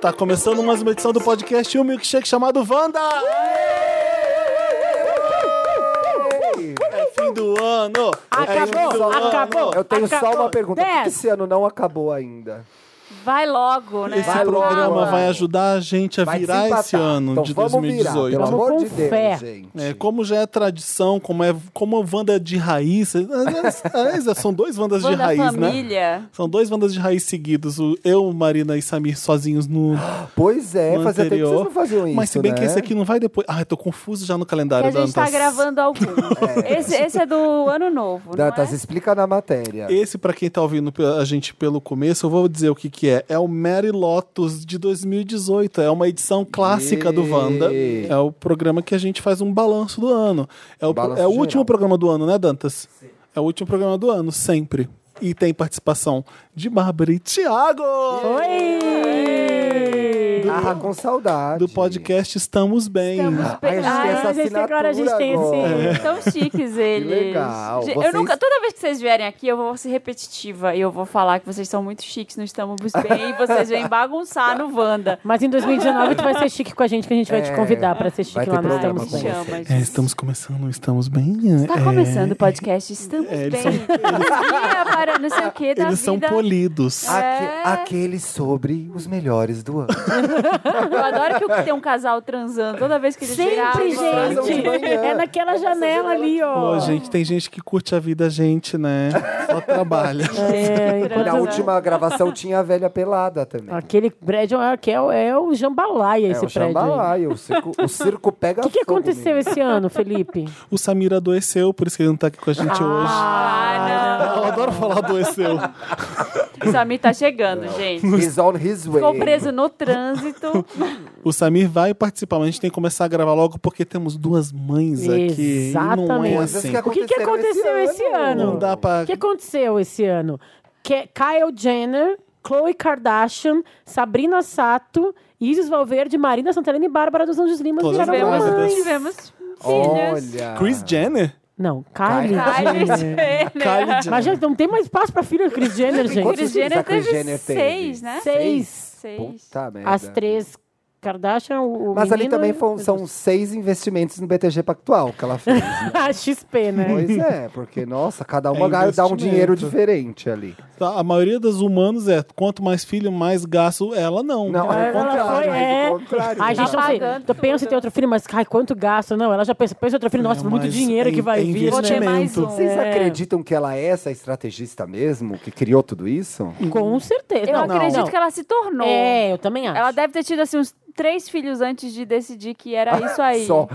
Tá começando mais uma edição do podcast Um Milkshake chamado Wanda! É fim do ano! é fim do Acabou, ano. acabou. Eu tenho só Acabou. uma pergunta. Por que Dez. esse ano não acabou ainda? Vai logo, né? Esse Vai logo. programa vai ajudar a gente a Vai virar desempatar. esse ano Então de vamos Virar, 2018. pelo Vamos amor com de Deus, fé. gente. É, como já é tradição, como é como a Wanda de raiz. aliás, aliás, São dois Wandas de Vanda raiz, né? família. São dois Wandas de raiz seguidos. o- Eu, Marina e Samir sozinhos no, Pois é, no fazia tempo que anterior. vocês não faziam isso, Mas se bem né? que esse aqui não vai depois. Ah, eu tô confuso já no Que calendário a da gente tá Antas. gravando algum. Esse, esse é do ano novo, não Dantas, é? explica na matéria. Esse, pra quem tá ouvindo pe- a gente pelo começo, eu vou dizer o que que é. É o Mary Lotus de 2018. É uma edição clássica do Wanda. Ê. É o programa que a gente faz um balanço do ano. É o, Balanço é o último geral. programa do ano, né, Dantas? É o último programa do ano, sempre. E tem participação de Bárbara e Thiago! Oi! Ah, com saudade. Do podcast Estamos Bem. Ah, Ai, a gente tem essa Ah, a gente tem- agora a gente tem assinatura esse. Tão chiques eles. legal. Gente, Vocês- Eu nunca, toda vez que vocês vierem aqui, eu vou ser repetitiva e eu vou falar que vocês são muito chiques no Estamos Bem e vocês vêm bagunçar no Wanda. Mas em 2019 tu vai ser chique com a gente, que a gente vai É. te convidar pra Vai ser chique ter lá no programa Estamos com Bem. você. chama. É, estamos começando, É, estamos bem. né? Está Tá começando o podcast Estamos é, eles Bem. são- Dia para não sei o que da Eles são vida. polidos. Aque- É. Aquele sobre os melhores do ano. Eu adoro que o- tem um casal transando toda vez que eles assim, Sempre, viraram. de gente! manhã. É naquela janela ali, ó. Pô, gente, tem gente que curte a vida, a gente, né? Só trabalha. É, enquanto- Na última gravação tinha a velha pelada também. Aquele prédio é, que é, o- é o jambalaya, é esse o prédio. aí. Xambalaia, o circo, o circo pega O que, que fogo, aconteceu menino. esse ano, Felipe? O Samir adoeceu, por isso que ele não tá aqui com a gente Ah, hoje. Eu adoro falar adoeceu. não. O Samir tá chegando, gente. He's on his way. Ficou preso no trânsito. O Samir vai participar, mas a gente tem que começar a gravar logo porque temos duas mães aqui. E não é Exatamente. Coisas assim. que O que que aconteceram aconteceu esse ano? Não dá pra. O que aconteceu esse ano? Que Kyle Jenner, Khloe Kardashian, Sabrina Sato, Isis Valverde, Marina Santelena e Bárbara dos Anjos Lima Todas viraram Tivemos, grávidas. mães. tivemos filhos. Olha. Chris Jenner? Não, Kylie Kylie Jenner. Jenner. Kylie Jenner. Mas, gente, não tem mais espaço pra filha do Chris Jenner, gente. Quantos Kris filhos Jenner a Kris teve Jenner teve? seis, né? Seis. Seis. Puta merda. As três Kardashian, o o Mas ali menino também um e- foram- são seis investimentos no BTG Pactual que ela fez. né? A XP, né? pois é, porque, nossa, cada uma É ga- dá um investimento. dinheiro diferente ali. Tá, a maioria dos humanos é quanto mais filho, mais gasto. Então, Ela não. Não, é o Ela contrário. foi, é é. o contrário. Ai, gente, Tá não sei. pagando Tu pensa em ter outro filho, mas ai, quanto gasto. Não, ela já pensa, pensa em outro filho, nossa, Não, muito mas dinheiro que é- vai é vir, Vou ter né? mais um. Vocês É. acreditam que ela é essa estrategista mesmo, que criou tudo isso? Com certeza. Eu Não, acredito não. que ela se tornou. É, eu também acho. Ela deve ter tido assim uns três filhos antes de decidir que era isso aí. Só.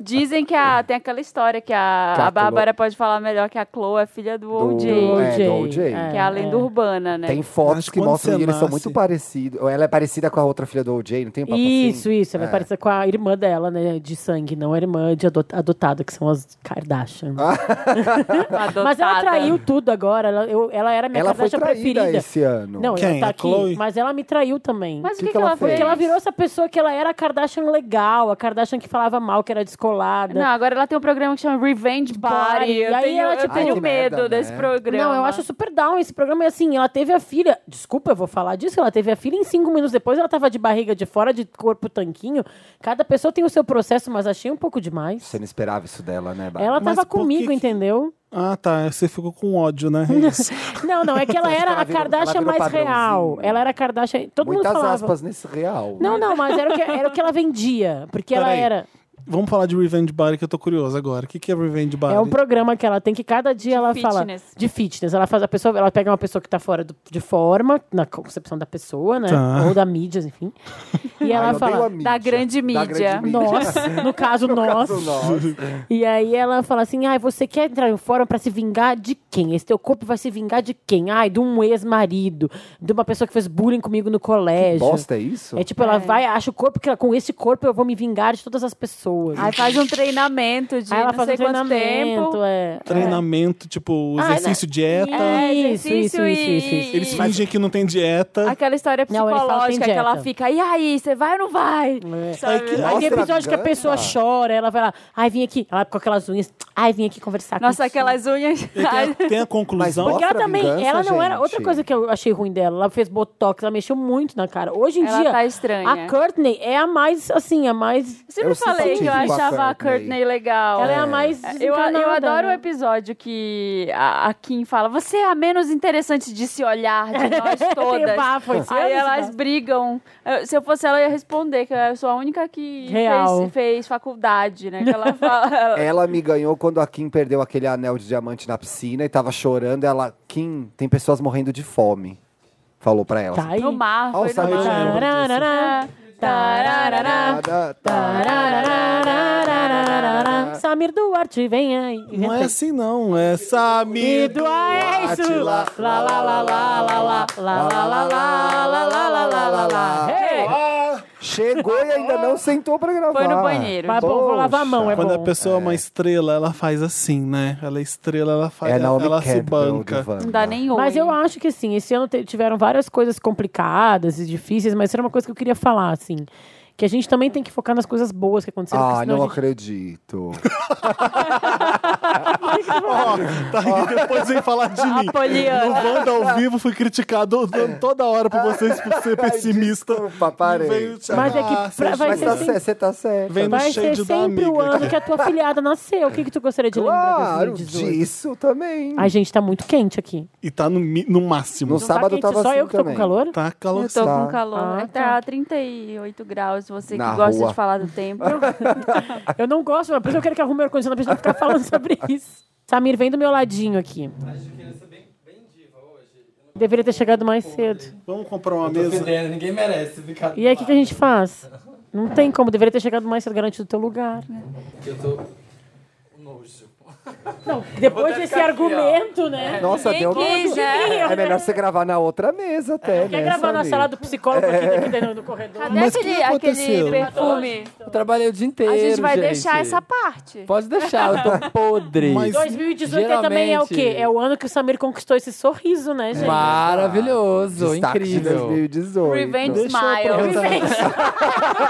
Dizem que a- tem aquela história que a, Que a a Bárbara pode falar melhor que a Chloe é filha do, OJ, é, do OJ. OJ. que é a lenda urbana, né? Tem fotos Mas que quando mostram você que eles são nasce- muito parecidos. Ou Ela é parecida com a outra filha do OJ, não tem um papo assim? Isso, isso. Ela é parecida com a irmã dela, né? De sangue, não a irmã de ado- adotada, que são as Kardashian. Ah. Adotada. Mas ela traiu tudo agora. Ela, eu- ela era minha Ela foi Kardashian traída preferida. esse ano. Não, Quem? ela tá A aqui. Khloe? Mas ela me traiu também. Mas o Que que, que ela fez? fez? Porque ela virou essa pessoa que ela era a Kardashian legal, a Kardashian que falava mal, que era descolada. Não, agora ela tem um programa que chama Revenge Body. Body. Eu Aí tenho, ela, eu tipo, tenho Ai, que medo merda, né? desse programa. Não, eu acho super down esse programa. E assim, ela teve a filha. Desculpa, eu vou falar disso. Ela teve a filha em cinco minutos depois. Ela tava de barriga de fora, de corpo tanquinho. Cada pessoa tem o seu processo, mas achei um pouco demais. Você não esperava isso dela, né, Bárbara? Ela tá- Mas tava por que comigo, que- entendeu? Ah, tá. Você ficou com ódio, né? É isso. Não, não, é que ela Acho que era ela a virou- Kardashian ela virou mais real. padrãozinho. Ela era a Kardashian. Todo Muitas mundo falava. aspas nesse real. né? Não, não, mas era o que, era o que ela vendia. Porque ela Peraí. era. Vamos falar de Revenge Body, que eu tô curioso agora. O que, que é Revenge Body? É um programa que ela tem que cada dia ela fitness. fala de fitness. Ela faz a pessoa, ela pega uma pessoa que tá fora do- de forma, na concepção da pessoa, né? Tá. Ou da mídia, enfim. E ela fala. Da grande mídia. Nós, no caso, nós. né? E aí ela fala assim: ai, você quer entrar em fórum pra se vingar de quem? Esse teu corpo vai se vingar de quem? Ai, de um ex-marido, de uma pessoa que fez bullying comigo no colégio. Bosta, é isso? É tipo, ela É. vai, acha o corpo que ela, com esse corpo eu vou me vingar de todas as pessoas. Aí faz um treinamento de Aí ela não faz sei um quanto treinamento, tempo. é. Treinamento, tipo, Ah, exercício, dieta. É, Isso, exercício isso, isso, e- isso, isso. Eles fingem que não tem dieta. Aquela história Não, ele fala, tem psicológica que ela dieta. fica, e aí, você vai ou não vai? É. Sabe? Ai, que- Aí tem Mostra a episódio que a gana. pessoa chora, ela vai lá, ai, vim aqui, ela com aquelas unhas, ai, vim aqui conversar Nossa, contigo. aquelas unhas. E tem- tem a conclusão. Mas Porque ela Mostra a também, vingança, ela não era. gente. Outra coisa que eu achei ruim dela, ela fez botox, ela mexeu muito na cara. Hoje em Ela dia, tá estranha. a Courtney é a mais, assim, a mais. Eu sempre Eu falei que eu simpatizo com a achava a Courtney. Courtney legal. Ela é, a mais. Eu, desencanada, eu adoro o né? episódio que a, a Kim fala: Você é a menos interessante de se olhar de nós Tem todas. bafo, esse ano, Aí esse elas bafo. brigam. Eu- se eu fosse ela, eu ia responder, que eu sou a única que Real. É. fez, fez faculdade, né? Que ela fala. Ela me ganhou quando a Kim perdeu aquele anel de diamante na piscina e tava chorando. Ela, Kim, tem pessoas morrendo de fome. Falou pra ela. Tá aí. no mar, Olha foi o no Samuel mar. Jackson. Tararará, tararará, Tá, tá. tarararararararará. Samir Duarte, vem aí. Não é assim, não. É E Samir. do é isso. Lá, lá, lá, lá, lá, lá, lá, lá, lá, lá, lá, lá, lá, lá, lá, lá. Hey! Ah, Chegou e ainda não sentou pra gravar. Foi no banheiro. Mas bom, vou lavar a mão, é Quando a bom. pessoa é uma estrela, ela faz assim, né? Ela é estrela, ela faz. É a Naomi ela se Campbell, banca. Giovanna. Não dá nem oi. Mas eu acho que assim, esse ano te- tiveram várias coisas complicadas e difíceis, mas isso era uma coisa que eu queria falar, assim. Que a gente também tem que focar nas coisas boas que aconteceram. porque Ah, senão não a gente... acredito. Ó, tá aí, depois vem falar de mim. Apoliana. No Wanda ao vivo fui criticado toda hora por vocês por ser pessimista. Desculpa, parei. Veio te- Mas é que Ah, pra- vai Mas seja- tá ser sem- certo, você tá certo. Vem no Vai ser shade da sempre o amiga. ano que a tua filhada nasceu. O que, que tu gostaria de lembrar de Claro, 2018? disso também. Ai, gente, tá muito quente aqui. E tá no, mi- no máximo. No Não sábado tá quente, tava só assim eu que tô também. com calor? Tá Eu calor. tô Tá. com calor. Ah, né? tá. 38 graus, você Na que gosta rua. de falar do tempo. Eu não gosto, mas por isso eu quero que arrume o ar-condicionado pra gente não ficar falando sobre isso. Samir, vem do meu ladinho aqui. Deveria ter chegado mais cedo. Vamos comprar uma Tô mesa. fedendo, ninguém merece ficar. E aí, o que, que a gente faz? Não tem como, deveria ter chegado mais cedo, garantido o teu lugar. né? Eu tô. com Nojo. Não, depois até desse ficar aqui, ó. argumento, né? Nossa, Ninguém deu quis, né? É melhor você gravar na outra mesa até. É, Quer né, gravar na Samir? sala do psicólogo aqui daqui É. dentro no corredor? Cadê Mas o que aquele, aquele aconteceu? perfume? Eu trabalhei o dia inteiro. A gente vai deixar essa parte. Pode deixar, eu tô podre. Mas- 2018 também é o quê? Geralmente- É o ano que o Samir conquistou esse sorriso, né, gente? Maravilhoso, Destaque de incrível. 2018. Revenge Deixa eu Smile. aproveitar.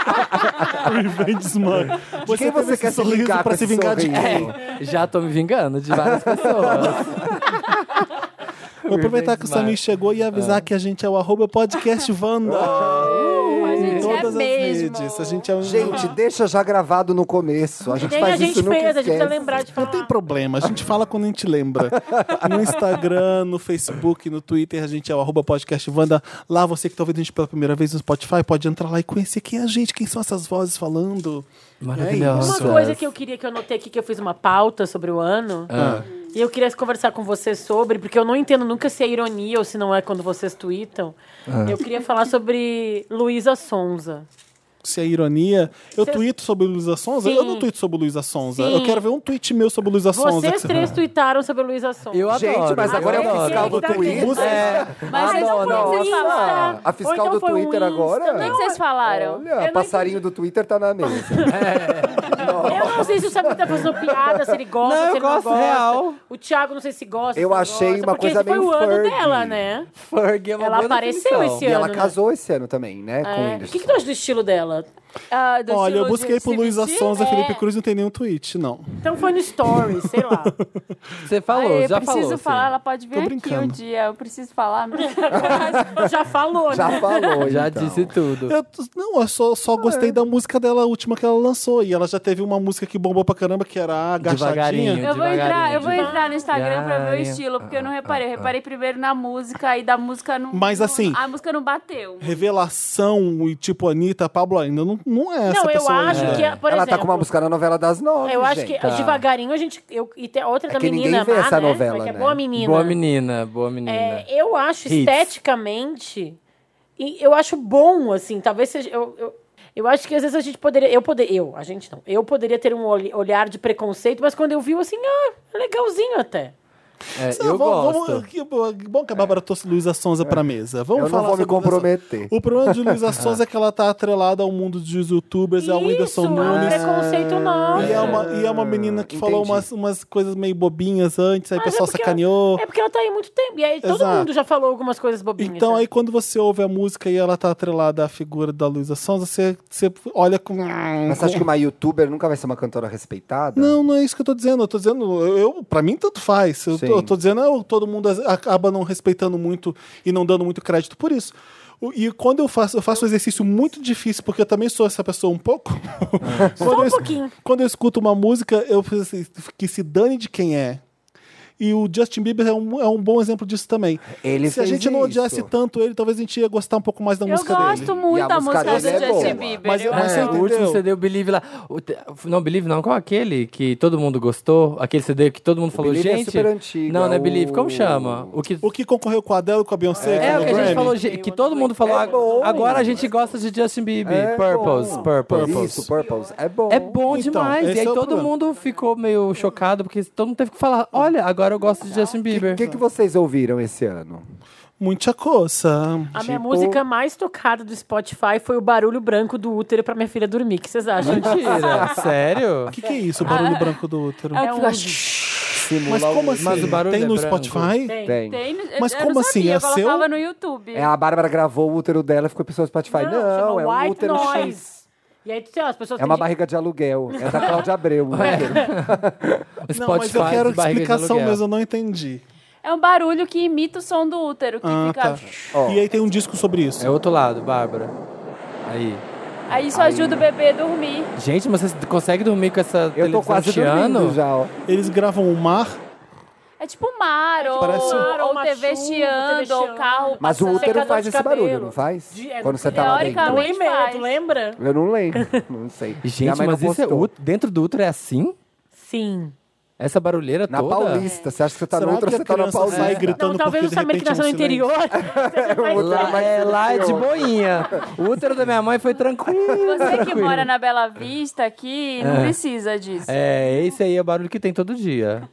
Revenge, mano. De quem você quer se vingar pra se vingar de quem? Já tô me vingando de várias pessoas. Vou aproveitar que o Samir chegou e avisar que a gente é o arroba podcast Wanda. A Em gente é todas as mesmo. redes. A gente é um... Gente, deixa já gravado no começo. A gente Nem faz a gente isso nunca fez, a gente tá precisa esquece. lembrar de Não falar. tem problema, a gente fala quando a gente lembra. No Instagram, no Facebook, no Twitter, a gente é o arroba podcast Wanda. Lá você que tá ouvindo a gente pela primeira vez no Spotify, pode entrar lá e conhecer quem é a gente, quem são essas vozes falando. É Uma Maravilhoso. coisa que eu queria que eu notei aqui, que eu fiz uma pauta sobre o ano. Ah. E eu queria conversar com vocês sobre, porque eu não entendo nunca se é ironia ou se não é quando vocês tweetam. Ah. Eu queria falar sobre Luísa Sonza. Se é ironia, eu Cês- tuito sobre Luísa Sonza? Sim. Eu não tuito sobre Luísa Sonza. Sim. Eu quero ver um tweet meu sobre Luísa Sonza. Vocês três tweetaram sobre Luísa Sonza. Eu adoro. Gente, mas eu agora é o adoro. fiscal do Tá Twitter. Você- Mas vocês Ah, não Adoro. podem vocês falaram. Ah, a fiscal assim, Ou então do foi um Twitter Insta, agora? O que que vocês falaram? Olha, passarinho do Twitter tá na mesa. Eu não sei se o Samir tá fazendo piada, se ele gosta, Não, se eu ele não gosto, gosta. real. O Thiago não sei se gosta. Eu se não achei gosta, uma porque coisa esse foi meio o ano Fergie. dela, né? Ferg é uma Ela boa apareceu definição. esse E ela né? casou esse ano também, né? Com o É. O Whindersson. que, que tu acha do estilo dela? Ah, do Olha, eu estilo busquei de por se Luísa vestir? Sonza, É. Felipe Cruz, não tem nenhum tweet, não. Então foi no story, sei lá. Você falou, Ai, eu já preciso falou. assim. falar, ela pode vir aqui um brincando. dia. Eu preciso falar. mas- Já falou, né? Já falou, Já então. disse tudo. Eu, não, eu só, Ah, só gostei é. da música dela, a última que ela lançou. E ela já teve uma música que bombou pra caramba, que era a agachadinha. Devagarinho. Eu vou, entrar, eu vou devagarinho. entrar no Instagram pra ver o Devagarinho. estilo, porque eu não reparei. Eu reparei primeiro na música e da música não. Ah, Mas não- assim- A música não bateu. Revelação e tipo Anitta, Pablo ainda não, não é essa Não, eu pessoa. acho ainda. que, por Ela exemplo, tá com uma música na novela das nove. eu acho que gente. Tá. É devagarinho a gente. Eu, e tem outra da que ninguém menina. vê má, essa né? novela, Como é que é? né? Boa menina. Boa menina, boa menina. né? É, eu acho Hits. esteticamente. e eu acho bom, assim, talvez seja. Eu, eu, eu acho que às vezes a gente poderia. Eu poderia. Eu, a gente não. Eu poderia ter um olhe- olhar de preconceito, mas quando eu vi, eu assim, ah, legalzinho até. É, Sei lá, eu vamos- gosto. vamos- que bom- que bom que a Bárbara trouxe Luísa Sonza pra mesa. Vamos Eu não falar vou me sobre Luísa comprometer. Sonza. O problema de Luísa Sonza é que ela tá atrelada ao mundo dos youtubers, ao Whindersson Isso, é um Nunes. preconceito nosso. E é, uma, e é uma menina que falou Ah, Entendi. umas, umas coisas meio bobinhas antes, aí o Mas pessoal é porque sacaneou. Ela, é porque ela tá aí muito tempo. E aí todo Exato. mundo já falou algumas coisas bobinhas. Então, né? aí quando você ouve a música e ela tá atrelada à figura da Luísa Sonza, você, você olha com. Mas você acha que uma youtuber nunca vai ser uma cantora respeitada? Não, não é isso que eu tô dizendo. Eu tô dizendo, eu, pra mim, tanto faz. Eu tô- Sim. eu tô dizendo, eu, todo mundo as- acaba não respeitando muito e não dando muito crédito por isso. O- E quando eu faço, eu faço um exercício muito difícil, porque eu também sou essa pessoa um pouco. quando, eu, es- um pouquinho. quando eu escuto uma música, eu fiz assim, que se dane de quem é. E o Justin Bieber é um, é um bom exemplo disso também. Ele se a fez gente não odiasse isso. tanto ele, talvez a gente ia gostar um pouco mais da Eu música gosto dele. muito E a da música música do dele é Justin boa. Bieber. Mas eu- eu mas acho você É, o entendeu? último CD, o Believe lá. o te- Não, Believe não, qual é aquele que todo mundo gostou? Aquele CD que todo mundo falou, Believe é gente. super antigo, não, não é é Believe, como o- chama? O que. O que né? concorreu com a Adele, com a Beyoncé, É, com o o que a Grammy. gente falou, gente, que todo mundo falou. "Ah, É bom. agora a gente gosta de Justin Bieber. É purpose, bom. purpose. Isso, Purpose. É bom. É bom Então, demais. esse E aí é o todo problema. mundo ficou meio chocado, porque todo mundo teve que falar: olha, agora eu gosto de Justin O Bieber. que, que vocês ouviram esse ano? Muita coisa. A Tipo- minha música mais tocada do Spotify foi o barulho branco do útero pra minha filha dormir. O que vocês acham disso? Mentira, sério? O que, que é isso, o barulho branco do útero? É um- o que eu acho. Simula Mas como o- assim? Mas o barulho Tem é no branco. Spotify? Tem. assim? Tem. Tem, no- Mas eu como não assim? sabia, É Eu colocava seu? no YouTube. É, a Bárbara gravou o útero dela e ficou pessoas do Spotify. Não, chama é um White útero Noise. X. E aí, sei lá, as pessoas É uma têm barriga de aluguel. É da Cláudia Abreu. o útero. O Não, mas eu Spotify quero de barriga de explicação aluguel. mesmo, eu não entendi. É um barulho que imita o som do útero, que Ah, fica... tá. Ó. E aí tem um disco sobre isso. É outro lado, Bárbara. Aí. Aí isso ajuda o bebê a dormir. Gente, mas você consegue dormir com essa Eu tô televisão quase chiando? dormindo já, ó. Eles gravam o mar. É tipo mar, ou, Parece- mar, ou uma TV chuva, chiando, TV ou carro um Mas o passando. útero secador faz de esse barulho, cabelo. não faz? De- é, Quando você tá lá dentro. um Teoricamente- é e-mail, faz. tu lembra? Eu não lembro. Não sei. Minha Gente, mãe mas não isso é postou. ú- dentro do útero é assim? Sim. Essa barulheira Na toda? Paulista. Você acha que você tá Será no outro que você a tá na criança Paulista? sai gritando Então, talvez porque você de também repente que nasceu no é um silêncio? interior. seja mais Lá é, lá é de boinha. O útero da minha mãe foi tranquilo. Você que tranquilo. mora na Bela Vista aqui, não precisa disso. É, esse aí é o barulho que tem todo dia.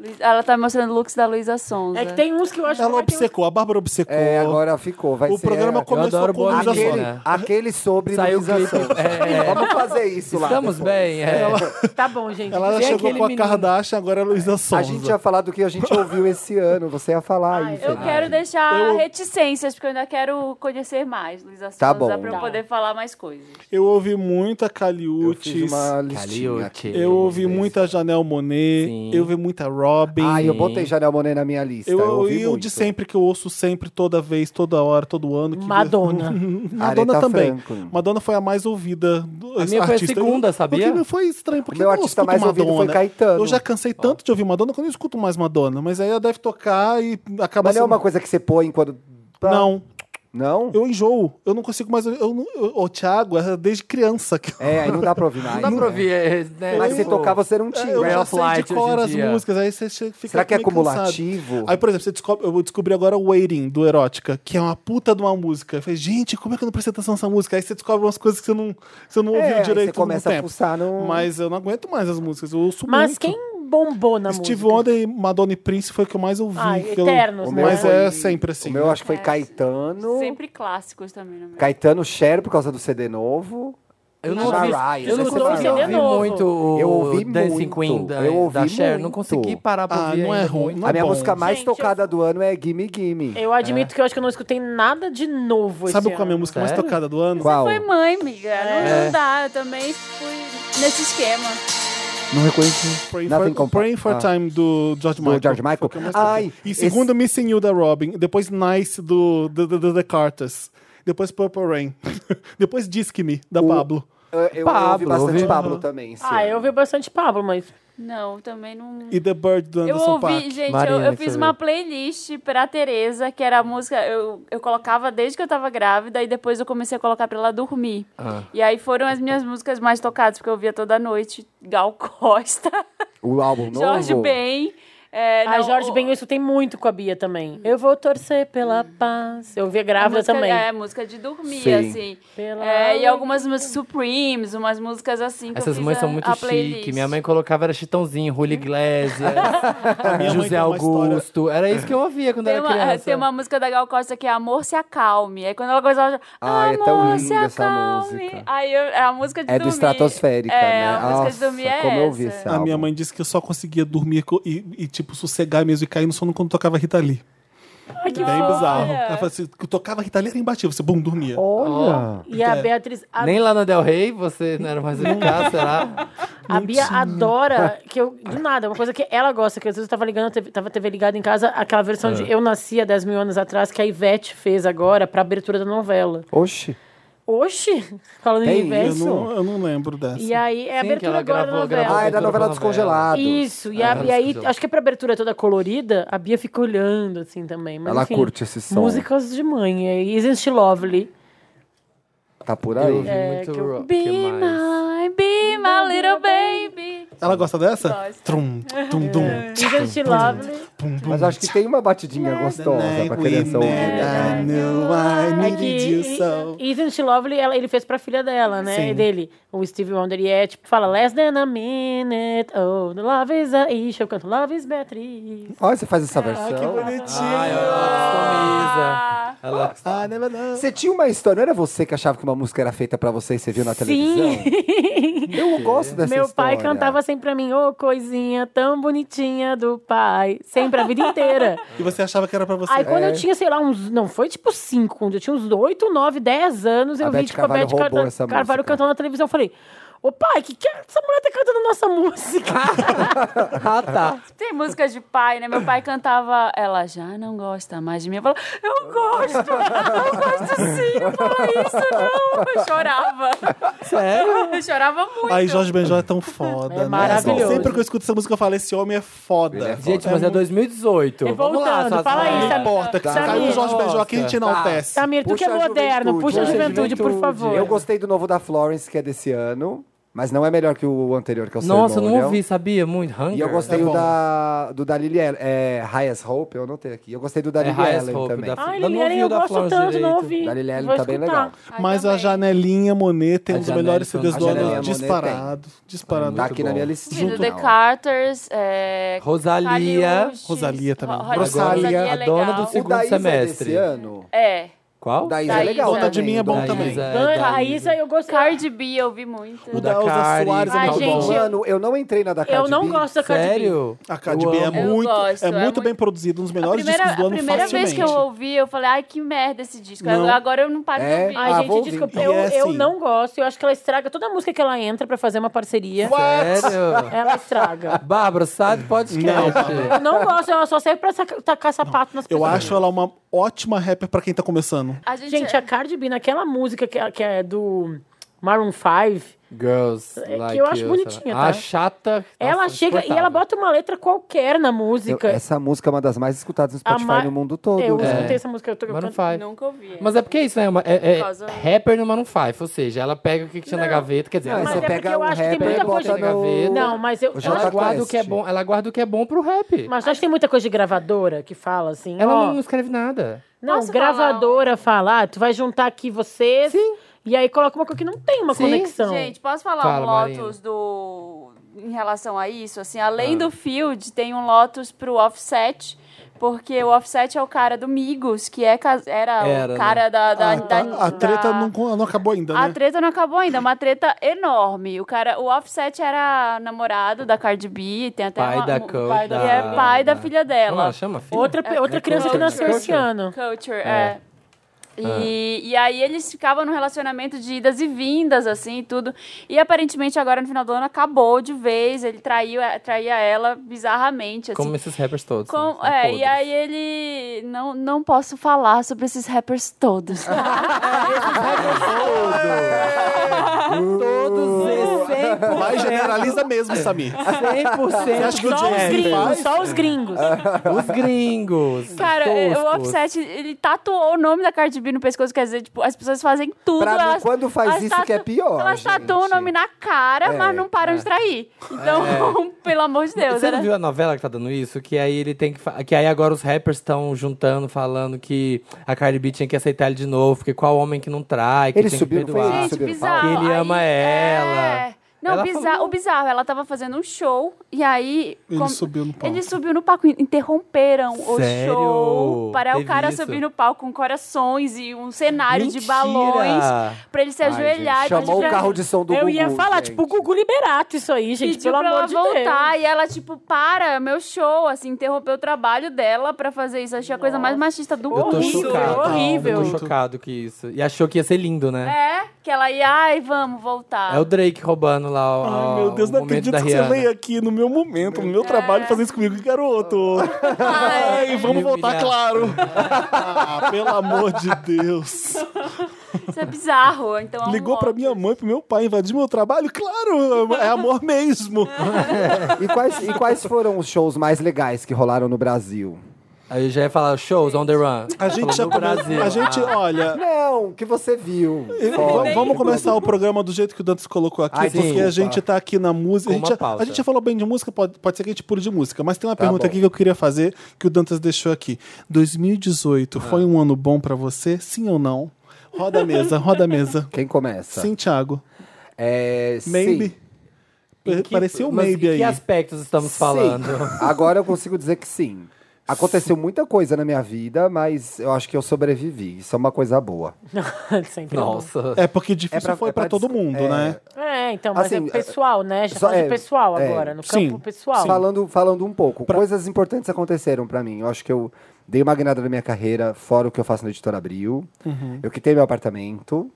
Luiz- Ela tá mostrando looks da Luísa Sonza. É que tem uns que eu acho Ela que tem uns- obcecou, a Bárbara obcecou. É, agora ficou. Vai o ser- programa é, começou adoro com o boa Luísa Aquele, Sonza. menina. aquele sobre Saiu o Luísa clipe. Sonza. É. Vamos fazer isso lá. Estamos depois. bem, é. Tá bom, gente. Ela é Tem chegou aquele com a menino. Kardashian, agora é a Luísa Sonza. é A gente ia falar do que a gente ouviu esse ano. Você ia falar né? aí. Eu Fê. quero deixar Eu- reticências, porque eu ainda quero conhecer mais Luísa Sonza Tá bom. pra eu Tá. poder falar mais coisas. Eu ouvi muita Eu Caliutes. fiz uma listinha. Caliote. Eu ouvi muita Janelle Monet. Sim. Eu ouvi muita Robin. Ah, eu botei Janel Monet na minha lista. Eu, Eu, ouvi e o muito. de sempre que eu ouço sempre, toda vez, toda hora, todo ano. Que... Madonna. Madonna Aretha também. Franklin. Madonna foi a mais ouvida. Do, A minha foi a artista. segunda, Eu- sabia? O que me foi estranho, porque O meu eu não artista escuto mais ouvido Madonna. foi Caetano. Eu já cansei tanto de ouvir Madonna que eu não escuto mais Madonna. Mas aí ela deve tocar e acaba Mas não é sendo... uma coisa que você põe quando... assim. Não, Não? eu enjoo. Eu não consigo mais... ouvir- Eu, não- eu, o Thiago, é desde criança que... É, aí não dá pra ouvir mais. Não dá pra ouvir, é, né? Mas se tocar, você não tira. É, Eu já Ralph sei de Light cor hoje em as dia. músicas, aí você che- fica Será que é meio cansado. acumulativo? Aí, por exemplo, você descobre, eu descobri agora o Waiting, do Erótica, que é uma puta de uma música. Eu falei, gente, como é que eu não prestei atenção nessa música? Aí você descobre umas coisas que você não, que você não É, ouviu aí direito você começa no a tempo. fuçar no- Mas eu não aguento mais as músicas, eu ouço Mas muito. quem bombou na Steve música? Wonder e Madonna e Prince foi o que eu mais ouvi. Ai, que eu- eternos, né? Mas O é foi- sempre assim. O meu né? acho que foi Caetano. Sempre clássicos também, né? Caetano Cher, por causa do CD novo. Eu não ouvi, Mariah, eu não você ouve consegui CD ouvir novo. muito o Eu ouvi Dancing muito, Queen da, eu ouvi da Cher. Não muito. consegui parar pra Ah, ouvir não é ainda ruim. muito. Não a minha bom. música mais Gente, eu- tocada do ano é Gimme Gimme. Eu admito que eu acho que eu não escutei nada de novo Sabe esse qual é a minha ano. música mais Sério? tocada do ano? Qual? Foi mãe, amiga. É. Não, não dá, eu também fui nesse esquema. Não reconheci. Praying Nothing for, Compa- Praying for Ah. Time do George Michael. George Michael. Foi o que eu mais toquei. Ai, e segundo Missing You da Robin, depois Nice do do- do- do The Carters, depois Purple Rain, depois Disque Me da Pablo. Eu, eu ouvi Pablo, bastante ouvi- Pablo também. esse Ah, ano. eu ouvi bastante Pablo, mas... Não, também não. E The Bird do Eu Anderson ouvi, Paak. gente, Marina eu, eu que fiz você uma viu. playlist pra Tereza, que era a música, eu, eu colocava desde que eu tava grávida e depois eu comecei a colocar pra ela dormir. Ah. E aí foram as minhas músicas mais tocadas, porque eu via toda noite Gal Costa, O álbum novo. Jorge Ben. É, Ah, não, Jorge o- Ben eu escutei muito com a Bia também. Eu vou torcer pela paz. Eu ouvia a grávida música- também. É, música de dormir, Sim. assim. Pela É, e alegria. algumas músicas Supremes, umas músicas assim que eu Essas fiz mães a- são muito a chique. playlist. Minha mãe colocava era Chitãozinho, Rulio Iglesias, minha mãe José tem uma história- Augusto. Era isso que eu ouvia quando Tem era uma, é, criança. tem uma música da Gal Costa que é Amor se acalme. Aí quando ela gostava, ela já, Ai, é Amor tão se linda essa acalme. música. Aí eu- é a música de É do dormir. Estratosférica, é, né? A música de Nossa, dormir é como essa. eu ouvi esse A minha álbum. mãe disse que eu só conseguia dormir co- e, e, tipo, sossegar mesmo e cair no sono quando tocava Rita Lee. Ai, que Bem fofo. bizarro. Ela falou assim, que tocava Rita Lee era imbatível, você, bum, dormia. Olha! É. E a Beatriz... a- Nem lá na Del Rey você não era mais eficaz, será? A Bia adora, que eu, do nada, é uma coisa que ela gosta, que às vezes eu tava ligando, teve- tava a TV ligada em casa, aquela versão de Eu Nasci há 10 mil anos atrás, que a Ivete fez agora pra abertura da novela. Oxi. Oxi! Falando Tem em Ivete. isso? Eu não, eu não lembro dessa. É E aí, é a Sim, que abertura ela agora da gravou- novela. gravou Ah, é da abertura novela pra novela. Descongelados. Isso, e, a- Ah, e aí, isso. acho que é pra abertura toda colorida, a Bia fica olhando, assim, também. Mas, Ela enfim, curte esse som. Músicas de mãe, é Isn't She Lovely. Tá por aí. ouvi É, muito que eu- rock, Be mas- my, be my little baby. Ela gosta dessa? Gosto. Trum, tum, dum, Isn't She Lovely tum, dum. Mas acho que tem uma batidinha gostosa pra criança ouvir. I knew I é needed you so. que Isn't She Lovely, ela- ele fez pra filha dela, né, Sim. dele. O Steve Wonder, e é tipo, fala Less than a minute, oh, the love is a issue. Eu canto Love is Beatriz. Olha, você faz essa Ah, que versão. Ai, bonitinho. ela customiza. Ela Ah, never know. Você tinha uma história, não era você que achava que uma música era feita pra você e você viu na televisão? Sim! Eu gosto dessa Meu pai história. cantava sempre pra mim, ô coisinha tão bonitinha do pai. Sempre, a vida inteira. E você achava que era pra você. Aí quando é. eu tinha, sei lá, uns. Não, foi tipo cinco, quando eu tinha uns 8, 9, 10 anos, A eu vi Beth tipo a Carvalho Beth roubou Carta- essa Carvalho música. cantando na televisão. Eu falei, ô pai, que, que essa mulher tá cantando nossa música? Ah, tá. Tem músicas de pai, né? Meu pai cantava, ela já não gosta mais de mim. Eu falava, eu gosto, eu gosto sim, não fala isso não. Eu chorava. Sério? Eu chorava muito. Ai, Jorge Benjó é tão foda. É né? maravilhoso. Sempre que eu escuto essa música, eu falo: esse homem é foda. Gente, mas é 2018. E Vamos lá, voltando, suas fala aí, rainhas. Não Samir. importa, que se Samir. caiu o Jorge Benjó aqui, a gente enaltece. Samir, tu Puxa que é a moderno, juventude, puxa puxa a a juventude, por juventude. favor. Eu gostei do novo da Florence, que é desse ano, mas não é melhor que o anterior, que é o Nossa, eu não Ceremonial. ouvi, sabia? Muito. Hunger. E eu gostei É do bom. da, do da Lily Allen. É, Highest Hope, eu anotei aqui. Eu gostei do da É, Lily Highest Allen Hope, também. da- Ai, Mas não Liliane, ouvi eu o da gosto Flores tanto, não direito. ouvi. Da Liliane Vou tá bem escutar. legal. Ai, Mas a também. Janelinha Monet tem A um dos Janelle melhores foi- CDs a do Janelle ano. Monet Disparado. Disparado. Tá Muito aqui na bom. minha listinha. Filho, The Carters, é... Rosalia. Caliuches, Rosalia também. Ro- Ro- Rosalia, Rosalia é a dona do legal. segundo o da Isa é semestre. desse ano. É. Qual? O da Isa é Da legal Isa. também. Conta de mim é bom Da Isa. também. Isa, Ah, da Raíssa, eu gostei. Cardi B eu vi muito. O da da Elza Cardi. Soares é Ai, muito bom. gente, Mano, eu não entrei na da Cardi Eu não B. gosto da Cardi B. Sério? A Cardi Eu B é amo. muito, gosto, é é muito muito- bem produzido, um dos A melhores primeira, discos do a ano primeira vez facilmente. que eu ouvi, eu falei, ai, que merda esse disco. Não. Agora eu não paro de É? ouvir. Ai, Ah, vou gente, ouvir. desculpa, E eu, é assim. eu não gosto. Eu acho que ela estraga toda a música que ela entra pra fazer uma parceria. Sério? Ela estraga. Bárbara, sai do Não, podcast. Eu não gosto, ela só serve pra saca- tacar sapato nas Eu pessoas. acho ela uma ótima rapper pra quem tá começando. A gente, é- Gente, a Cardi B, naquela música que, é- que é do Maroon 5, Girls É que like eu acho you, bonitinha, sei lá. tá? A chata. ela nossa, chega e ela insuportável. bota uma letra qualquer na Eu- música. essa música é uma das mais escutadas no A Spotify ma- no mundo todo. Eu né? escutei essa música, eu tô eu Maroon canto. 5. nunca ouvi. Mas é porque é isso, né? É uma- é, é Por causa- rapper no Maroon 5, ou seja, ela pega o que tinha na gaveta, quer dizer, Não, ela Mas você é porque pega eu o acho que tem um rapper muita e bota coisa- no... Não, mas eu, O eu Jota Ela acho, guarda o Quest. que é bom, ela guarda o que é bom pro rap. mas eu acho que tem muita coisa de gravadora que fala assim. Ela ó, não escreve nada. Não, Posso gravadora falar, ah, tu vai juntar aqui vocês. E aí coloca uma coisa que não tem uma Sim. conexão. Gente, posso falar Fala, um Marina. Lotus do... em relação a isso? Assim, além Ah. do Field, tem um Lotus pro Offset, porque o Offset é o cara do Migos, que é, cas- era, Era, o né? cara da, da- Ah, da- tá. a treta da- não, não acabou ainda, A né? treta não acabou ainda, é uma treta enorme. O cara, o Offset era namorado da Cardi B, tem até Pai uma, da mu- Coach. pai da- e é pai da filha Como ela dela. chama, filha? outra pe- outra é criança que culture, nasceu culture. esse ano. Culture, é. É. E, e aí eles ficavam num relacionamento de idas e vindas, assim, e tudo. E aparentemente agora no final do ano acabou de vez, ele traiu, é, traía ela bizarramente, assim. Como esses rappers todos. Com- né? São é, podres. e aí ele... Não, não posso falar sobre esses rappers todos. Todos Vai, esses 100%. generaliza mesmo, Samir. Você 100% acha que o Só os Jay gringos, faz? só os gringos. É. os gringos. Cara, é, o toscos. Offset, ele tatuou o nome da Cardi B no pescoço, quer dizer, tipo, as pessoas fazem tudo. Pra mim, elas- quando faz elas isso que é pior, Elas tatuam o gente. nome na cara, É, mas não param de trair. Então, pelo amor de Deus, Você não né? viu a novela que tá dando isso? Que aí ele tem que. fa- Que aí agora os rappers estão juntando, falando que a Cardi B tinha que aceitar ele de novo, porque qual homem que não trai, que Ele tinha subiu, não que foi perdoar. isso? Gente, Subiu no bizarro. palco. Ele ama ela. É. Não, Ela bizarro, falou- o bizarro, ela tava fazendo um show e aí. Ele subiu no palco. Ele subiu no palco, interromperam Sério? o show Parar é o Teve cara isso. subir no palco com corações e um cenário de Mentira! balões pra ele se Ai, ajoelhar e pedir Chamou pra- o carro de som do eu Gugu, ia falar, gente. tipo, o Gugu Liberato isso aí, gente, pediu pelo pra amor ela de voltar Deus. e ela, tipo, para, meu show, assim, interrompeu o trabalho dela pra fazer isso. Achei a coisa mais machista do Eu tô mundo. Horrível, chocado. horrível. Eu tô chocado que isso. E achou que ia ser lindo, né? É, que ela ia, ai, vamos voltar. É, o Drake roubando lá o, Ai, meu Deus, o não momento acredito da que você Rihanna. veio aqui no meu momento, no meu trabalho, fazer isso comigo, garoto. Ai, vamos Me voltar, humilhar. claro. Ah, pelo amor de Deus. Isso é bizarro. Então, ela Ligou volta. pra minha mãe, pro meu pai invadir meu trabalho? Claro, é amor mesmo. E quais, e quais foram os shows mais legais que rolaram no Brasil? Aí eu já ia falar, shows on the run. A gente já no come- Brasil. A gente, Ah. olha. Não, que você viu. v- Fora. Vamos começar o programa do jeito que o Dantas colocou aqui, Ai, porque sim. a gente tá aqui na música. A Com gente, uma já- pauta. a gente já falou bem de música, pode, pode ser que a gente pule de música, mas tem uma Tá pergunta bom. aqui que eu queria fazer que o Dantas deixou aqui. Ah. 2018 foi um ano bom pra você? Sim ou não? Roda a mesa, roda a mesa. Quem Tá. começa? Sim, Thiago. É, Maybe. sim. Em que- Pareceu mas um maybe em aí. que aspectos estamos Sim. falando? Agora eu consigo dizer que sim. Aconteceu muita coisa na minha vida, mas eu acho que eu sobrevivi. Isso é uma coisa boa. Sempre é bom. Nossa. É porque difícil É pra- foi é pra pra todo des- mundo, é. né? É, então, mas Assim, é pessoal, né? Já só- fala de é, pessoal é. agora, no Sim, campo pessoal. Falando, falando um pouco, coisas importantes aconteceram pra mim. Eu acho que eu dei uma guinada na minha carreira, fora o que eu faço na Editora Abril. Uhum. Eu quitei meu apartamento.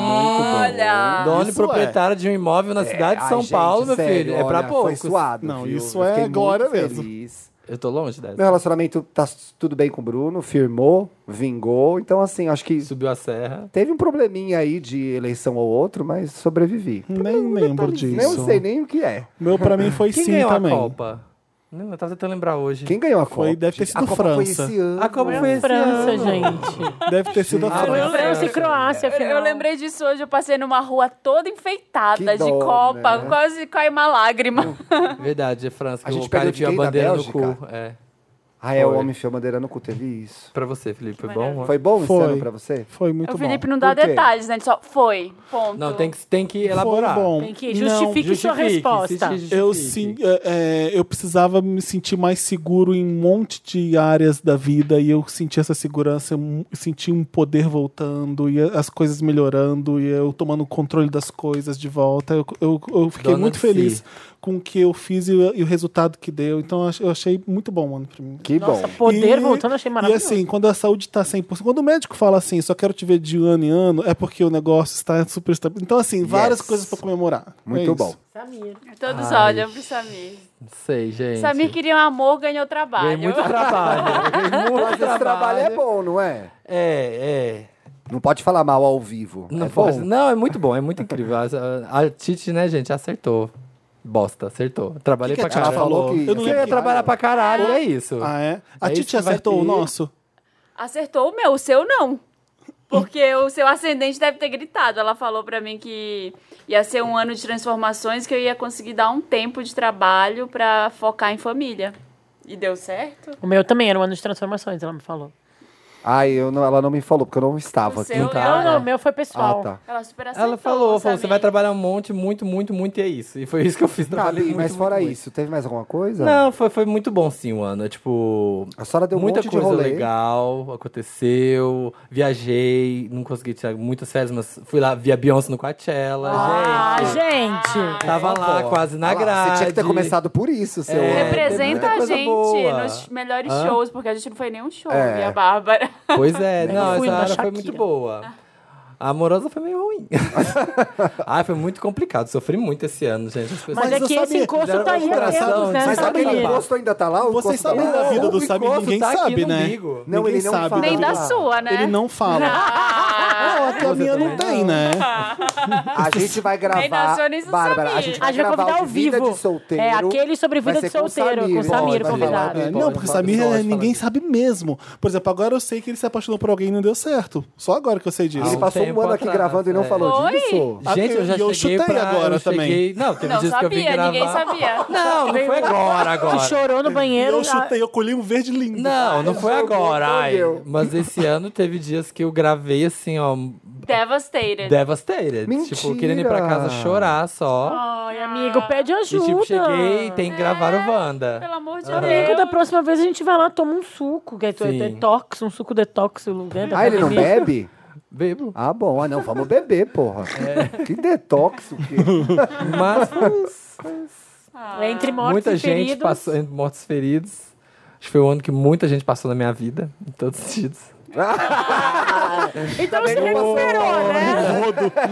Olha! Dono e Isso é. proprietário de um imóvel na cidade de É, Ai, São gente, Paulo, meu sério, filho. É pra olha, Foi poucos. suado, Não, viu? isso Eu é fiquei muito glória mesmo. feliz. Eu tô longe dessa. Meu relacionamento tá s- tudo bem com o Bruno, firmou, vingou. Então, assim, acho que Subiu a serra. teve um probleminha aí de eleição ou outro, mas sobrevivi. Nem tá lembro disso. Nem eu sei nem o que é. Meu pra mim foi Quem sim ganhou também. a Copa? Não, eu tava tentando lembrar hoje. Quem ganhou a Copa? Foi- deve ter gente? sido a Copa foi França. esse ano. A Copa foi esse França, ano. gente. Deve ter sido a Ah, França. eu- França e Croácia, Eu, afinal. eu lembrei disso hoje, eu passei numa rua toda enfeitada Que de dó, copa, né? quase cai uma lágrima. Verdade, é França. A que gente o cara perdeu de tinha a quem? Da bandeira no Bélgica? cu. É. Ah, é, o Foi. homem enfiou a bandeira no cu, teve isso. Pra você, Felipe. Foi bom? Foi bom Foi. esse ano pra você? Foi muito É o bom. Felipe não dá Por quê? detalhes, né? Ele só foi, ponto. Não, tem que, tem que Foi elaborar. bom. Tem que justifique sua Justifique, resposta. se justifique. Eu, sim, é, é, eu precisava me sentir mais seguro em um monte de áreas da vida e eu senti essa segurança, eu mu- senti um poder voltando e a- as coisas melhorando e eu tomando o controle das coisas de volta. Eu, eu, eu fiquei Dona muito Si. feliz com o que eu fiz e, o- e o resultado que deu. Então eu ach- eu achei muito bom, mano, pra mim. Que Nossa, bom. poder E- voltando, achei maravilhoso. E assim, quando a saúde tá 100%, quando o médico fala assim, só quero te ver de ano em ano, é porque o negócio está super estável. Então, assim, várias Yes. coisas pra comemorar. É Muito isso. bom. Samir. Todos Ai. olham pro Samir. Não sei, gente. Samir queria um amor, ganhou trabalho. Ganhei muito trabalho. Ganhei muito Mas esse trabalho é bom, não é? É, é. Não pode falar mal ao vivo. Não, é pode- bom. não, é muito bom, é muito incrível. A, a- a Titi, né, gente, acertou. Bosta, acertou. Trabalhei Que que a pra Titi caralho. falou que- eu não Você ia ia trabalhar pra caralho, é isso. Ah, é? A É isso Titi que vai acertou o ter. nosso? Acertou o meu, o seu não. Porque o seu ascendente deve ter gritado. Ela falou pra mim que ia ser um ano de transformações, que eu ia conseguir dar um tempo de trabalho pra focar em família. E deu certo? O meu também era um ano de transformações, ela me falou. Ai, eu não- ela não me falou, porque eu não estava O aqui. seu tá. Não, ela- não, o meu foi pessoal. Ah, tá. Ela super acertou. Ela falou, Samir. falou, você vai trabalhar um monte, muito, muito, muito, e é isso. E foi isso que eu fiz, Tá, trabalhei Bi, muito, mas muito, fora muito. isso, teve mais alguma coisa? Não, foi, foi muito bom sim o ano. É, Tipo, A senhora deu um muita monte de coisa rolê. legal aconteceu. Viajei, não consegui tirar muitas férias, mas fui lá, vi a Beyoncé no Coachella. Ah, gente. gente! Tava lá, quase na Olha lá, grade. Você tinha que ter começado por isso, seu. É, Representa tem a muita coisa gente boa. nos melhores Hã? shows, porque a gente não foi nenhum show, É. e a Bárbara. Pois é, Né? não, fui essa na área foi Shakira. muito boa. A amorosa foi meio ruim. ah, foi muito complicado. Sofri muito esse ano, gente. As pessoas- Mas, é eu que esse sabia- encosto deram tá uma aí há abração, tempos, né? Mas Essa aquele família. encosto ainda tá lá? o Vocês encosto tá sabem lá? da vida do o Samir, encosto ninguém tá aqui sabe, no né? umbigo. Não, ninguém ele não sabe fala. Nem vida da dele. sua, né? Ah, Ele não fala. Não, aqui a minha não tem, né? A gente vai gravar. Nem nasceu, nem sou Bárbara, a Samir. gente A vai gente vai gravar convidar o ao de vida vivo. de solteiro. É, aquele sobre Vai vida de ser com o solteiro, Samir, com o né? Samir Vai falar convidado. dele. É, pode, não, porque pode, Samir pode falar ninguém disso. sabe mesmo. Por exemplo, agora eu sei que ele se apaixonou por alguém e não deu certo. Só agora que eu sei disso. Ele um passou tempo um ano aqui atrás, gravando e não é. falou Foi? disso. Ah, Gente, eu já eu- eu cheguei chutei pra... agora eu também. cheguei- Não, teve Não dias que eu vim sabia, gravar. ninguém sabia. Não, não foi um agora, agora. Tu tá chorou no E banheiro. Ah, eu chutei, eu colhi um verde lindo. Não, não foi joguei, agora. foi ai. eu. Mas esse ano teve dias que eu gravei assim, ó. Devastated. Devastated. Tipo, Mentira! querendo ir pra casa chorar só. Ai, ah, Amigo, pede e ajuda. tipo, cheguei e tem que gravar o Wanda. É, Pelo amor de Amigo, Deus. da próxima vez a gente vai lá, toma um suco, que é Sim. detox, um suco detox no lugar da Ah, ele não academia. bebe? Bebo. Ah, bom. Ah, não, vamos beber, porra. É. Que detox o quê? Mas É entre mortos muita e gente feridos. passou entre mortos e feridos. Acho que foi o ano que muita gente passou na minha vida, em todos os sentidos. Então você recuperou, né?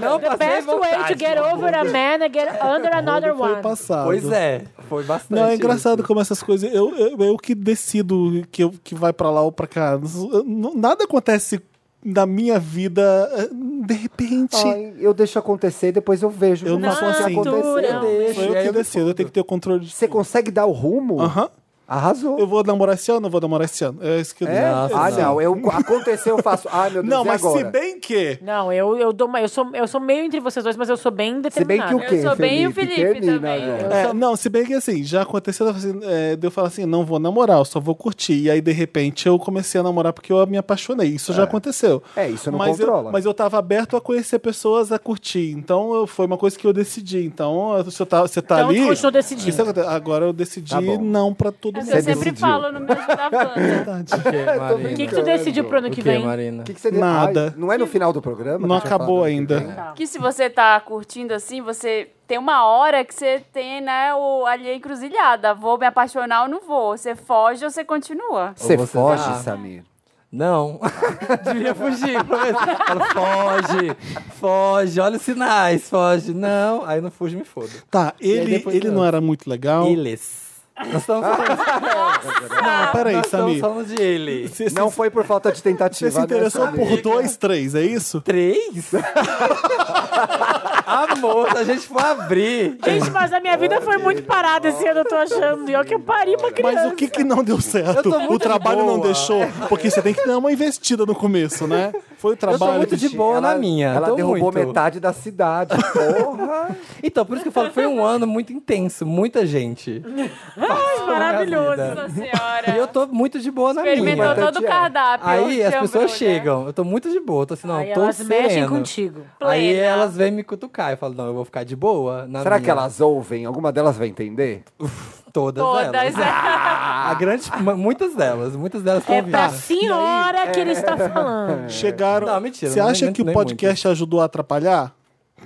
Não The best way to get over a man is get under another Foi one. passado. Pois é, foi bastante. Não, é engraçado como essas coisas. Eu, eu, eu que decido que, eu, que vai pra lá ou pra cá. Eu não- Nada acontece na minha vida eh, de repente. Ai, eu deixo acontecer, depois eu vejo. Eu não se sou assim. acontecer. Não. Sou é eu que decido, eu tenho que ter o controle de. Você consegue dar o rumo? Aham. Arrasou. Eu vou namorar esse ano, eu vou namorar esse ano. É isso que eu É? Nossa, ah, não. não. Eu, aconteceu, eu faço. Ah, meu Deus, Não, e mas agora? se bem que. Não, eu, eu, dou uma, eu, sou, eu sou meio entre vocês dois, mas eu sou bem Se bem determinada. que o Eu quê, sou bem o Felipe Termina né? também. agora. É, não, se bem que assim, já aconteceu assim, é, de eu falar assim, não vou namorar, eu só vou curtir. E aí, de repente, eu comecei a namorar porque eu me apaixonei. Isso já aconteceu. É, isso não mas controla. Eu, mas eu tava aberto a conhecer pessoas, a curtir. Então, eu- foi uma coisa que eu decidi. Então, você tá, você tá Então, tu ali... continuou decidindo. Isso acontece. Agora eu decidi Tá bom. não pra todo mundo. É o que Você eu sempre decidiu. falo no meu da Wanda. O que, que Marina? tu decidiu pro ano O que que, vem? Marina? O que, que você Nada. Ah, não é no final do programa? Não que eu tinha acabou falado? ainda. Que se você tá curtindo assim, você tem uma hora que você tem, né, o, ali a encruzilhada. Vou me apaixonar ou não vou? Você foge ou você continua? Você Ou você foge, tá- dá- Samir. Não. Devia fugir. Ela foge, foge, olha os sinais, foge. Não, aí não fuge, me foda. Tá, aí ele, depois ele não. não era muito legal. Eles. Nós estamos falando, Não, peraí, nós estamos Samir. falando de ele. Você se, Não foi por falta de tentativa. você se interessou né, Samir? por dois, três, é isso? Três? Amor, se a gente for abrir. É Gente, mas a minha vida foi muito parada esse ano, eu tô achando. E olha que eu pari pra criança. Mas o que que não deu certo? tô muito O trabalho não boa. É. deixou, porque você tem que dar uma investida no começo, né? Foi o Eu tô trabalho. muito de boa ela, na minha. Ela tô derrubou muito. metade da cidade. Porra! Então, por isso que eu falo, foi um ano muito intenso, muita gente. Maravilhoso. Nossa senhora. E eu tô muito de boa na Experimentou minha. Então, todo o cardápio. Aí as chambrulha. pessoas chegam, eu tô muito de boa, tô assim, não, Aí tô elas mexem sereno. contigo. Aí Plena. elas vêm me cutucar, eu falo, não, eu vou ficar de boa. na Será minha. que elas ouvem? Alguma delas vai entender? Todas, Todas. né? é. elas. A grande, ma- muitas delas, muitas delas Ah, estão É ouvindo. pra senhora que ele está falando. Chegaram. Não, mentira, Você não acha nem- que o nem podcast ajudou a atrapalhar?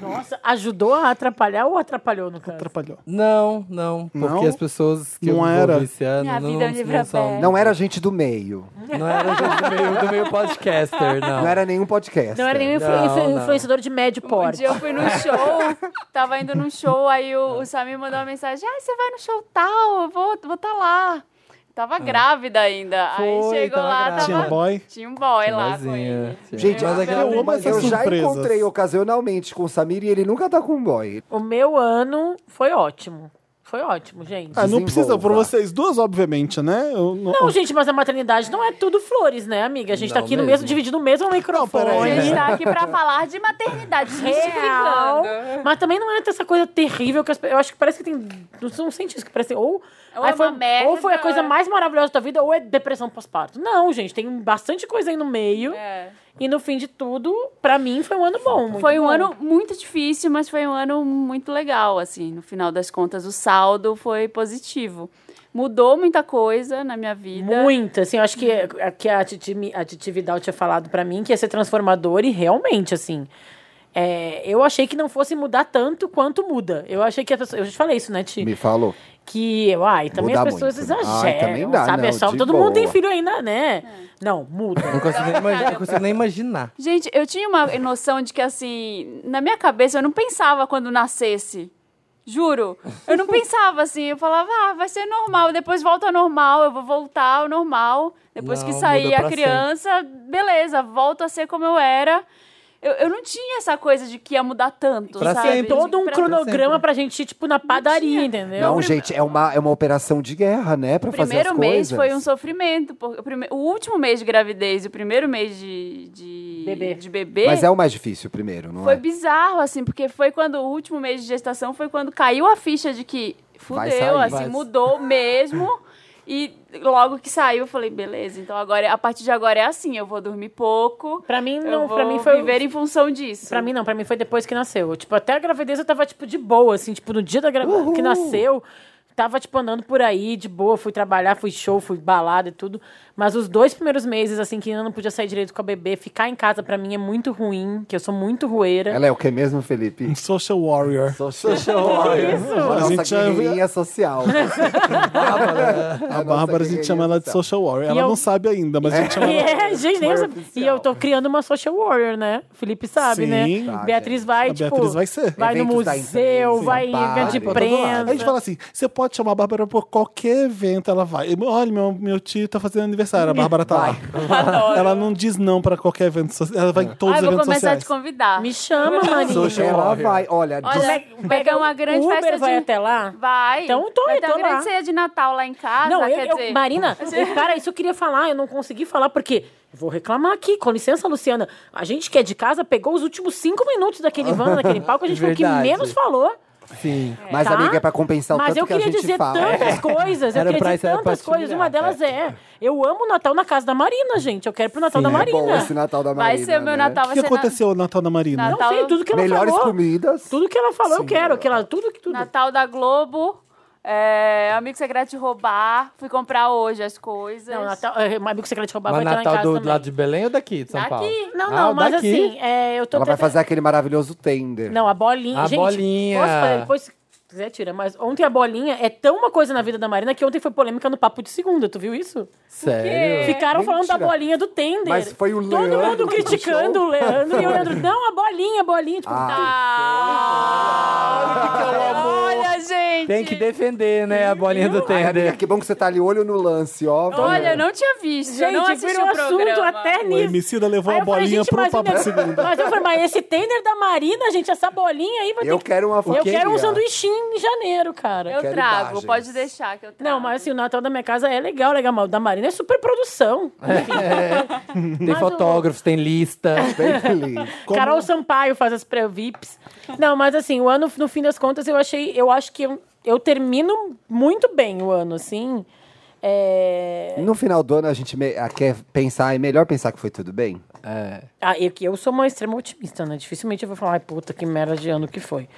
Nossa, ajudou a atrapalhar ou atrapalhou no caso? Atrapalhou. Não, não, porque Não? as pessoas que Não eu era? envolvi esse ano Minha não, vida é um não, livro não são... aberto. Não era gente do meio. Não era gente do meio, do meio podcaster, não. Não era nenhum podcast. Não era nenhum influ- Não, influ- não. influenciador de médio Um porte. dia eu fui num show, tava indo num show, aí o, o Samir mandou uma mensagem: Ah, você vai no show tal, eu vou estar vou tá lá. Tava grávida ainda. aí Ah. Foi, chegou tava lá, Tá grávida. Tinha tava. boy? Tinha um boy lá com Boazinha, ele. sim. Gente, é Mas é eu, aquela- eu amo essas eu já surpresas. encontrei ocasionalmente com o Samir e ele nunca tá com um boy. O meu ano foi ótimo. Foi ótimo, gente. Ah, não precisa, por Desenvolva. vocês duas, obviamente, né? Eu não, Não, gente, mas a maternidade não é tudo flores, né, amiga? A gente tá Não aqui no mesmo, mesmo. dividindo o mesmo A peraí. microfone. gente tá aqui pra falar de maternidade, real. justificando. né? Mas também não é essa coisa terrível que as, pe- eu acho que parece que tem não são cientistas que parecem ou Ou ai, é foi, uma merda, ou foi a coisa é. mais maravilhosa da vida ou é depressão pós-parto. Não, gente, tem bastante coisa aí no meio É. e no fim de tudo, pra mim foi um ano bom, muito Foi um bom. ano muito difícil, mas foi um ano muito legal, assim. No final das contas, o saldo foi positivo. Mudou muita coisa na minha vida. Muito, assim, eu acho que, é- que a, Titi, Mi- a Titi Vidal tinha falado pra mim que ia ser transformador e realmente, assim, é, eu achei que não fosse mudar tanto quanto muda. Eu achei que a pessoa, eu já te falei isso, né, Ti? Me falou. que eu, ai, também Muda as pessoas muito, né? Ai, exageram, também dá, sabe? não, é só, de todo boa. mundo tem filho ainda, né? É. Não, muda. Não consigo nem imaginar, não consigo nem imaginar. Gente, eu tinha uma noção de que, assim, na minha cabeça, eu não pensava quando nascesse. Juro. Eu não pensava assim. Eu falava, ah, vai ser normal. Depois volta ao normal, eu vou voltar ao normal. Depois Não, que sair muda a pra criança, beleza, volto a ser como eu era. Eu, eu não tinha essa coisa de que ia mudar tanto, Pra sabe? sempre. Todo um Pra- cronograma pra gente ir, tipo, na padaria, entendeu? Não, gente, é uma, é uma operação de guerra, né? Pra O fazer as primeiro mês coisas. foi um sofrimento. Porque o, prime- o último mês de gravidez e o primeiro mês de, de Bebê. de bebê Mas é o mais difícil, primeiro, não Foi é? bizarro, assim, porque foi quando o último mês de gestação foi quando caiu a ficha de que Vai fudeu, sair, assim, vai- mudou mesmo. E logo que saiu, eu falei, beleza, então agora, a partir de agora é assim, eu vou dormir pouco. Pra mim, eu não. vou Pra mim foi. um viver em função disso. Pra mim, não. Pra mim foi depois que nasceu. Tipo, até a gravidez eu tava, tipo, de boa, assim. Tipo, no dia da gra... que nasceu, tava, tipo, andando por aí, de boa. Fui trabalhar, fui show, fui balada e tudo. Mas os dois primeiros meses, assim, que ainda não podia sair direito com a bebê, ficar em casa pra mim é muito ruim, que eu sou muito rueira. Ela é o que mesmo, Felipe? Um social warrior. Social warrior. A Nossa, gente já- guerreirinha social. A Bárbara, a gente é chama ela de então. social warrior. Ela eu- não sabe ainda, mas a gente chama E ela... é, gente, nem eu Foi sabia. oficial. E eu tô criando uma social warrior, né? Felipe sabe, Sim. né? Tá, Beatriz vai, A tipo. Beatriz vai ser. vai no Eventos da museu, imprensa, vai em evento tipo, de bares, pra todo lado. A gente imprensa. fala assim: você pode chamar a Bárbara por qualquer evento, ela vai. Eu- Olha, meu, meu tio tá fazendo aniversário, a Bárbara tá lá. Adoro. Ela não diz não pra qualquer evento social. Ela vai em todos Ah, Ai, os vou eventos começar a sociais. te convidar. Me chama, Marinho. Social ela vai, olha, Olha, pega uma grande um Uber festa vai de... até lá? Vai. Então eu tô, vai eu ter tô uma grande lá. ceia de Natal lá em casa, Não, eu, Ah, tá, quer eu- dizer... Marina, o cara, isso eu queria falar, eu não consegui falar, porque. Vou reclamar aqui, com licença, Luciana. A gente que é de casa pegou os últimos cinco minutos daquele van, daquele palco, a gente foi o que Verdade. menos falou. Sim. Mas, tá? amiga, é pra compensar o Mas tanto eu que a queria gente dizer fala. É. tantas coisas, eu Era queria pra- dizer era pra tantas te coisas. Uma humilhar, delas é, eu amo o Natal na casa da Marina, gente. Eu quero pro Natal da É Marina. bom esse Natal da Vai Marina, ser o né? meu Natal, O vai que ser na- aconteceu no Natal da Marina? Não sei, tudo que ela Melhores falou. comidas. Tudo que ela falou, eu quero. Que ela, tudo que tudo. Natal da Globo, é, Amigo Secreto de Roubar, fui comprar hoje as coisas. Não, Natal, é, amigo secreto de roubar Mas vai estar lá em Natal casa do, do também. lado de Belém ou daqui de São Daqui. Paulo? Não, Ah, não, o mas daqui. assim, é, eu tô Ela vai tentando- fazer aquele maravilhoso tender. Não, a bolinha, A gente. bolinha. Posso falar depois? Se quiser, tira. Mas ontem a bolinha é tão uma coisa na vida da Marina que ontem foi polêmica no Papo de Segunda. Tu viu isso? Sério? Ficaram falando da É. Mentira. bolinha do Tender. Mas foi o Todo Leandro mundo que puxou? criticando o Leandro. E o Leandro, não, a bolinha, a bolinha. Tipo, Ah, Ah, Olha, gente! Tem que defender, né, a bolinha do amiga, Tender. que bom que você tá ali olho no lance, ó. Olha, eu não tinha visto, eu gente, não assisti virou o assunto programa. até O nisso. Emicida levou Aí a eu falei, bolinha gente, pro mas papo ainda- de segunda. Mas eu falei, mas esse tender da Marina, gente, essa bolinha aí vai Eu ter quero uma que... Eu foquinha. quero um sanduichinho em janeiro, cara. Eu Quero trago, imagens. pode deixar que eu trago. Não, mas assim, o Natal da minha casa é legal, legal. Mas o da Marina é super produção. Tem fotógrafos, tem lista. Bem feliz. Como- Carol Sampaio faz as pré-VIPs. Não, mas assim, o ano, no fim das contas, eu achei. Eu acho que eu, eu termino muito bem o ano, assim. É... No final do ano, a gente me- ah, quer pensar, é melhor pensar que foi tudo bem. É. Ah, eu, que eu sou uma extrema otimista, né? Dificilmente eu vou falar, ai, puta, que merda de ano que foi.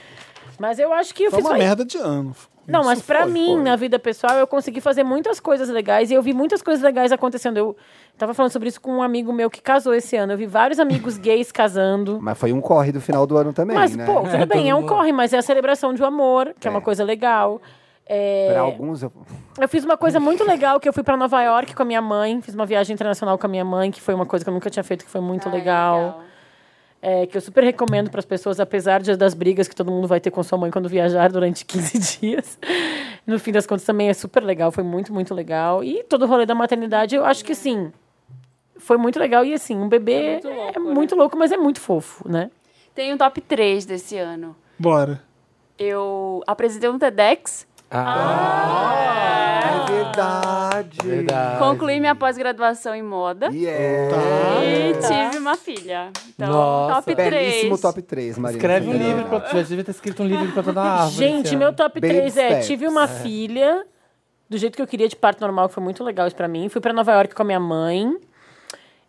Mas eu acho que eu Foi fiz uma bem. merda de ano. Não, mas Isso pra foi, mim, né? foi. na vida pessoal, eu consegui fazer muitas coisas legais e eu vi muitas coisas legais acontecendo. Eu tava falando sobre isso com um amigo meu que casou esse ano. Eu vi vários amigos gays casando. Mas foi um corre do final do ano também, Mas, né? pô, tudo bem, É, todo é um mundo- corre, mas é a celebração de um amor, que é, uma É. coisa legal. É, Pra alguns, eu... Eu fiz uma coisa muito legal, que eu fui pra Nova York com a minha mãe, fiz uma viagem internacional com a minha mãe, que foi uma coisa que eu nunca tinha feito, que foi muito Ai, Ah, legal. É, que eu super recomendo para as pessoas, apesar de- das brigas que todo mundo vai ter com sua mãe quando viajar durante 15 dias. No fim das contas, também é super legal, foi muito, muito legal. E todo o rolê da maternidade, eu acho que assim, foi muito legal. E assim, um bebê é muito muito louco, louco, né? mas é muito fofo, né? Tem um top 3 desse ano. Bora. Eu apresentei um TEDx, Ah, é É verdade. verdade. concluí minha pós-graduação em moda Yeah. e tive uma filha. Então, Nossa. top 3. Belíssimo top 3, Marina. Escreve um Sem livro. dúvida. pra- Já devia ter escrito um livro pra toda a árvore. Gente, meu top Baby 3 é: steps. tive uma filha, do jeito que eu queria, de parto normal, que foi muito legal isso pra mim. Fui pra Nova York com a minha mãe.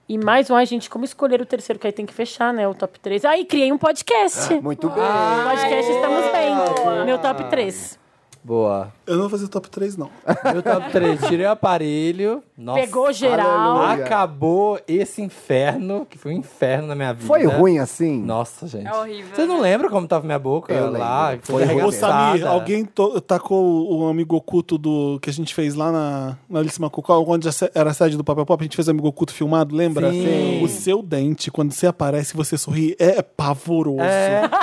E mais um, ai, gente, como escolher o terceiro, que aí tem que fechar, né? O top 3. Aí criei um podcast. Um Muito Ah, bem. Ah. podcast Estamos Bem. Meu top 3. Boa. Eu não vou fazer top 3, não. Meu top 3. Tirei o aparelho. Nossa. Pegou geral. aleluia. Acabou esse inferno, que foi um inferno na minha vida. Foi ruim assim? Nossa, gente. É horrível, Vocês não né? lembram como tava minha boca Eu lá? lembro. que Foi Foi Ô, Samir, arregaçada? alguém to- tacou o amigo oculto do que a gente fez lá na, na Alice Macucal, onde a sé- era a sede do Papel Pop, a gente fez amigo oculto filmado, lembra? Sim. O seu dente, quando você aparece e você sorri, é pavoroso.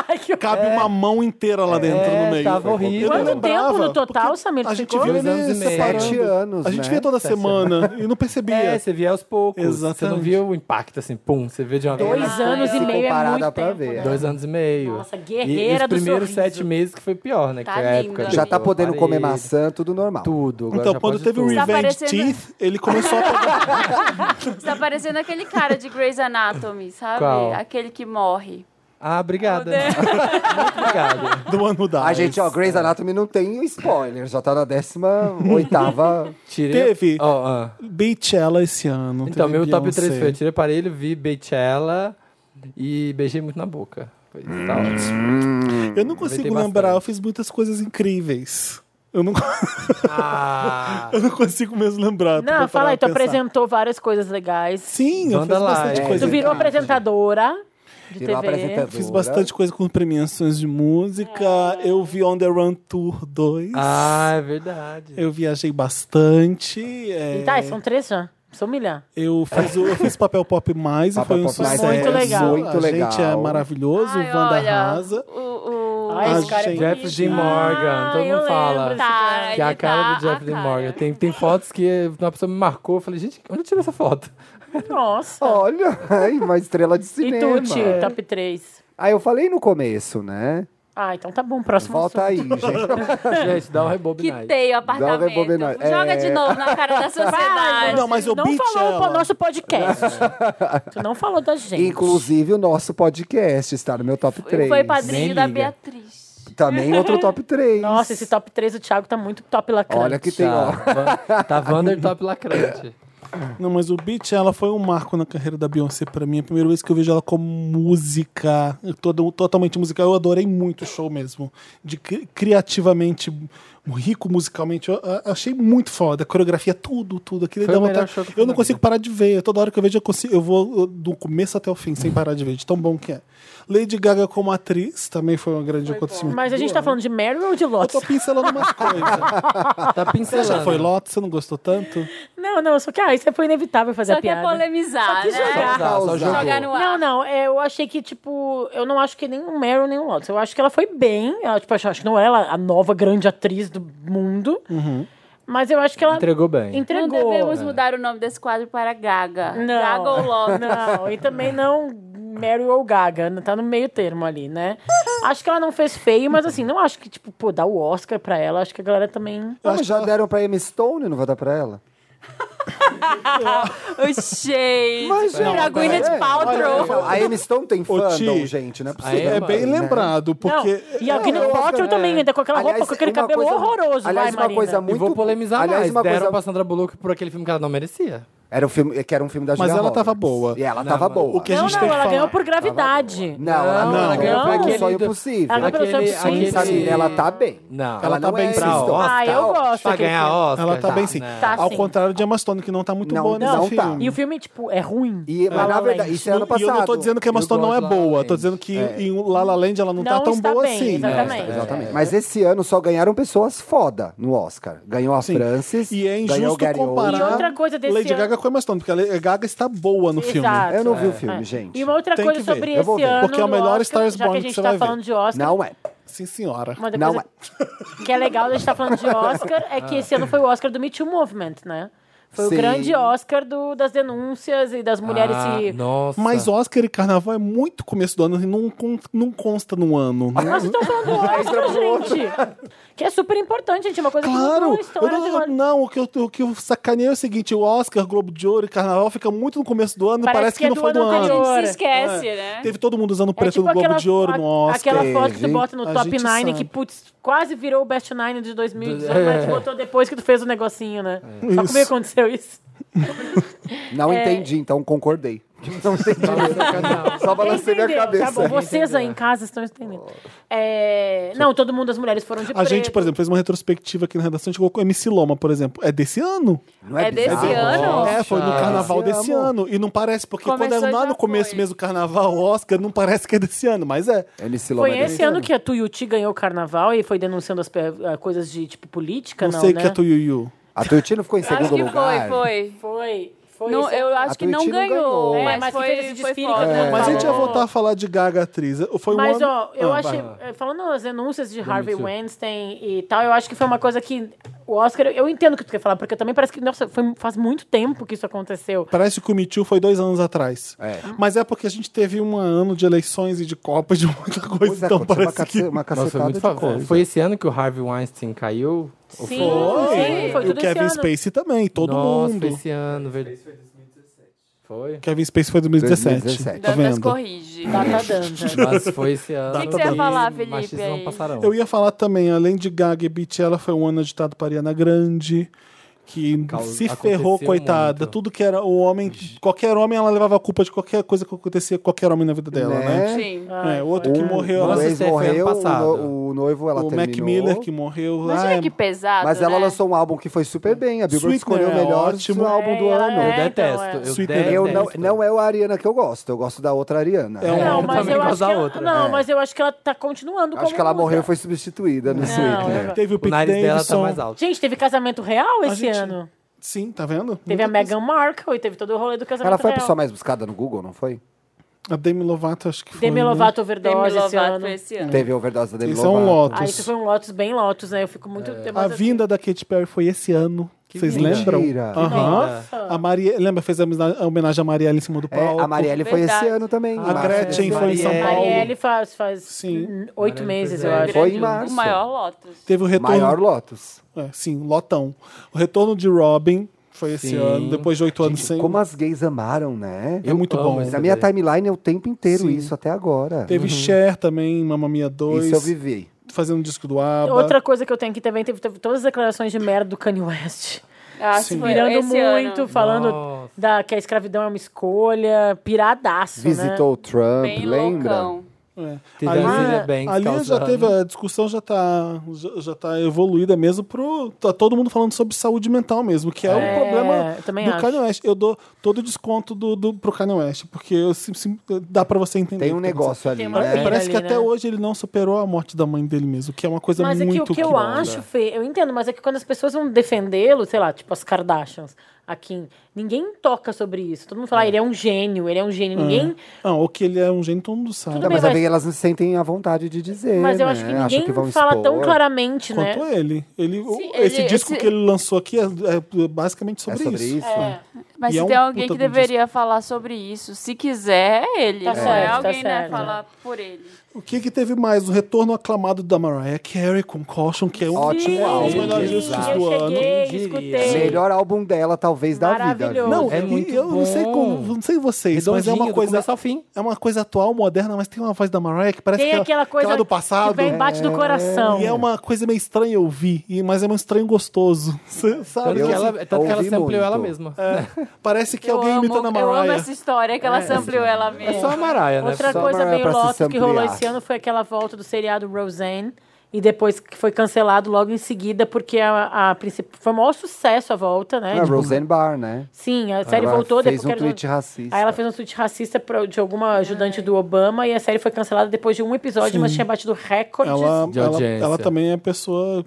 Ai, que Cabe uma mão inteira lá dentro É, no meio. tava Eu horrível. não Quanto tempo lembrava, no total, porque Samir, A gente ficou? viu Dois anos ele e meio. separando. Sete anos, A gente né? via toda Sete semana e não É, percebia. você via aos poucos. Você não Exatamente. via o impacto, assim, pum. Você vê de uma vez. Dois anos Se e meio é comparada muito pra tempo, ver. né? Dois anos e meio. Nossa, e, e guerreira os do primeiros sorriso. sete meses que foi pior, né? Tá que foi a linda. época do Já tá podendo comer aparelho, maçã, tudo normal. Tudo. Agora Então, já quando pode teve o tudo. Revenge parecendo- Teeth, ele começou a pegar Você tá parecendo aquele cara de Grey's Anatomy, sabe? Qual? Aquele que morre. Ah, obrigada. Muito obrigado. Do ano da. A gente, ó, Grey's Anatomy não tem spoiler, já tá na 18ª. Tirei. Teve Ó, ah. Beachella esse ano. Então, teve meu top Beyoncé. 3 foi: eu tirei parelho, vi Beichella e beijei muito na boca. Foi, tá ótimo. Eu não consigo bastante. lembrar, eu fiz muitas coisas incríveis. Eu não, Ah, eu não consigo mesmo lembrar. pra Não, fala aí, tu parar pra pensar. apresentou várias coisas legais. Sim, eu Manda fiz lá, bastante é. coisa. Tu virou apresentadora de Virou TV. apresentadora. Fiz bastante coisa com premiações de música. É. Eu vi On The Run Tour 2. ah, é verdade. Eu viajei bastante. é, E tá, são três já. Sou milhar. eu, fiz o- eu fiz papel pop mais e Papel foi um Pop Mais sucesso. foi é Muito legal. muito A gente é legal. maravilhoso. o Wanda arrasa. O, o... Ai, esse Ah, cara é gente. bonito. Jeff Dean Morgan, todo Ah, eu mundo fala. lembro desse cara. Que é a Ele cara tá do Jeff a Dean cara. Morgan. Tem, tem fotos que uma pessoa me marcou. Eu falei, gente, onde eu tirei essa foto? Nossa. Olha, ai, uma estrela de e cinema. É. Tuti, top 3. Ah, eu falei no começo, né? Ah, então tá bom, próximo Volta aí, assunto. gente. gente, dá um Que rebobinagem. tem o Dá uma apartamento. rebobinada. Joga É. de novo na cara da sociedade. Não, mas eu não beat falou ela. pro nosso podcast. tu não falou da gente. Inclusive, o nosso podcast está no meu top 3. Foi padrinho Nem da liga. Beatriz. Também outro top 3. Nossa, esse top 3 o Thiago tá muito top lacrante. Olha que tem, ó. Tá, tá Vander Top Lacrante. Não, mas o Beach, ela foi um marco na carreira da Beyoncé pra mim. É a primeira vez que eu vejo ela como música, todo, totalmente musical. Eu adorei muito o show mesmo. De cri- criativamente rico musicalmente. Eu, a- achei muito foda. A coreografia, tudo, tudo. Aquilo Foi dá o melhor vontade- show que eu fui Eu não na consigo parar de ver. Toda hora que eu vejo, eu, consigo, eu vou eu- do começo até o fim, sem parar de ver, de tão bom que é. Lady Gaga como atriz também foi um grande acontecimento. Mas a gente do tá ano. falando de Meryl ou de Eu Lotus? tô pincelando umas coisas. Tá Você já pincelando. foi Lotus? Você não gostou tanto? Não, não, só que ah, isso foi inevitável fazer Só a que é piada. polemizar, né? Só, só jogou. Jogar no ar. Não, não, é, eu achei que, tipo, eu não acho que nem o Meryl nem o Lotus. Eu acho que ela foi bem. Ela, tipo, acho acho que não é ela a nova grande atriz do mundo. Uhum. Mas eu acho que ela Entregou bem. entregou. Não devemos É. mudar o nome desse quadro para Gaga. Não. né? Gaga ou né? Lotus. Não, e também não Meryl ou Gaga, não tá no meio termo ali, né? Acho que ela não fez feio, mas assim, não acho que, tipo, pô, dar o Oscar pra ela, acho que a galera também. Ah, mas já deram pra Emma Stone, não vou dar pra ela? Oxê. Mas, gente, Era a Gwyneth é. Paltrow. Olha, A Emma Stone tem fandom, Ti, gente, não é a possível. Emma- É bem né? lembrado, porque... não, e a Gwyneth Oscar, Paltrow é. também, ainda com aquela Então, roupa, Aliás, com aquele uma cabelo coisa- horroroso, aliás, vai, uma Marina. coisa E muito... vou polemizar aliás, mais. Uma Deram coisa... pra Sandra Bullock por aquele filme que ela não merecia. Era um filme... Que era um filme da Mas Julia ela Roberts. tava boa. E ela tava mas- boa. O que a Não, gente tem não, que ela falar. ganhou por gravidade. Não, ela não. ela ganhou ganhou foi aquele um sonho do- possível. Ela ganhou Aquele- pelo seu aquele- Sabe, ela tá bem. Não. Ela tá não bem é pra Pra Emma Stone. Oscar. Ah, eu gosto Pra daquele ganhar filme. Oscar. Ela tá, bem né? sim. Tá, Ao sim. contrário de Emma Stone, que não tá muito Não, boa nesse não tá. filme. E o filme, tipo, é ruim. E, La mas, La na verdade, Land. isso é ano E passado. eu não tô dizendo que a Emma Eu Stone não é gosto de La La boa. Land. Tô dizendo que em La La Land ela não, tá É. Não tão está boa bem, assim. exatamente. Exatamente. É. Mas esse ano só ganharam pessoas foda no Oscar. Ganhou a Sim. Frances. E é ganhou o injusto Gary comparar E outra coisa desse Lady ano- Gaga com a Emma Stone, porque a Le- a Gaga está boa no filme. Exato. Eu não vi o É. filme, É. gente. E uma outra Tem coisa que ver. sobre Eu esse vou ver. ano. Porque é o no melhor Oscar, Star is já que Born a que gente você tá vai ver. falando de Oscar. Não é. Sim, senhora. Uma da Não coisa que é legal da gente estar falando de Oscar é que esse ano foi o Oscar do Me Too Movement, né? Foi Sim. o grande Oscar do, das denúncias e das mulheres Ah, se. Nossa. Mas Oscar e Carnaval é muito começo do ano e não, con- não consta no ano. né? Não- Nós estamos falando do Oscar, gente! Que é super importante, gente. Uma coisa que Claro! mudou a Eu história. não, eu- de... não, o que eu, o que eu sacaneei é o seguinte: o Oscar, Globo de Ouro e Carnaval fica muito no começo do ano, parece, Parece que, que é não do foi ano do ano. anterior. A gente se esquece, né? É. Teve todo mundo usando É preto tipo no Globo aquela, de Ouro no a- Oscar. aquela foto que tu gente. bota no A top 9 gente sabe. É. que, putz, quase virou o best nine de 2018, Do- mas tu botou depois que tu fez o negocinho, né? Só comigo aconteceu isso. É. Não entendi, então concordei. Não entendi. Só balancei minha Entendeu, cabeça. Tá bom, vocês aí em casa estão entendendo. É, Não, todo mundo, as mulheres foram de A preto. gente, por exemplo, fez uma retrospectiva aqui na redação, a gente colocou MC Loma, por exemplo. É desse ano? Não É desse bizarro? ano? É, foi no Nossa. carnaval Esse desse ano. ano. E não parece, porque Começou quando é lá já no começo foi. mesmo do carnaval, Oscar, não parece que é desse ano, mas é. MC Loma Foi é desse esse ano que a Tuiuti ganhou o carnaval e foi denunciando as pe- ah, coisas de, tipo, política, Não, não, sei né? que é Tuiuiu. A Tuiuti não ficou em segundo Acho que lugar? foi, foi. Foi, foi. Não, esse- eu A acho que não Tuiuti não ganhou, ganhou. mas, É, mas que foi, fez esse foi desfile foda. que eu É. Mas a gente ia Falou. voltar a falar de Gaga atriz. Foi um Mas, ano... ó, eu Ah, achei. vai. eh, Falando nas denúncias de Harvey Too. Weinstein e tal, eu acho que foi uma coisa que. O Oscar, eu entendo o que tu quer falar, porque também parece que, nossa, foi, faz muito tempo que isso aconteceu. Parece que o Me Too foi dois anos atrás. É. Mas é porque a gente teve um ano de eleições e de Copa e de muita coisa, Pois é, então aconteceu uma, parece cace... que... uma Nossa, foi, cacetada muito de fa- coisa. foi esse ano que o Harvey Weinstein caiu? Ou Sim, foi? sim, foi e o tudo esse Kevin ano. Spacey também, todo Nossa, mundo. foi esse ano, verdade. Foi? Kevin Space foi em 2017. 2017. Tá Dantas vendo? corrige. Data dança. Mas foi esse ano. que que você ia falar, Felipe, Machistas aí? não passarão. Eu ia falar também, além de Gaga e Beach, ela foi um ano ditado para Ariana Grande, que Causa- se ferrou, aconteceu coitada. muito. Tudo que era o homem, qualquer homem, ela levava a culpa de qualquer coisa que acontecia com qualquer homem na vida dela, né? Né? Sim. É, o outro que Um- morreu, Nossa, O ela- ex isso aí foi ano morreu, o, passado. no- o noivo ela o terminou. Mac Miller que morreu. Imagina ah, é- que pesado, Mas ela né? lançou um álbum que foi super bem. A Sweetener Billboard escolheu o é melhor ótimo. álbum do É, ela ano. Eu é. detesto. então, é. eu Sweetener. detesto. Eu não, não é o Ariana que eu gosto, eu gosto da outra Ariana. É um- É, Não, mas também eu acho que causa ela, outra. não, É. mas eu acho que ela tá continuando Eu como acho que ela música. morreu e foi substituída no é né? Sweetener. não. Teve o O Pete nariz dela tá Davidson. mais alto. Gente, teve casamento real A esse gente- ano. Sim, tá vendo? Teve a Muita coisa. Meghan Markle e teve todo o rolê do casamento Ela foi a real. pessoa mais buscada no Google, não foi? A Demi Lovato, acho que foi. Demi né? Lovato overdose Demi esse Lovato ano. foi esse ano. Teve a overdose da Demi Isso é um Lovato. Lotus. Ah, isso foi um Lotus bem Lotus, né? Eu fico muito... A emocionada. vinda da Katy Perry foi esse ano. Vocês vinda. lembram? Mentira. Que Aham. A Maria, lembra, fez a a homenagem à Marielle em cima do É, palco. a Marielle foi esse Verdade. ano também. né? em A março. Gretchen foi em São Marielle. Paulo. Marielle faz, faz Sim. hum, oito Marielle meses, foi eu bem. acho. Foi em O março. maior Lotus. Teve o retorno. Maior Lotus. É, sim, lotão. O retorno de Robin foi esse Sim. ano, depois de oito anos sem. Como assim? as gays amaram, né? É muito amo bom. esse Na minha daí. timeline é o tempo inteiro Sim. isso, até agora. Teve Cher também, Mamma Mia 2, Uhum. Isso eu vivi. fazendo um disco do ABBA. Outra coisa que eu tenho aqui também, teve, teve todas as declarações de merda do Kanye West. Ah, Sim. foi Pirando esse muito, ano. falando Nossa. da, que a escravidão é uma escolha, piradaço, né? Visitou o Trump, Bem lembra? loucão. É. Teve a Azealia Banks ali já causando. teve, a discussão já tá, já, já tá evoluída mesmo pro... Tá todo mundo falando sobre saúde mental mesmo, que é, É, o problema eu também do acho. Kanye West. Eu dou todo o desconto do, do, pro Kanye West, porque eu sim- sim- dá pra você entender. Tem um o que tá negócio ali, Tem uma- acontecendo. É, Tem né? parece que ali, até né? hoje ele não superou a morte da mãe dele mesmo, que é uma coisa Mas é muito que o que eu quilombada. acho, Fê, eu entendo, mas é que quando as pessoas vão defendê-lo, sei lá, tipo as Kardashians, a Kim, ninguém toca sobre isso. Todo mundo fala, "Ah, ele é um gênio, ele é um gênio, ninguém. Não, ou que ele é um gênio, todo mundo sabe. Tudo Não, bem, né? mas às mas- vezes elas não se sentem à vontade de dizer. Mas eu né? acho que Acham ninguém vão fala tão expor. claramente, né? Quanto ele. ele o- Sim, esse ele- disco esse- que ele lançou aqui é, é basicamente É sobre, sobre isso. Mas E se é um tem alguém puta que de um deveria falar sobre isso, se quiser, é ele. Tá Só certo, é tá alguém, né, certo. falar por ele. O que que teve mais? O retorno aclamado da Mariah Carey com Caution, que é um Ótimo um álbum. dos melhores Exato. discos eu do ano. cheguei, É Quem diria? escutei. Melhor álbum dela, talvez, da vida. viu? Maravilhoso. Não, É e muito eu não sei bom. como, não sei vocês, mas é Redondinho, uma do coisa começo ao fim. é uma coisa atual, moderna, mas tem uma voz da Mariah que parece Tem que ela- aquela que coisa ela é do passado. que vem bate do coração. E é uma coisa meio estranha ouvir, e- mas é um estranho gostoso. Cê Tanto Sabe? que Eu ela, tanto que ela ouvi sampleou muito. ela mesma. Parece que eu alguém amo, imitando a eu amo Mariah. essa história que ela ampliou ela É só mesma. a Mariah, né? Outra Só- Só coisa pra- meio pra se Lotus que rolou ampliar. esse ano foi aquela volta do seriado Roseanne. E depois que foi cancelado logo em seguida, porque a, a princip- foi o maior sucesso a volta, né? É a Tipo, Roseanne Barr, né? Sim, a série Ela voltou fez depois. um que era- tweet racista. Aí ela fez um tweet racista pro- de alguma ajudante do Obama e a série foi cancelada depois de um episódio, mas tinha batido recordes. Ela, de ela, audiência. ela também é pessoa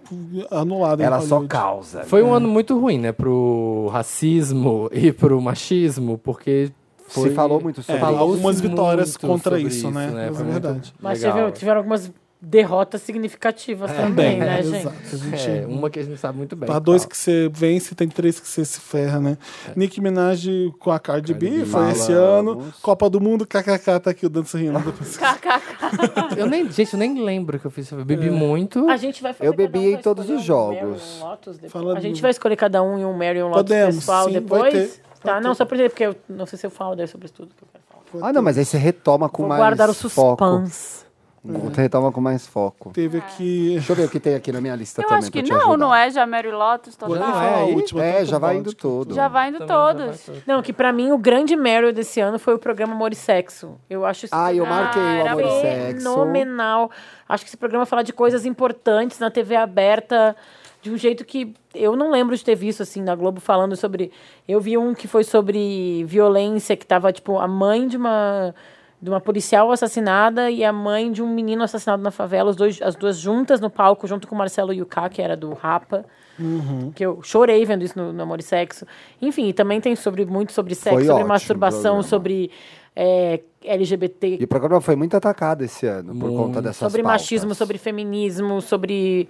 anulada. em Ela só Hollywood. causa. Foi um ano muito ruim, né? Pro racismo e pro machismo, porque. Se Foi... falou muito sobre falou-se isso. É, Algumas vitórias muito contra sobre isso, né? Mas é Foi muito verdade. Mas legal. teve- tiveram algumas derrotas significativas Também, também, né, é, gente? exato. A gente- É, uma que a gente sabe muito bem. Tá dois que você vence, tem três que você se ferra, né? Nicki Minaj com a Cardi, B, É. B. foi esse Falamos. ano. Copa do Mundo, kkk, tá aqui o Dança Rindo. Depois- Eu nem, gente, eu nem lembro o que eu fiz. Eu É. bebi muito. A gente vai fazer Uh, Eu bebi cada um vai em todos escolher os um jogos. Mary e um Lotus depois. Fala a gente do- vai escolher cada um e um Mary e um Lotus Podemos, pessoal sim, vai depois. ter, tá, não, só por dizer, porque eu não sei se eu falo daí sobre tudo que eu quero falar. Ah, não, mas aí você retoma com Vou mais guardar o foco. suspense. Você retoma com mais foco. Teve aqui. Deixa eu ver o que tem aqui na minha lista Eu também. acho pra que te não, ajudar. não é já Mary Lotus total. Não Ah, é a aí? última, É, tanto já um vai bode. indo todo. Já vai indo Também já todos. vai Não, que pra mim o grande Mary desse ano foi o programa Amor e Sexo. Eu acho isso Ah, eu Ah, marquei o era amor e bom. sexo. fenomenal. Acho que esse programa fala de coisas importantes na TV aberta de um jeito que eu não lembro de ter visto assim na Globo falando sobre. Eu vi um que foi sobre violência que tava tipo a mãe de uma de uma policial assassinada e a mãe de um menino assassinado na favela, os dois, as duas juntas no palco, junto com o Marcelo Yuká, que era do Rapa. Que eu chorei vendo isso no, no Amor e Sexo. Enfim, e também tem sobre, muito sobre sexo, sobre ótimo o masturbação, programa. sobre é, LGBT E o programa foi muito atacado esse ano por Muito. conta dessas sobre pautas. machismo, sobre feminismo, sobre.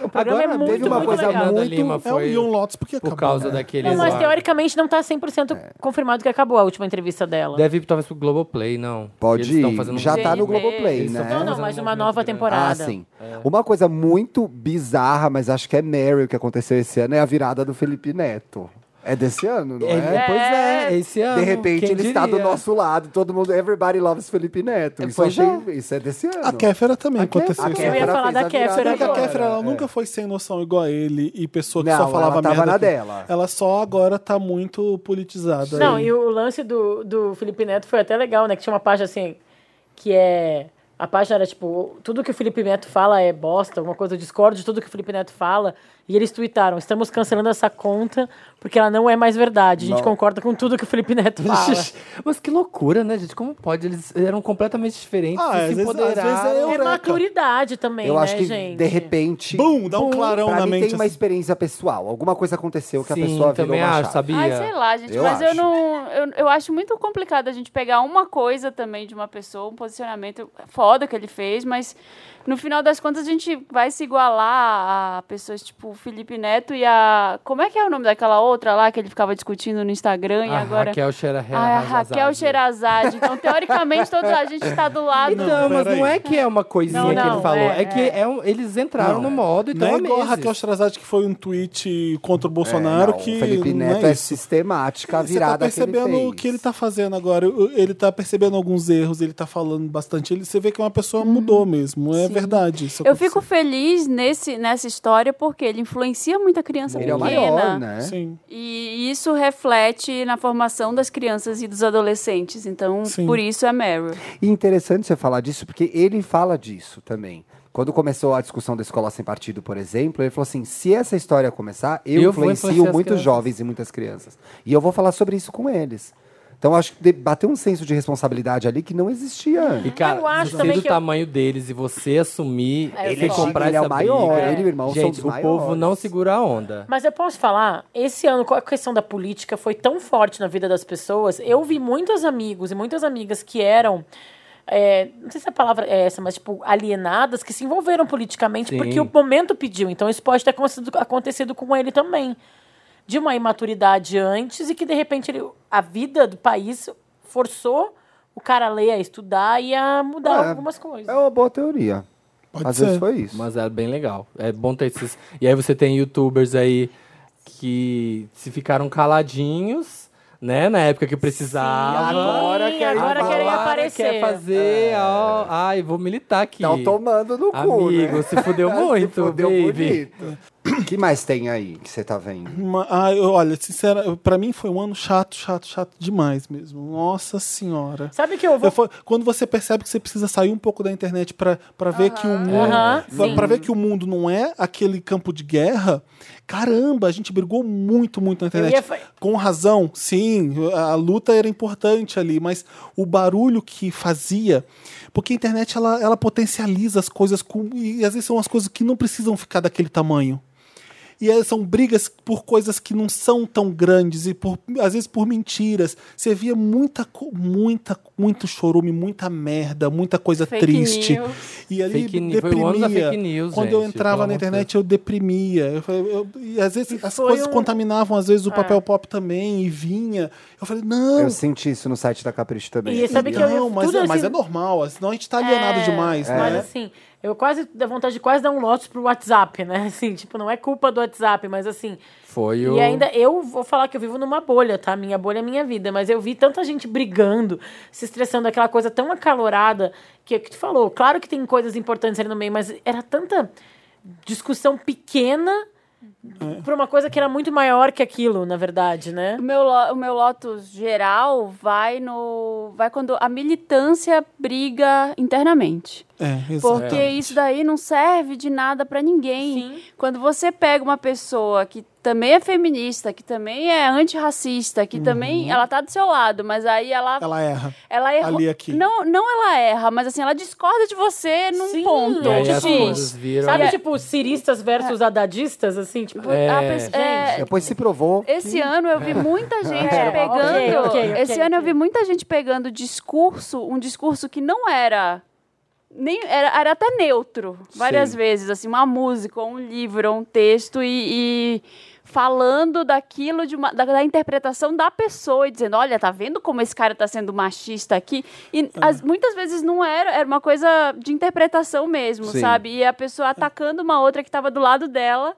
O programa Agora é teve muito, uma muito coisa legal. Nada Muito- Ah, Lima é um foi e um Lotus, porque por acabou. causa É. daquele. Não, mas lá. teoricamente não tá 100% É. confirmado que acabou a última entrevista dela. Deve ir talvez pro Globoplay, não. Pode Eles tão ir. fazendo um- Já tá no Gente, Globoplay, eles tão né? Não, fazendo não, mas um uma movimento nova grande. temporada. Ah, sim. Uma coisa muito bizarra, mas acho que é Meryl que aconteceu esse ano, é a virada do Felipe Neto. É desse ano, não É, é? Pois é, esse ano. De repente quem ele está do diria? nosso lado, todo mundo, everybody loves Felipe Neto. É, Isso, pois eu achei- isso é desse ano. Né? A Kéfera também A Ké- aconteceu a isso. Kéfera Eu ia falar fez da a virada Kéfera Será que a agora. Kéfera ela É. nunca foi sem noção igual a ele e pessoa que Não, só falava ela tava merda? na que- dela. Ela só agora tá muito politizada. Não, aí. e o lance do, do Felipe Neto foi até legal, né? Que tinha uma página assim, que é. A página era tipo, tudo que o Felipe Neto fala é bosta, alguma coisa, eu discordo de tudo que o Felipe Neto fala. E eles tuitaram: estamos cancelando essa conta porque ela não é mais verdade. A gente Não. concorda com tudo que o Felipe Neto fala. Mas que loucura, né, gente? Como pode? Eles eram completamente diferentes Ah, às e se vezes- às vezes é empoderaram. é Eureka. maturidade também, Eu né, acho que, gente? de repente. Bum, dá um clarão pra na mim mente, tem uma assim. experiência pessoal. Alguma coisa aconteceu que Sim, a pessoa virou também uma acho, chave. sabia? Ai, sei lá, gente, Eu mas eu acho. não. Eu, eu acho muito complicado a gente pegar uma coisa também de uma pessoa, um posicionamento foda que ele fez, mas no final das contas a gente vai se igualar a pessoas tipo o Felipe Neto e a. Como é que é o nome daquela outra lá que ele ficava discutindo no Instagram e a agora. Ah, Raquel é Xerahe- Ah, a Razazade. Raquel é Sherazade. Então, teoricamente, todos a gente está do lado. Então, Não, mas não peraí. é que é uma coisinha Não, que não, ele falou. é, É, que é um- eles entraram no modo e Não estão é há igual a meses. Raquel Sherazade, que foi um tweet contra o Bolsonaro, É, não, que o Felipe não Neto é é, isso. sistemática a Você tá virada percebendo que ele fez. o que ele tá fazendo agora. o- Ele tá percebendo alguns erros, ele tá falando bastante. Ele, você vê que uma pessoa Uhum. mudou mesmo. É verdade. isso Eu aconteceu. fico feliz nesse, nessa história porque ele influencia muita criança Ele é o pequena. maior, né? Sim. E isso reflete na formação das crianças e dos adolescentes. Então, Sim. por isso é Meryl. E interessante você falar disso, porque ele fala disso também. Quando começou a discussão da escola sem partido, por exemplo, ele falou assim: se essa história começar, eu, Eu vou influenciar influencio as muitos crianças. jovens e muitas crianças. E eu vou falar sobre isso com eles. Então acho que de- bateu um senso de responsabilidade ali que não existia E, antes. Ah, cara, Eu acho se também do que eu- tamanho deles e você assumir É, e eu sou. comprar Ele é essa o maior, briga, ele e o irmão são gente, os o povo maiores. não segura a onda. Mas eu posso falar, esse ano a questão da política foi tão forte na vida das pessoas. Eu vi muitos amigos e muitas amigas que eram. é, não sei se a palavra é essa, mas tipo, alienadas que se envolveram politicamente Sim. porque o momento pediu. Então isso pode ter acontecido, acontecido com ele também. De uma imaturidade antes e que de repente ele- a vida do país forçou o cara a ler, a estudar e a mudar É. algumas coisas. É uma boa teoria. Pode Às ser. vezes foi isso. Mas é bem legal. É bom ter esses. E aí você tem youtubers aí que se ficaram caladinhos, né? Na época que precisava. Sim, agora Sim, querem agora querem Agora aparecer. Quer fazer. ó, ai, vou militar aqui. Estão tomando É. Então, no cu. né? Amigo, se fudeu muito, Se fudeu baby. bonito. O que mais tem aí que você tá vendo? Uma- ah, eu- olha, sincera, pra mim foi um ano chato, chato, chato demais mesmo. Nossa senhora. Sabe que eu vou. Eu fa- quando você percebe que você precisa sair um pouco da internet pra pra ver que o mundo Aham, pra- sim. pra ver que o mundo não é aquele campo de guerra. Caramba, a gente brigou muito, muito na internet. ia fa- Com razão, sim, a a luta era importante ali, mas o barulho que fazia, porque a internet ela, ela potencializa as coisas com- e às vezes são as coisas que não precisam ficar daquele tamanho. E aí são brigas por coisas que não são tão grandes e por, às vezes por mentiras. Você via muita, co- muita, muito chorume, muita merda, muita coisa Fake triste. news. E ali Fake news. Foi deprimia. o ano da fake news, Quando eu gente, entrava pelo na amor de internet eu deprimia. Eu falei, eu- e às vezes E as foi coisas um- contaminavam às vezes o papel pop também e vinha. Eu falei, não. Eu senti isso no site da Capricho também. E sabe que eu- não, mas, tudo é, mas assim- É, é normal, senão a gente tá alienado demais, Mas né? assim, eu quase dá vontade de quase dar um lote pro WhatsApp, né? Assim, tipo, não é culpa do WhatsApp, mas assim. Foi o. E ainda é eu vou falar que eu vivo numa bolha, tá? Minha bolha é minha vida, mas eu vi tanta gente brigando, se estressando, aquela coisa tão acalorada que é o que tu falou. Claro que tem coisas importantes ali no meio, mas era tanta discussão pequena É. pra uma coisa que era muito maior que aquilo, na verdade, né? O meu, lo- o meu Lotus geral vai no. vai quando a militância briga internamente. É, exato. Porque isso daí não serve de nada pra ninguém. Sim. Quando você pega uma pessoa que também é feminista, que também é antirracista, que também. Ela tá do seu lado, mas aí ela. Ela erra. ela erra. ali, aqui. Não, não ela erra, mas assim, ela discorda de você num Sim, ponto. tipo E aí Gente, as coisas viram. Sabe, tipo, ciristas versus adadistas, assim, tipo, um- É. A pessoa- é, Depois se provou. esse ano eu vi muita gente É, pegando. ok, ok, ok, esse ano eu ok. vi muita gente pegando discurso, um discurso que não era. Nem, era, era até neutro, várias Sim. vezes, assim, uma música, ou um livro, ou um texto, e, e falando daquilo, de uma, da, da interpretação da pessoa, e dizendo, olha, tá vendo como esse cara tá sendo machista aqui? E as- muitas vezes não era, era uma coisa de interpretação mesmo, Sim. sabe? E a pessoa atacando uma outra que tava do lado dela,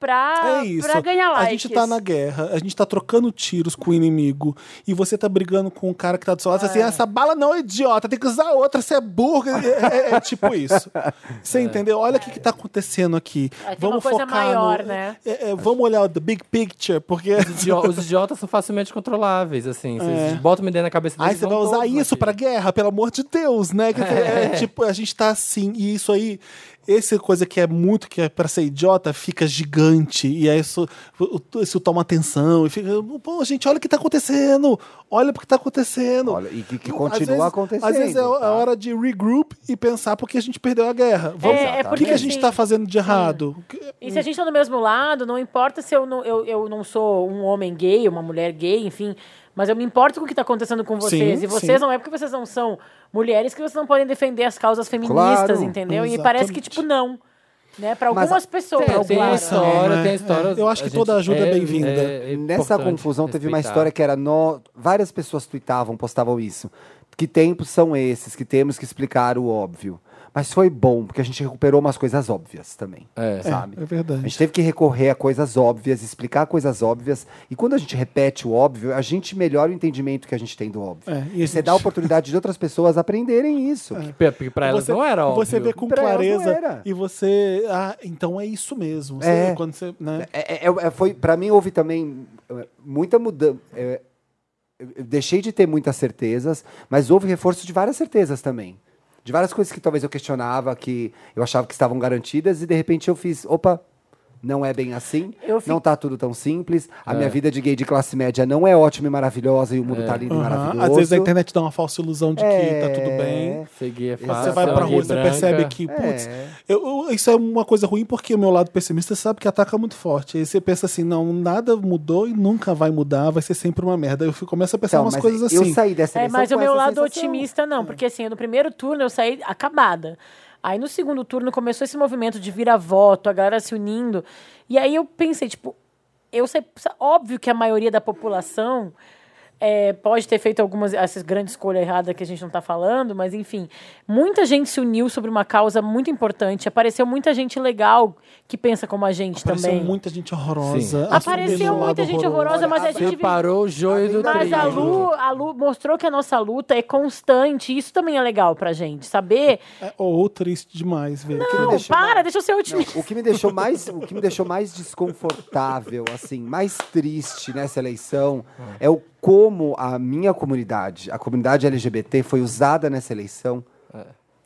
pra, É isso. pra ganhar likes. A gente tá na guerra, a gente tá trocando tiros com o inimigo e você tá brigando com o cara que tá do seu lado. Você assim, essa bala não é idiota, tem que usar outra, você é burro. É, é- é tipo isso. Você entendeu? Olha o que, que tá acontecendo aqui. É, tem vamos uma coisa focar maior, no- né? é, é, vamos olhar o the big picture, porque. Idio- Os idiotas são facilmente controláveis, assim. Vocês botam uma ideia na cabeça deles. É. Aí você vão vai usar todos assim. isso naquilo. pra guerra, pelo amor de Deus, né? Quer dizer, é tipo, a gente tá assim, e isso aí, essa coisa que é muito, que é pra ser idiota, fica gigante, e aí isso, o- isso toma atenção, e fica, pô, gente, olha o que tá acontecendo, olha o que tá acontecendo. Olha, e que- que Às continua acontecendo, Às vezes é a tá? hora de regroup e pensar porque a gente perdeu a guerra. Vamos, é o que, que porque a gente assim- tá fazendo de errado? Que- E se a gente tá do mesmo lado, não importa se eu não, eu, eu não sou um homem gay, uma mulher gay, enfim. Mas eu me importo com o que tá acontecendo com vocês. Sim, e vocês sim. não é porque vocês não são mulheres que vocês não podem defender as causas feministas, Claro. entendeu? E parece que, Exatamente. tipo, não. Né? Pra Mas algumas pessoas. Tem, tem claro. história, né? tem história. É. Eu acho que a toda gente- ajuda é bem-vinda. Nessa confusão teve uma história que era. No... Várias pessoas tuitavam, postavam isso. Que tempos são esses que temos que explicar o óbvio? Mas foi bom, porque a gente recuperou umas coisas óbvias também. É. Sabe? É, é verdade. A gente teve que recorrer a coisas óbvias, explicar coisas óbvias. E quando a gente repete o óbvio, a gente melhora o entendimento que a gente tem do óbvio. É, e a e você dá a gente- É. oportunidade de outras pessoas aprenderem isso. Pra, pra elas você, não era óbvio. Você vê com Pra elas não clareza era. e você. Ah, então é isso mesmo. Você- É. quando você, né? É, é, é, foi para mim houve também é, muita mudança. é, eu eu deixei de ter muitas certezas, mas houve reforço de várias certezas também. De várias coisas que talvez eu questionava, que eu achava que estavam garantidas, e de repente eu fiz, opa, não é bem assim, Eu fi- não tá tudo tão simples, a É. minha vida de gay de classe média não é ótima e maravilhosa, e o mundo tá lindo e Aham. maravilhoso. Às vezes a internet dá uma falsa ilusão de que tá É. tudo bem. Seguir é fácil. Você vai pra alguém rua e você branca. percebe que, putz, É. Então, eu- eu- isso é uma coisa ruim porque o meu lado pessimista sabe que ataca muito forte. Aí você pensa assim, não, nada mudou e nunca vai mudar, vai ser sempre uma merda. Eu fico- começo a pensar Então, umas mas coisas assim. eu saí dessa É, eleição mas com o meu essa lado sensação. É. otimista não, porque assim, no primeiro turno eu saí acabada. Aí no segundo turno começou esse movimento de vira-voto, a galera se unindo. E aí eu pensei, tipo, eu sei, óbvio que a maioria da população é, pode ter feito algumas essas grandes escolhas erradas que a gente não está falando, mas enfim, muita gente se uniu sobre uma causa muito importante. Apareceu muita gente legal que pensa como a gente Apareceu também. muita gente horrorosa. Sim. assumindo Apareceu um lado muita gente horrorosa, mas a gente viu Separou o joio do mas a trigo. Lu, a Lu mostrou que a nossa luta é constante. Isso também é legal pra gente. Saber. É, ou triste demais, velho. me Não, deixou para, mal. deixa eu ser otimista. O que me deixou mais, o que me deixou mais desconfortável, assim, mais triste nessa eleição é o como a minha comunidade, a comunidade LGBT, foi usada nessa eleição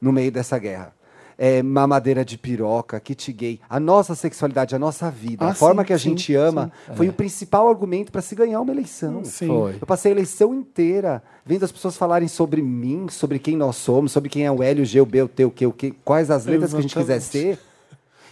no meio dessa guerra. É, mamadeira de piroca, kit gay. A nossa sexualidade, a nossa vida, Ah, a forma sim, que a sim, gente ama, foi o principal argumento para se ganhar uma eleição. Sim. Foi. Eu passei a eleição inteira vendo as pessoas falarem sobre mim, sobre quem nós somos, sobre quem é o L, o G, o B, o T, o Q, o Q, quais as letras que a gente quiser Exatamente. ser.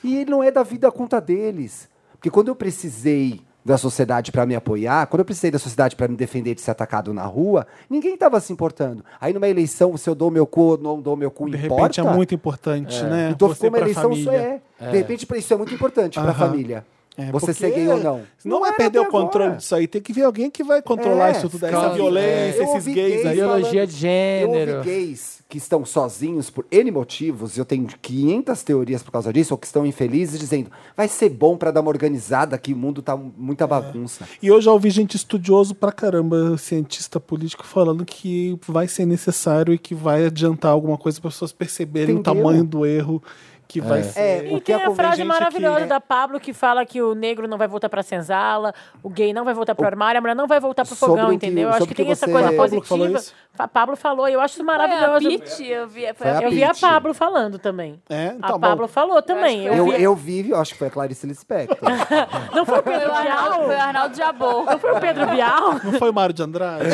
E ele não é da vida à conta deles. Porque quando eu precisei da sociedade para me apoiar, quando eu precisei da sociedade para me defender de ser atacado na rua, ninguém estava se importando. Aí numa eleição, se eu dou meu cu ou não dou meu cu, De importa? repente é muito importante, né? Então Você ficou uma pra eleição, família. isso é. De repente, pra isso é muito importante para a Aham. família. É, Você porque ser gay ou não. Não, é era perder até o controle agora. disso aí. Tem que vir alguém que vai controlar É, isso tudo, essa claro. violência, Eu esses ouvi gays gays aí. falando- Ideologia de Eu gênero. ouvi gays que estão sozinhos por N motivos, eu tenho 500 teorias por causa disso, ou que estão infelizes, dizendo, vai ser bom pra dar uma organizada que o mundo tá É. muita bagunça. E eu já ouvi gente estudioso pra caramba, cientista político, falando que vai ser necessário e que vai adiantar alguma coisa para pessoas perceberem o Entendeu? tamanho do erro que vai ser. É, E o que tem a acontece- frase gente maravilhosa que- da Pablo que fala que o negro não vai voltar pra senzala, o gay não vai voltar pro armário, a mulher não vai voltar pro Sobre fogão, o que- entendeu? Eu acho sobre o que que tem essa você- coisa Foi a Pablo que falou positiva. isso? A Pablo falou, eu acho isso Foi a maravilhoso. Pitty, eu vi, foi Foi a É a Eu vi a Pitty. Então, Pablo falando também. É, tá a bom. Pablo falou também. Eu Eu Eu, vi- eu vi, eu acho que foi a Clarice Lispector. Não foi o Foi Pedro o Arnaldo, foi o Bial? Arnaldo Jabor. Não foi o Pedro Bial? Não foi o Mário de Andrade?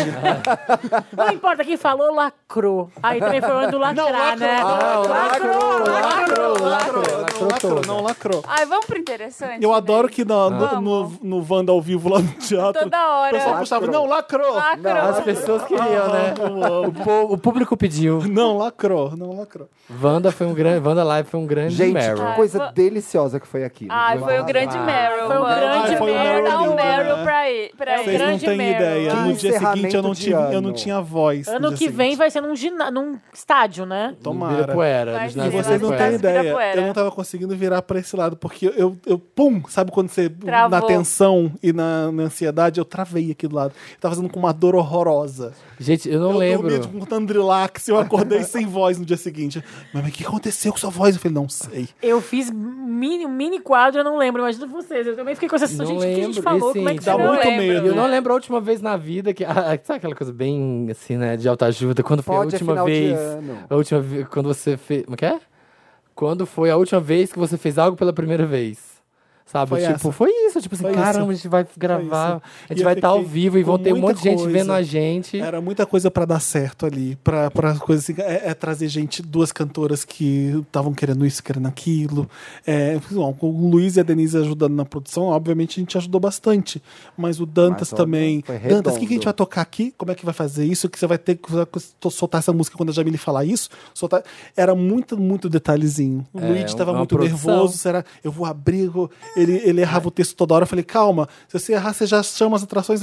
Não importa quem falou, lacrou. Aí também foi falando lacrar, né? Ah, lacrou, lacrou, lacrou, lacrou, lacrou, não lacrou. Ai, vamos pro interessante. Eu né? adoro que na- no, no, Vamos. no Wanda ao vivo lá no teatro. Toda hora. O pessoal puxava, Lacrou. não, lacrou. Lacrou. As pessoas queriam, né? amo, amo. O, po- o público pediu. Não lacrou, não lacrou. Wanda foi um grande. Wanda Live foi um grande Gente, tá. Meryl. Ai, que coisa vou- deliciosa que foi aqui. Ai, foi o grande Ah, Meryl. foi o mano. grande Ai, foi Meryl. Vou dar um lindo, Meryl né? pra ele. Pra Vocês ele. Vocês não Grande têm Meryl. ideia. Que No dia seguinte eu não, encerramento de tive, eu não ano. tinha voz. no Ano dia que vem seguinte. vai ser num, gina- num estádio, né? Tomara. Poeira, né? Vai E Sim, vocês não lá têm atrás do ideia. Ibirapuera. Eu não tava conseguindo virar pra esse lado, porque eu, eu pum, sabe quando você, Travou. na tensão e na, na ansiedade, eu travei aqui do lado. Eu tava fazendo com uma dor horrorosa. Gente, eu não eu lembro. dormi tipo, com Tandrilax, eu acordei sem voz no dia seguinte. Mas mas o que aconteceu com sua voz? Eu falei, não sei. Eu fiz mini, um mini quadro, eu não lembro, imagina vocês. Eu também fiquei com essa sensação, Não gente, o que a gente lembro. falou? E, Como é que sim, Dá Eu chegou? não muito lembro. medo. Eu não lembro a última vez na vida que. Ah, sabe aquela coisa bem assim, né? De autoajuda? Quando foi Pode, é a última final de vez. ano. A última vez. Quando você fez. Como que é? Quando foi a última vez que você fez algo pela primeira vez? Sabe? Foi tipo, essa. foi isso. Tipo assim, Foi caramba, isso. a gente vai isso. gravar, a E gente eu vai estar ao fiquei vivo e com vão ter um monte de muita gente vendo coisa. a gente. Era muita coisa pra dar certo ali, pra pra coisa assim, é, é trazer gente, duas cantoras que estavam querendo isso, querendo aquilo. É, bom, com o Luiz e a Denise ajudando na produção, obviamente a gente ajudou bastante. Mas o Dantas Mas, olha, também. foi redondo. Dantas, o que, que a gente vai tocar aqui? Como é que vai fazer isso? Que você vai ter que você vai to- soltar essa música quando a Jamile falar isso? Soltar... Era muito, muito detalhezinho. O É, Luiz estava uma muito produção. nervoso. Será? Eu vou abrir. eu vou- Ele, ele errava o texto toda hora. Eu falei, calma, se você errar, você já chama as atrações.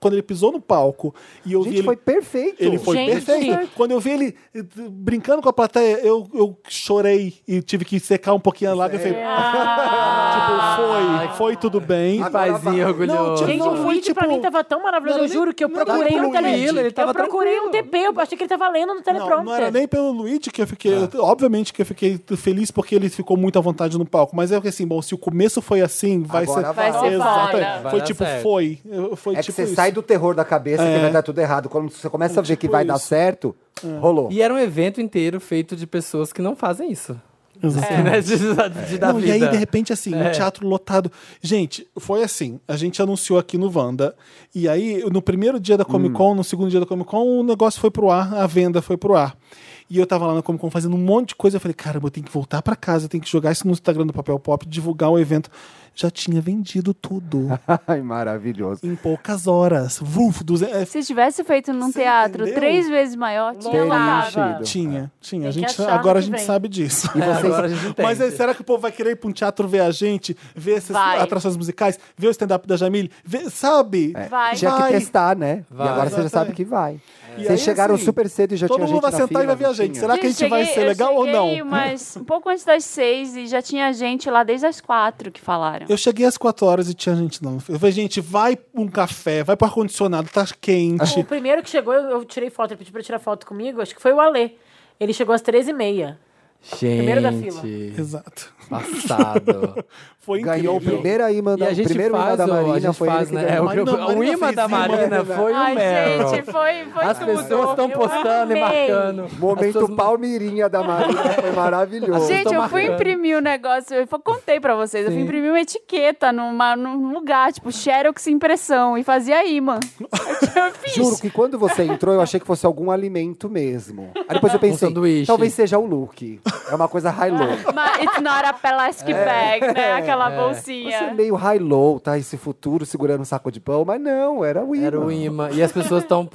Quando ele pisou no palco e eu vi Gente, ele. foi perfeito. Ele foi Gente. perfeito. Quando eu vi ele eh, brincando com a plateia, eu, eu chorei e tive que secar um pouquinho a lábia. Eu falei, é. Ah. tipo, foi, foi tudo bem. Que paizinho orgulhoso. tinha- Gente, Não, o foi, vídeo pra tipo, mim tava tão maravilhoso, não eu era juro nem- que eu não era procurei nem um poluído, tele... ele tava Eu procurei um tranquilo. TP, eu achei que ele tava lendo no Não, é teleprompter. não era nem pelo Luigi que eu fiquei. Ah. eu- Obviamente que eu fiquei feliz porque ele ficou muito à vontade no palco. Mas é que assim, bom, se o começo foi assim, vai Agora ser. vai. Vai ser Exato, foda. é. Vai Foi dar tipo, certo. foi. Eu- Foi É que tipo. você isso. É. tipo sai do terror da cabeça que vai dar tudo errado. Quando você começa a ver que vai dar isso. É. certo, rolou. E era um evento inteiro feito de pessoas que não fazem isso. Exato. Né? De, de, de dar Não, e vida. aí, de repente, assim, um É. teatro lotado. Gente, foi assim: a gente anunciou aqui no Wanda, e aí, no primeiro dia da Hum. Comic Con, no segundo dia da Comic Con, o negócio foi pro ar, a venda foi pro ar. E eu tava lá na Comic Con fazendo um monte de coisa. Eu falei, caramba, eu tenho que voltar pra casa, eu tenho que jogar isso no Instagram do Papel Pop, divulgar o evento. Já tinha vendido tudo Ai, maravilhoso. em poucas horas. Vuf, duze- é, Se tivesse feito num Você teatro entendeu? três vezes maior, tinha Teria lá. enchido. Tinha, tinha. A Tem que gente, achar no agora a que gente vem. sabe disso. É, agora a gente entende. Mas aí, será que o povo vai querer ir pra um teatro ver a gente, ver essas Vai. atrações musicais, ver o stand-up da Jamile, ver- sabe? Vai. Tinha que testar, né? Vai. E agora você já Exatamente. sabe que vai. E Vocês aí, chegaram assim, super cedo e já todo tinha mundo gente vai na sentar fila, e vai ver a não gente. tinha? Será que a gente vai ser eu legal ou cheguei não? Mas um pouco antes das seis e já tinha gente lá desde as quatro que falaram. Eu cheguei às 4 horas e tinha gente não. Eu falei, gente, vai pra um café, vai pro ar-condicionado, tá O quente. primeiro que chegou, eu, eu tirei foto, ele pediu pra eu tirar foto comigo, acho que foi o Alê. Ele chegou às 13h30. Primeiro da fila. Gente, Exato. passado. Foi incrível. Ganhou o primeiro aí, E manda, a o gente primeiro imã faz, da ó, a Marina gente foi ele faz, que né? É, ganhou. o, Marina- que eu- o Marina imã fez da imã, Marina né? foi o Ai, Meryl. gente, foi, foi As tudo. pessoas estão Eu postando e amei. marcando. As pessoas- Momento palmeirinha da Marina foi maravilhoso. Gente, eu fui marcando. imprimir o negócio, eu fa- contei pra vocês, eu fui Sim. imprimir uma etiqueta numa, num lugar, tipo, xerox impressão, e fazia imã. Eu fiz. Juro que quando você entrou, eu achei que fosse algum alimento mesmo. Aí depois eu pensei, Um sanduíche. talvez seja o look. É uma coisa high-low. Mas it's not a plastic bag, né? Aquela bolsinha. Você é meio high-low, tá? Esse futuro segurando um saco de pão, mas não, era o imã. Era o imã. E as pessoas estão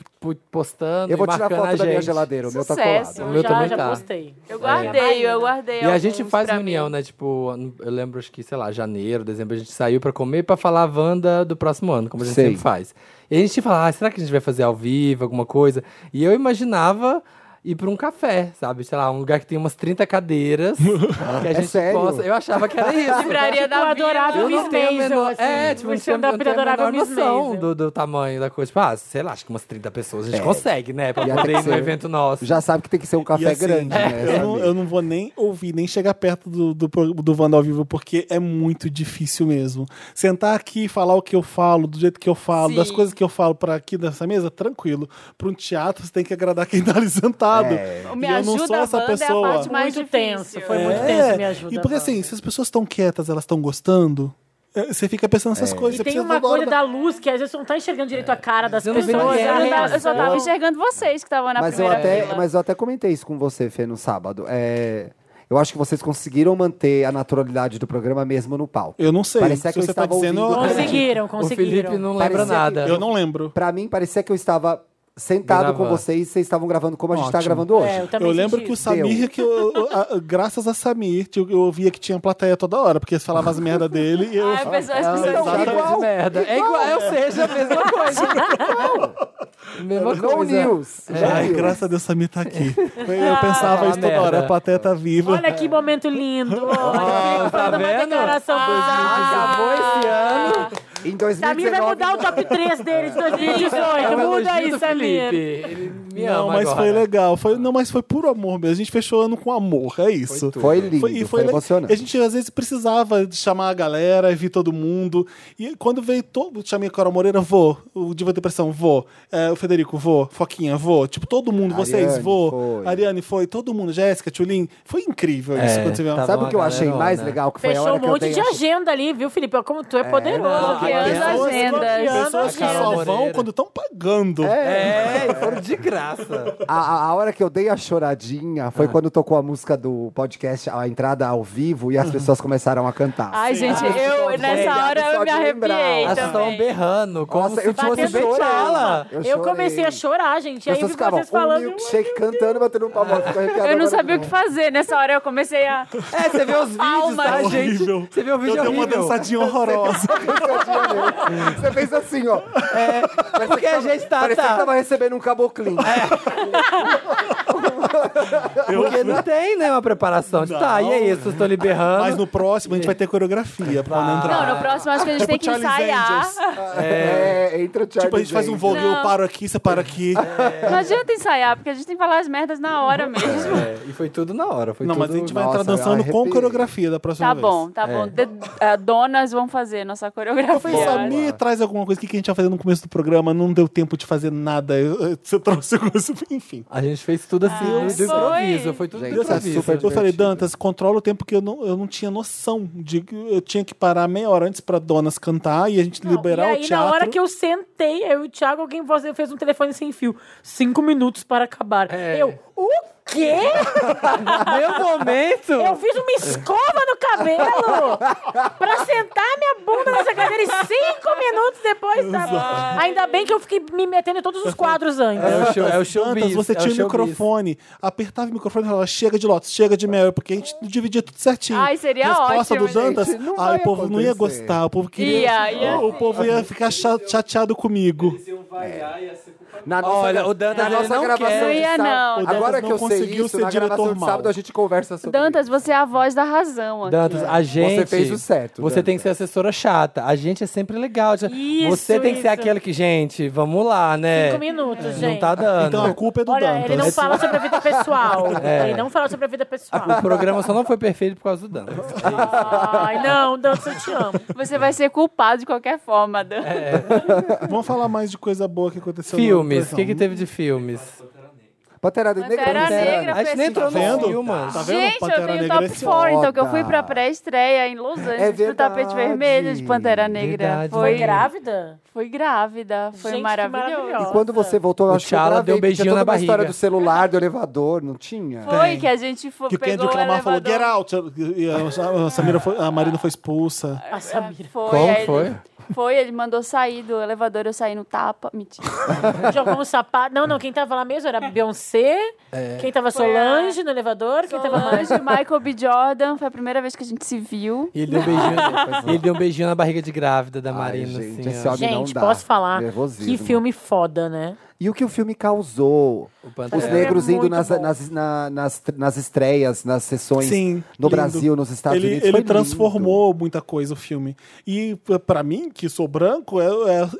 postando Eu vou e tirar marcando foto a gente. da minha geladeira, o meu tá Sucesso. colado. O meu já, também já tá. postei. Eu guardei, É. eu guardei. E a gente alguns faz pra reunião, mim. né? Tipo, eu lembro, acho que, sei lá, janeiro, dezembro, a gente saiu pra comer e pra falar a Wanda do próximo ano, como a gente Sei. sempre faz. E a gente fala, ah, será que a gente vai fazer ao vivo, alguma coisa? E eu imaginava ir pra um café, sabe? Sei lá, um lugar que tem umas 30 cadeiras. que a gente É sério? possa. Eu achava que era isso. Livraria o da adorável Eu vida. Miss não tenho a Maisel, menor, assim, é, tipo, o não tinha, não stand-up tenho a adorável menor Miss noção Maisel. do, do tamanho da coisa. Tipo, ah, sei lá, acho que umas 30 pessoas a É. gente consegue, né? Pra Ia ter poder que ir no ser. evento nosso. Já sabe que tem que ser um café E assim, grande, né? Eu não, sabe? eu não vou nem ouvir, nem chegar perto do, do, pro- do Wanda ao vivo, porque é muito difícil mesmo. Sentar aqui e falar o que eu falo, do jeito que eu falo, Sim. das coisas que eu falo pra aqui dessa mesa, tranquilo. Pra um teatro, você tem que agradar quem tá ali sentado. É. né? E Me eu não ajuda sou a essa Wanda, é a pessoa. parte mais Muito difícil. tenso, foi É. muito tenso, me ajuda. E porque assim, se as pessoas estão quietas, elas estão gostando, é, você fica pensando nessas coisas. você E tem precisa uma toda hora coisa da luz que às vezes você não tá enxergando direito a cara das Eu não vi pessoas. ninguém, a Eu, não É. tava- eu só tava reação. enxergando vocês que estavam na mas eu primeira até fila. Mas eu até comentei isso com você, Fê, no sábado. É, eu acho que vocês conseguiram manter a naturalidade do programa mesmo no palco. Eu não sei. Parecia Se que eu você tá estava dizendo, eu ouvindo- né? acredito. Conseguiram, O conseguiram. Felipe não Parecia lembra que- nada. Eu não lembro. Pra mim, parecia que eu estava sentado Gravar. com vocês, vocês estavam gravando como a gente tá Ótimo. gravando hoje. É, eu também Eu lembro senti que o isso. Samir, que eu- eu- a- graças a Samir, que eu, eu ouvia que tinha plateia toda hora, porque eles falavam as merda dele e eu. Ai, pessoal, as pessoas Então, Exatamente, ficam- igual, merda. É igual, eu seja a mesma coisa. mesma No coisa. news. É. Já Ai, viu. graças a Deus, Samir tá aqui. Eu pensava isso toda merda. hora, a plateia tá viva. Olha que momento lindo. Olha, tá dando uma vendo? declaração ah, Acabou esse ano. Em Samir 2019, vai mudar o top 3 dele de 2018. o Muda um elogio aí, do Felipe. Samir. Ele me não, ama mas agora. né? Ah. foi legal. Foi, não, mas foi puro amor mesmo. A gente fechou o ano com amor, é isso. foi lindo, Foi- foi, e le- emocionante. A gente às vezes precisava de chamar a galera e vir todo mundo. E quando veio todo. Chamei a Cora Moreira, vou. O Diva Depressão, vou. É, o Federico, vou. Foquinha, vou. Tipo, todo mundo, vocês, Ariane, vou. foi. Ariane foi, todo mundo. Jéssica, Tchulin. Foi incrível isso É, quando você viu. tá Sabe bom, o que eu a achei galerona. mais legal? Que foi a Fechou hora um que eu monte tenho de achado. agenda ali, viu, Felipe? Ó, Como tu é poderoso. não, Bloqueando Pessoas- agendas. Pessoas que Bloqueando. só vão Moreira. quando estão pagando. É, e foram de graça. A, a- a hora que eu dei a choradinha foi quando tocou a música do podcast, a entrada ao vivo, e as pessoas começaram a cantar. Ai, gente, eu nessa né? obrigado hora só eu me de arrepiei lembrar. A São também. berrando, como Nossa, se eu fosse tive um Chola. Eu, comecei a chorar, gente. E aí eu Pessoas vi ficavam vocês um falando. milkshake cantando, batendo um palmo. Eu não sabia o que fazer. Nessa hora eu comecei a. É, você vê os vídeos, Palmas. tá, gente? Horrível. Você vê o vídeo Eu dei uma horrível. dançadinha horrorosa. fazer. assim, Você fez assim, ó. É, Porque a gente tá... Parecia que tá- É. tava recebendo um caboclinho. Porque não tem, né, uma preparação. de Tá, e é isso, estou liberando. Mas no próximo a gente vai ter coreografia pra quando entrar. Não, no próximo acho que a gente tem que Charlie's ensaiar. Tipo Angels. É, entra o Charlie Tipo, a gente É, faz um vogue, eu Não. paro aqui, você para aqui. Não adianta ensaiar, porque a gente tem que falar as merdas na hora mesmo. É, e foi tudo na hora. Foi Não, tudo... mas a gente vai Nossa, entrar dançando eu com arrepiei. coreografia da próxima Tá vez. bom, tá É. bom. De- ah, donas vão fazer nossa coreografia. Eu falei, Samir, traz alguma coisa. O que que a gente ia fazer no começo do programa? Não deu tempo de fazer nada. Eu- eu- Você trouxe alguma coisa. Enfim. A gente fez tudo assim, Ah, foi. de improviso. Foi tudo de Gente, Deu certo. improviso. super É, eu falei, divertido. Dantas, controla o tempo que eu não, eu não tinha noção. De, que eu tinha que parar meia hora antes pra Donas cantar e a gente Não, liberar e o aí, teatro. na hora que eu sentei, eu e o Thiago, alguém voz- fez um telefone sem fio. Cinco minutos para acabar. É. Eu, o quê? Meu momento! Eu fiz uma escova no cabelo pra sentar minha bunda nessa cadeira e cinco minutos depois tava. Ainda bem que eu fiquei me metendo em todos os quadros É antes. o show, é o showbiz, Dantas, você é tinha o showbiz. microfone, apertava o microfone e falava: chega de Lotus, chega de Mary, porque a gente dividia tudo certinho. Ai, seria Resposta ótimo, do Dantas: gente. Não ah, vai o povo não ia acontecer. gostar, o povo queria. Ia, ia. O povo ia ficar cha- chateado comigo. Na nossa, Olha, o na Dantas, ele nossa não gravação quer. Não de ia, sábado. não. O Dantas Agora que não eu sei conseguiu isso, ser na gravação diretor de mal. sábado a gente conversa sobre Dantas, você é a voz da razão aqui. Dantas, a gente. fez o certo, Você Dantas. tem que ser assessora chata. A gente é sempre legal. Isso, você tem que ser isso. aquele que, gente, vamos lá, né? Cinco minutos, Não gente. tá dando. Então a culpa é do Olha, Dantas. ele não fala sobre a vida pessoal. É. Ele não fala sobre a vida pessoal. O programa só não foi perfeito por causa do Dantas. Ai, não, Dantas, eu te amo. Você vai ser culpado de qualquer forma, Dan. É, Vamos falar mais de coisa boa que aconteceu no Filmes, o Depressão. que, que teve de filmes? Pantera Negra. Pantera Luciana. Negra. a gente nem entrou Tá vendo? no filme, mano. Tá vendo? Gente, eu Pantera tenho Negra é top 4, então, que eu fui pra foda. pré-estreia em Los Angeles do verdade. Tapete Vermelho de Pantera Negra. Verdade. Foi, Foi grávida? foi grávida, foi Gente, que maravilhoso. maravilhosa. E quando você voltou, eu O acho que eu T'Challa gravei, deu um porque tinha beijinho na toda uma história barriga. do celular, do elevador, não tinha? Foi que a gente foi, Que o pegou Kendrick o Lamar falou, elevador. get out! E a, a, Samira foi- a Marina foi expulsa. A Samira. Foi, Como aí ele- foi? foi, ele mandou sair do elevador, eu saí no tapa. Mentira. Jogou um sapato. Não, não, quem tava lá mesmo era Beyoncé, quem tava Solange no elevador, quem tava mais. Solange, Michael B. Jordan, foi a primeira vez que a gente se viu. E ele deu um beijinho, ele deu um beijinho na barriga de grávida da Ai, Marina, gente, assim, esse ó. homem- Não Gente, dá. posso falar? Nervosismo. Que filme foda, né? E o que o filme causou? O Os Pantera. É. negros É indo muito nas, bom. nas, na- nas, nas estreias, nas sessões Sim, no lindo. Brasil, nos Estados ele, Unidos. ele Foi transformou muita coisa o filme. E pra- pra mim, que sou branco, é,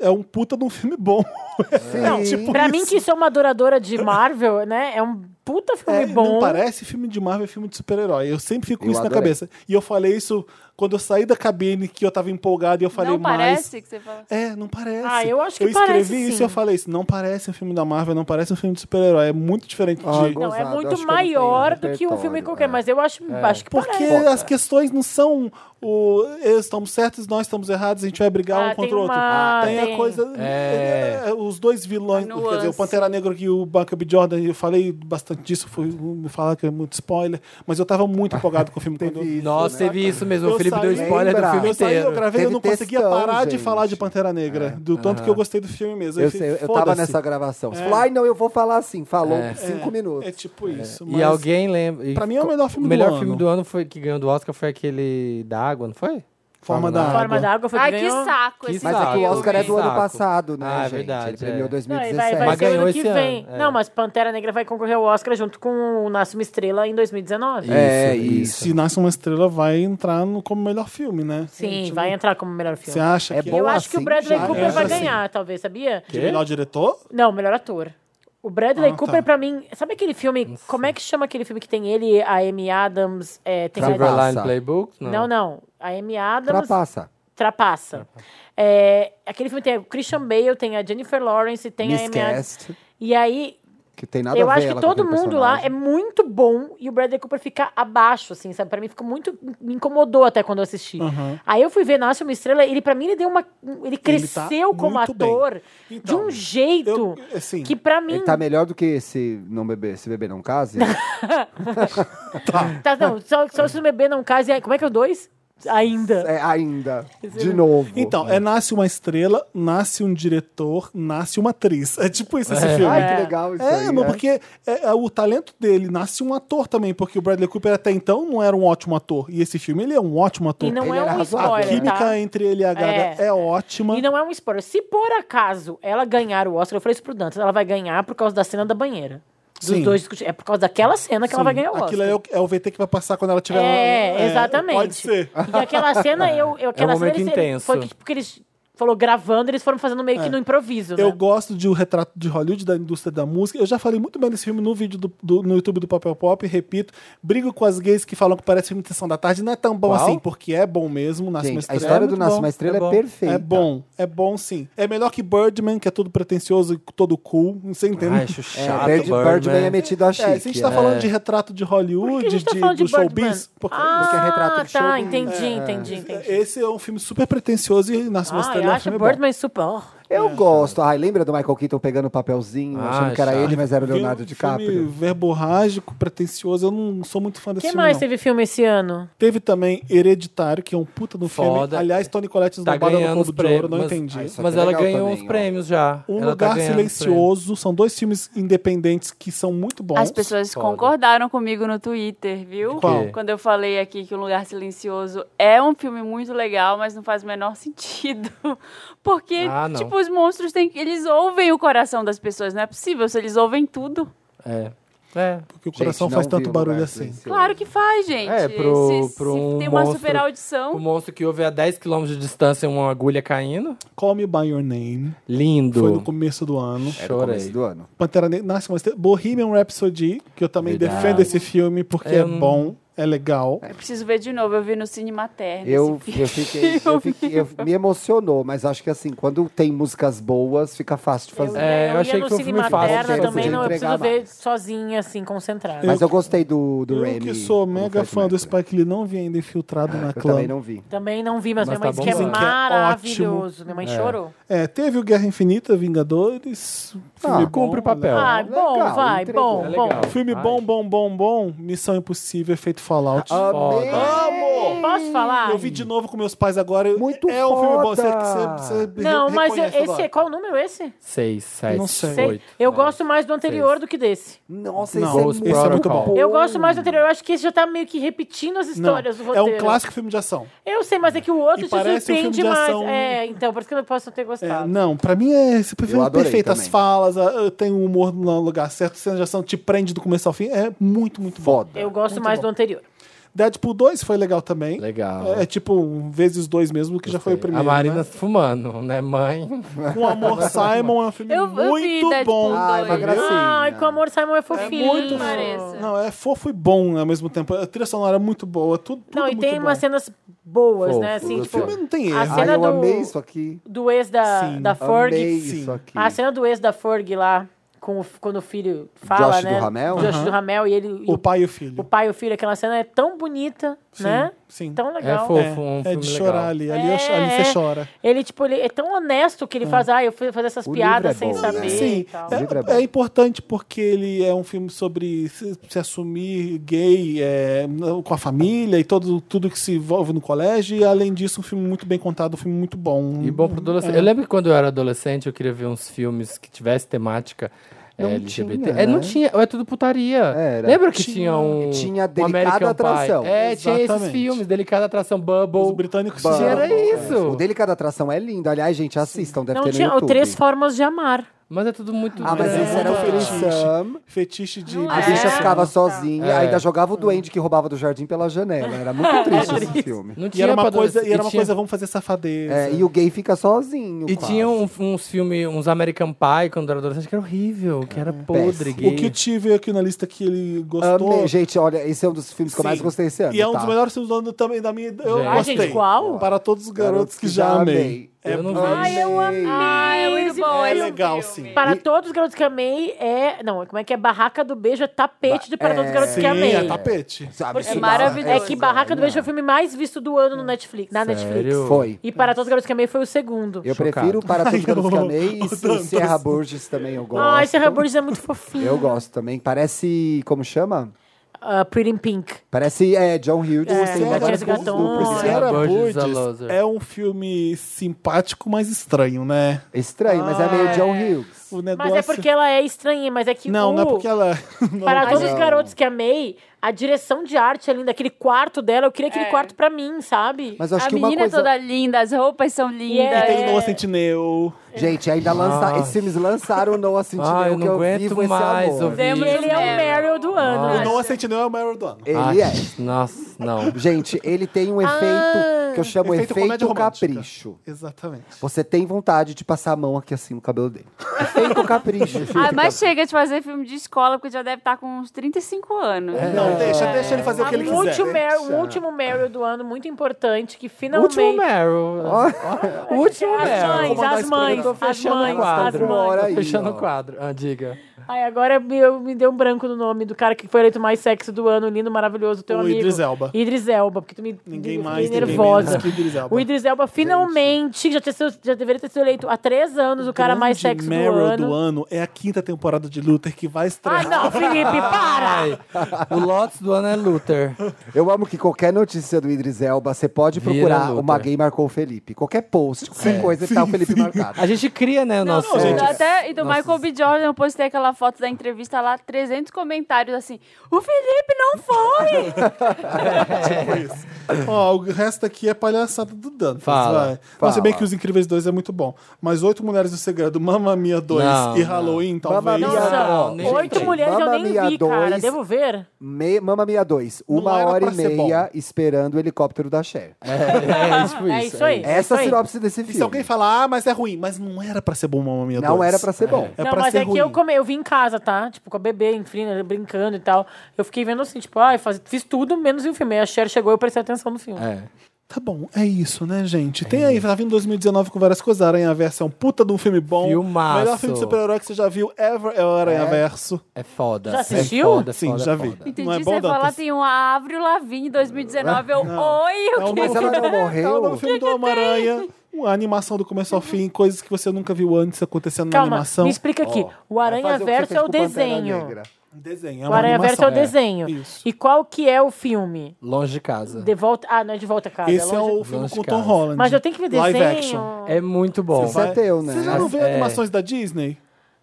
é, é um puta de um filme bom. lindo. Não, Sim. tipo Pra isso. mim, que sou uma adoradora de Marvel, né? É um puta filme É, bom. Não parece filme de Marvel, é filme de super-herói. Eu sempre fico com Eu isso na adorei. cabeça. E eu falei isso quando eu saí da cabine, que eu tava empolgado e eu falei Não mais. parece que você falou. É, não parece. Ah, eu acho que Eu escrevi parece, isso sim. e eu falei isso. Não parece um filme da Marvel, não parece um filme de super-herói. É muito diferente Ah, de. agora- Não, é Ousado, acho muito que eu não tenho maior do que um repertório, filme qualquer, é. mas eu acho, acho que Porque parece. as questões não são o eles estamos certos, nós estamos errados, a gente vai brigar Ah, um tem contra o outro. uma- tem, a tem. coisa. É. é, Os dois vilões, A quer dizer, o nuance. Pantera Negro e o Michael B. Jordan, eu falei bastante disso, fui me falar que é muito spoiler, mas eu tava muito empolgado com o filme. quando eu- Teve isso, Nossa, né? teve isso mesmo. Eu o Felipe Felipe deu spoiler do Lembra? filme Eu saí, eu inteiro. gravei, eu Teve não conseguia textão, parar de gente. falar de Pantera Negra. Do tanto que eu gostei do filme mesmo. Eu, fi- sei, eu tava foda-se. nessa gravação. Você falou, ai não, eu vou falar assim. Falou É. cinco É, minutos. É tipo isso. E mas- alguém lembra. e Pra mim é o ficou- melhor filme o do melhor ano. filme do ano foi, que ganhou do Oscar foi aquele da água, não foi? Forma da água. Forma d'água foi Ai, que que ganhou. saco Que esse Mas é que saco, o filme. Oscar é do ano saco. passado, né, Ah, é gente? verdade, Ele premiou é. Não, e vai, vai Mas 2017. ser ganhou ano que esse vem. ano, é. Não, mas Pantera Negra vai concorrer ao Oscar junto com o Nasce Uma Estrela em 2019. Isso, É, isso. Se Nasce Uma Estrela vai entrar no, como melhor filme, né? Sim, vai entrar como melhor filme. Você acha É que bom Eu é acho que o assim, Bradley já Cooper é. vai Assim. ganhar, talvez, sabia? de melhor diretor? Não, melhor ator. O Bradley Ah, Cooper, tá. pra mim, sabe aquele filme? Como é que chama aquele filme que tem ele, a Amy Adams? É, tem Trapaça. a... Silverline Playbook? Não. Não, não. A Amy Adams Trapassa. trapaça. É, aquele filme tem o Christian Bale, tem a Jennifer Lawrence, tem a Amy Adams. Miscast, E aí, que tem nada eu a ver acho ela que com todo aquele mundo lá é personagem. muito bom e o Bradley Cooper fica abaixo, assim, sabe? Pra mim ficou muito. Me incomodou até quando eu assisti. Uhum. Aí eu fui ver Nasce uma Estrela, ele pra mim ele deu uma. Ele tá cresceu como muito bem. ator de Então, um jeito eu- assim, que pra mim. Ele tá melhor do que se não beber, se beber não case. Tá, não, só, só se o bebê não case. Como é que é o dois? Ainda. é, ainda. De novo. Então, é Nasce Uma Estrela, Nasce um diretor, Nasce uma atriz. É tipo isso esse filme. Ai, que legal isso aí. É, mas né? porque é, é, o talento dele nasce um ator também, porque o Bradley Cooper até então não era um ótimo ator. E esse filme ele é um ótimo ator. E não Ele é um era razoável, a spoiler. né? química tá? entre ele e a Gaga é, É. ótima. E não é um spoiler. Se por acaso ela ganhar o Oscar, eu falei isso pro Dantas, ela vai ganhar por causa da cena da banheira. Dos Sim. dois discutindo. É por causa daquela cena que ela vai ganhar o Oscar. Aquilo é o, é o VT que vai passar quando ela tiver lá. É, exatamente. Pode ser. E aquela cena, eu, É um eu aquela cena momento eles, intenso. foi que, tipo, que eles falou gravando, eles foram fazendo meio que no improviso, É. Eu né? gosto de o retrato de Hollywood, da indústria da música. Eu já falei muito bem desse filme no vídeo do, do- no YouTube do Papel Pop, repito. Brigo com as gays que falam que parece filme de sessão da tarde. Não é tão bom Qual? assim, porque é bom mesmo. Nasce uma Gente, a estrela. história é do muito Nasce bom. uma Estrela É é, bom. perfeita. É bom, é bom sim. É melhor que Birdman, que é todo pretencioso e todo cool. Não sei entender. Ai, acho É, chato. Bird, Birdman. Birdman. é metido a É, se chique. a gente tá né? falando de retrato de Hollywood, Por que a gente tá de- falando de do Birdman? showbiz, porque ah, porque é retrato de tá, showbiz. entendi, entendi, entendi. É. esse é um filme super pretencioso e Nasce uma ah, Estrela eu é um acho filme bom. Birdman super... oh. É, Eu gosto. Ai, lembra do Michael Keaton pegando o papelzinho, Ah, achando que era chato. ele, mas era o Leonardo Filme- DiCaprio? Filme verborrágico, pretencioso, eu não sou muito fã desse Quem filme, mais não. teve filme esse ano? Teve também Hereditário, que é um puta do filme. Foda. Aliás, Tony Collette Tá esnobada no ganhando os Globo de Ouro, prêmios. não mas- Ah, entendi. Ai, só Mas que é ela legal ganhou também, uns ó. prêmios já. Um Ela tá Lugar ganhando os Silencioso, são dois filmes independentes que são muito bons. As pessoas Foda. concordaram comigo no Twitter, viu? Qual? Quando eu falei aqui que O Lugar Silencioso é um filme muito legal, mas não faz o menor sentido. Porque, Ah, não. tipo, os monstros têm. Eles ouvem o coração das pessoas, não é possível. Se eles ouvem tudo. prêmios. É. É. Porque o coração Gente, faz não tanto viu barulho Lugar assim. Silencioso. Claro que faz, gente. É, pro- se, pro se um tem uma monstro- super audição. Então- O monstro que ouve a 10km de distância uma agulha caindo. Call Me By Your Name. Lindo. Foi no começo do ano. É do começo Chorei. do ano. Pantera Negra, Nasce uma Estrela, Bohemian Rhapsody, que eu também Verdade. defendo esse filme porque é, É um- bom, é legal. Eu preciso ver de novo, eu vi no Cine Materno. Eu, esse eu fiquei. Eu fiquei eu, me emocionou, mas acho que assim, quando tem músicas boas, fica fácil de fazer. É, eu ia achei no que o Cine filme fácil Materna de também, fazer. não, eu preciso Entregar ver mais. sozinha, assim, concentrada. Mas eu gostei do, do eu Remy. que sou do mega Fred fã do Mercury. Spike Lee, não vi ainda Infiltrado na Ah, Eu Clã. também não vi. Também não vi, mas, Mas minha mãe tá disse que é bombando. Dizem que é maravilhoso. minha mãe chorou. É, teve o Guerra Infinita, Vingadores. Filme Ah, bom, né? Cumpre o papel. É. legal. Ah, Legal, bom, vai, entregou. bom, É bom. legal. Filme Ai. bom, bom, bom, bom. Missão Impossível, efeito Fallout. Ah. Foda. Amei! Posso falar? Eu vi de novo com meus pais agora. Muito é um filme bom. Você, foda. você, você Não, re- mas reconhece esse é. agora. Ah, Qual o número esse? 6, 7, Não sei. Sei. 8. eu gosto mais do anterior do que desse. Nossa, Não, esse, esse é, é muito muito bom. bom. Eu gosto mais do anterior. Eu acho que esse já tá meio que repetindo as Não, histórias do é roteiro. um clássico filme de ação. Eu sei, mas é que o outro E te parece um filme surpreende de mais. ação. É, então, por isso que eu não posso ter É, gostado. não, pra mim é esse filme adorei perfeito. As também. falas, a- a- tem o humor no lugar certo, cena de ação te prende do começo ao fim. É muito, muito bom. Foda. eu gosto Muito mais bom. do anterior. Deadpool 2 foi legal também. Legal. É, é tipo um vezes dois mesmo, que já foi o primeiro. A Marina né? fumando, né, mãe? Com Amor Simon é um filme Eu- eu vi muito Deadpool bom. dois. Ai, uma gracinha. Ai, com o amor, Simon é fofinho. muito fofo. Não, é fofo e bom ao mesmo tempo. A trilha sonora é muito boa, tudo, tudo Não, e muito tem bom. umas cenas boas, Fofo, né? Assim, do O tipo, filme é não tem a erro. cena- Ai, eu do- amei isso aqui. do ex da, Sim. da Ferg. Amei sim. isso aqui. A cena do ex da Ferg lá, com o- quando o filho fala, Josh né? do Ramel? Josh Aham. do Ramel e ele. e O o, pai e o o filho. pai e o filho, aquela cena é tão bonita, Sim, né? sim. Tão legal. É fofo. é, um é filme de legal. chorar ali. Ali, É, eu- ali é. você chora. Ele, tipo, ele é tão honesto que ele faz, ah, eu fui fazer essas O livro piadas é sem bom, né? saber. Sim, E tal. é- O livro é bom. é, importante porque ele é um filme sobre se, se assumir gay é, não- com a família e todo, tudo que se envolve no colégio. E além disso, um filme muito bem contado, um filme muito bom. E bom pro É. adolescente. Eu lembro que quando eu era adolescente, eu queria ver uns filmes que tivesse temática eh, Não LGBT. tinha, é, não né? tinha, é tudo putaria. Era. Lembra que Tinha. tinha, um. Tinha um Delicada American Atração. Pie? É, tinha esses Exatamente. filmes, Delicada Atração, Os Bubble. britânicos Bubble. fizeram- Era isso. O dele cada atração é lindo. Aliás, gente, assistam, deve é Não ter no tinha o YouTube. Três Formas de Amar. Mas é tudo muito. Ah, mas é. esse era o Fetiche. threesome. Fetiche de. Não A É. bicha ficava sozinha, É. ainda jogava o duende que roubava do jardim pela janela. Era muito triste esse filme. Não E tinha era uma pra coisa, e era uma tinha- coisa, vamos fazer safadeza. É, e o gay fica sozinho. E quase. tinha um- uns filmes, uns American Pie, quando eu era adolescente, que era horrível, que era podre, É. Péssimo. gay. O que eu tive aqui na lista que ele gostou. Amei, gente, olha, esse é um dos filmes que eu mais Sim. gostei esse ano. E é um tá? dos melhores filmes do ano também da minha. Eu Gente. Ah, gostei. gente, qual? Para todos os garotos que já amei. Eu não vi. Ai, eu amei. Ah, é muito bom. É esse legal, filme. sim. Para todos os garotos que amei é. Não, como é que é? Barraca do Beijo é tapete do Para Todos os Garotos Sim, que amei. é tapete. Sabe, É isso dá- maravilhoso. É que Barraca do Beijo foi o filme mais visto do ano no Netflix, na Netflix. Sério? Foi. E Para Todos os Garotos que amei foi o segundo. Eu Chocado. prefiro Para Todos os Garotos que Ai, eu- amei o e se- Dantas. Serra Burgess também eu gosto. Ah, esse Burgess é muito fofinho. Eu gosto também. Parece, como chama? Ah, Pretty in Pink. Parece é, John Hughes. É, tem Serra várias duplas. Burgess Gaton. Se era Sarah Burgess, Burgess, a loser. é um filme simpático, mas estranho, né? Estranho, mas é meio John Hughes. O Mas negócio. é porque ela é estranha, mas é que Não, o... não é porque ela. Para todos os não. garotos que amei, a direção de arte ali daquele quarto dela, eu queria aquele É. quarto pra mim, sabe? Mas eu acho a que uma menina coisa... é toda linda, as roupas são lindas. é- Tem Noah Centineo. Gente, ainda lança... esses filmes lançaram o Noah Centineo, Ah, eu que não eu aguento vivo mais esse amor. ouvir. Temos E ele é o Meryl do ano. Ah. O né? Noah Centineo é o Meryl do ano. Ele Ai, é. Ah, Nossa, não. Gente, ele tem um efeito que eu chamo Efeito efeito, comédia romântica. capricho. Exatamente. Você tem vontade de passar a mão aqui assim no cabelo dele. Efeito capricho. Ah, mas chega de fazer filme de escola, porque já deve estar com uns 35 anos. É. Não, deixa, deixa ele fazer o Ah, que ele um, quiser. último Meryl, um último Meryl do ano muito importante, que finalmente... Último Meryl. Ó, Último As Meryl. mães, Comandar as esse programa. mães, Tô as fechando mães, o as quadro. mães. Bora aí, Tô fechando ó. o quadro. Ah, diga. Ai, agora me, eu- me deu um branco no nome do cara que foi eleito mais sexy do ano, lindo, maravilhoso, teu O amigo. Idris Elba. Idris Elba, porque tu me Ninguém me- mais, fiquei ninguém nervosa. menos que Idris Elba. O Idris Elba finalmente, já, tinha sido- já deveria ter sido eleito há três anos o cara mais Grande sexy do Meryl ano. do ano é a quinta temporada de Luther que vai Ai, estrear. não, Felipe, para! Ai, o Lotus do ano é Luther. Eu amo que qualquer notícia do Idris Elba, você pode Vira procurar luta. uma gay marcou o Felipe. Qualquer post, qualquer coisa, tá o Felipe marcado. A gente cria, né, o nosso... não, gente. Até, e do Michael B. Jordan, eu postei aquela foto da entrevista lá, 300 comentários assim, o Felipe não foi! É, tipo Ó, o resto aqui é palhaçada do Dantas, Fala, vai. Não, se bem fala. que Os Incríveis 2 é muito bom. Mas Oito Mulheres do Segredo, Mamma Mia 2 Não, e não. Halloween, Mamma talvez. Mia, é um Nossa, Não, nem oito gente. mulheres eu Mamma nem Mia vi, cara. dois. Devo ver? Me, Mama Mia 2, uma era hora pra e ser meia esperando o helicóptero da Cher. É, tipo É isso aí. Essa é isso a aí. sinopse desse E filme. se alguém falar, ah, mas é ruim. Mas não era pra ser bom Mamma Mia 2. Não era pra ser bom. É não, pra mas ser é ruim. que eu, come, eu vim em casa, tá? Tipo, com a bebê, enfim, né, brincando e tal. Eu fiquei vendo assim, tipo, ai, faz- fiz tudo menos vi o filme. Aí a Cher chegou e eu prestei atenção no filme. É. Tá bom, é isso, né, gente? É Tem aí, tá vindo 2019 com várias coisas. Aranha Verso é um puta de um filme bom. Filmaço. Melhor filme de super-herói que você já viu ever é o Aranha Verso. É foda. Já assistiu? É foda, Sim, foda, já foda. vi. Entendi, não é bom, você falar, Dantas? tem uma Avril Lavigne 2019, eu, oi, É o uma- que Mas ela não É o novo morreu? filme do Homem-Aranha, a animação do começo ao fim, coisas que você nunca viu antes acontecendo na Calma, animação. me explica aqui. o Aranha Vai fazer que você Verso fez é o com Pantera desenho. Negra. Desenho, é O uma Aranha Verso é o animação. desenho. Isso. E qual que é o filme? Longe de casa. De volta. Ah, não é de volta, cara. Esse é longe- o filme Longe com o de Tom casa. Holland. Mas eu tenho que ver Live desenho. action. É muito bom. Isso é teu, né? Você já não vê É. animações da Disney?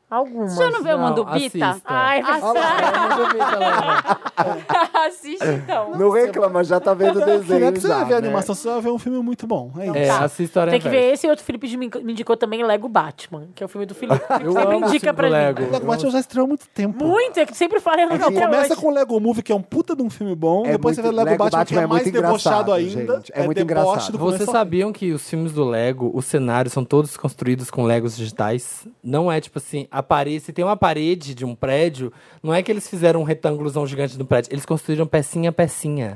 Algumas. Você já não vê o Não, Mandubita? assista. Ai, Assista, É Muito bonita, Laura. assiste então. Não reclama, já tá vendo o Você não desenho. precisa já, ver né? animação, você vai ver um filme muito bom. É isso. É, Tá. assista a Aranha Tem que ver Verso. esse e outro Felipe de- me indicou também Lego Batman, que é o filme do Felipe. que Eu sempre amo o indica filme pra do mim. Lego. Lego Batman já estreou há muito tempo. Muito, é que sempre fala eu não Não, até começa hoje. com o Lego Movie, que é um puta de um filme bom. É depois você muito- vê Lego, Lego Batman, que é Batman é mais muito debochado engraçado, ainda. gente. É muito deboche engraçado. do começo Vocês ao sabiam que os filmes do Lego, os cenários são todos construídos com Legos digitais? Não é tipo assim, a parede, se tem uma parede de um prédio, não é que eles fizeram um retângulozão gigante no prédio, eles construíram pecinha a pecinha.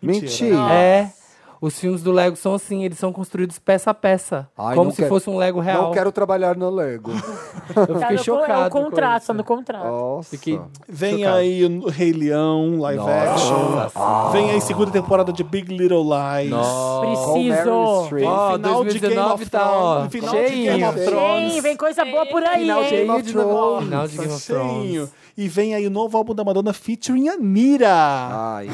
Mentira. Mentira. É. Os filmes do Lego são assim, eles são construídos peça a peça. Ai, como não se quero- fosse um Lego real. Não quero trabalhar no Lego. Eu Tá fiquei no, con- é chocado. o contrato, tá com no isso. contrato. Nossa. Fiquei Vem chocado. Ah. aí o Rei Leão, live action. Vem aí segunda temporada de Big Little Lies. Nossa. Ah, Com Meryl Preciso. Streep. Ó, final de Game 2019 of tá, ó, Thrones. Final de Game cheinho. of Thrones. Vem, vem coisa boa por aí, Final de hein? Game É Game of of Thrones. Thrones. Final de Game of Cheinho. Thrones. E vem aí o novo álbum da Madonna featuring a Nira. Ai.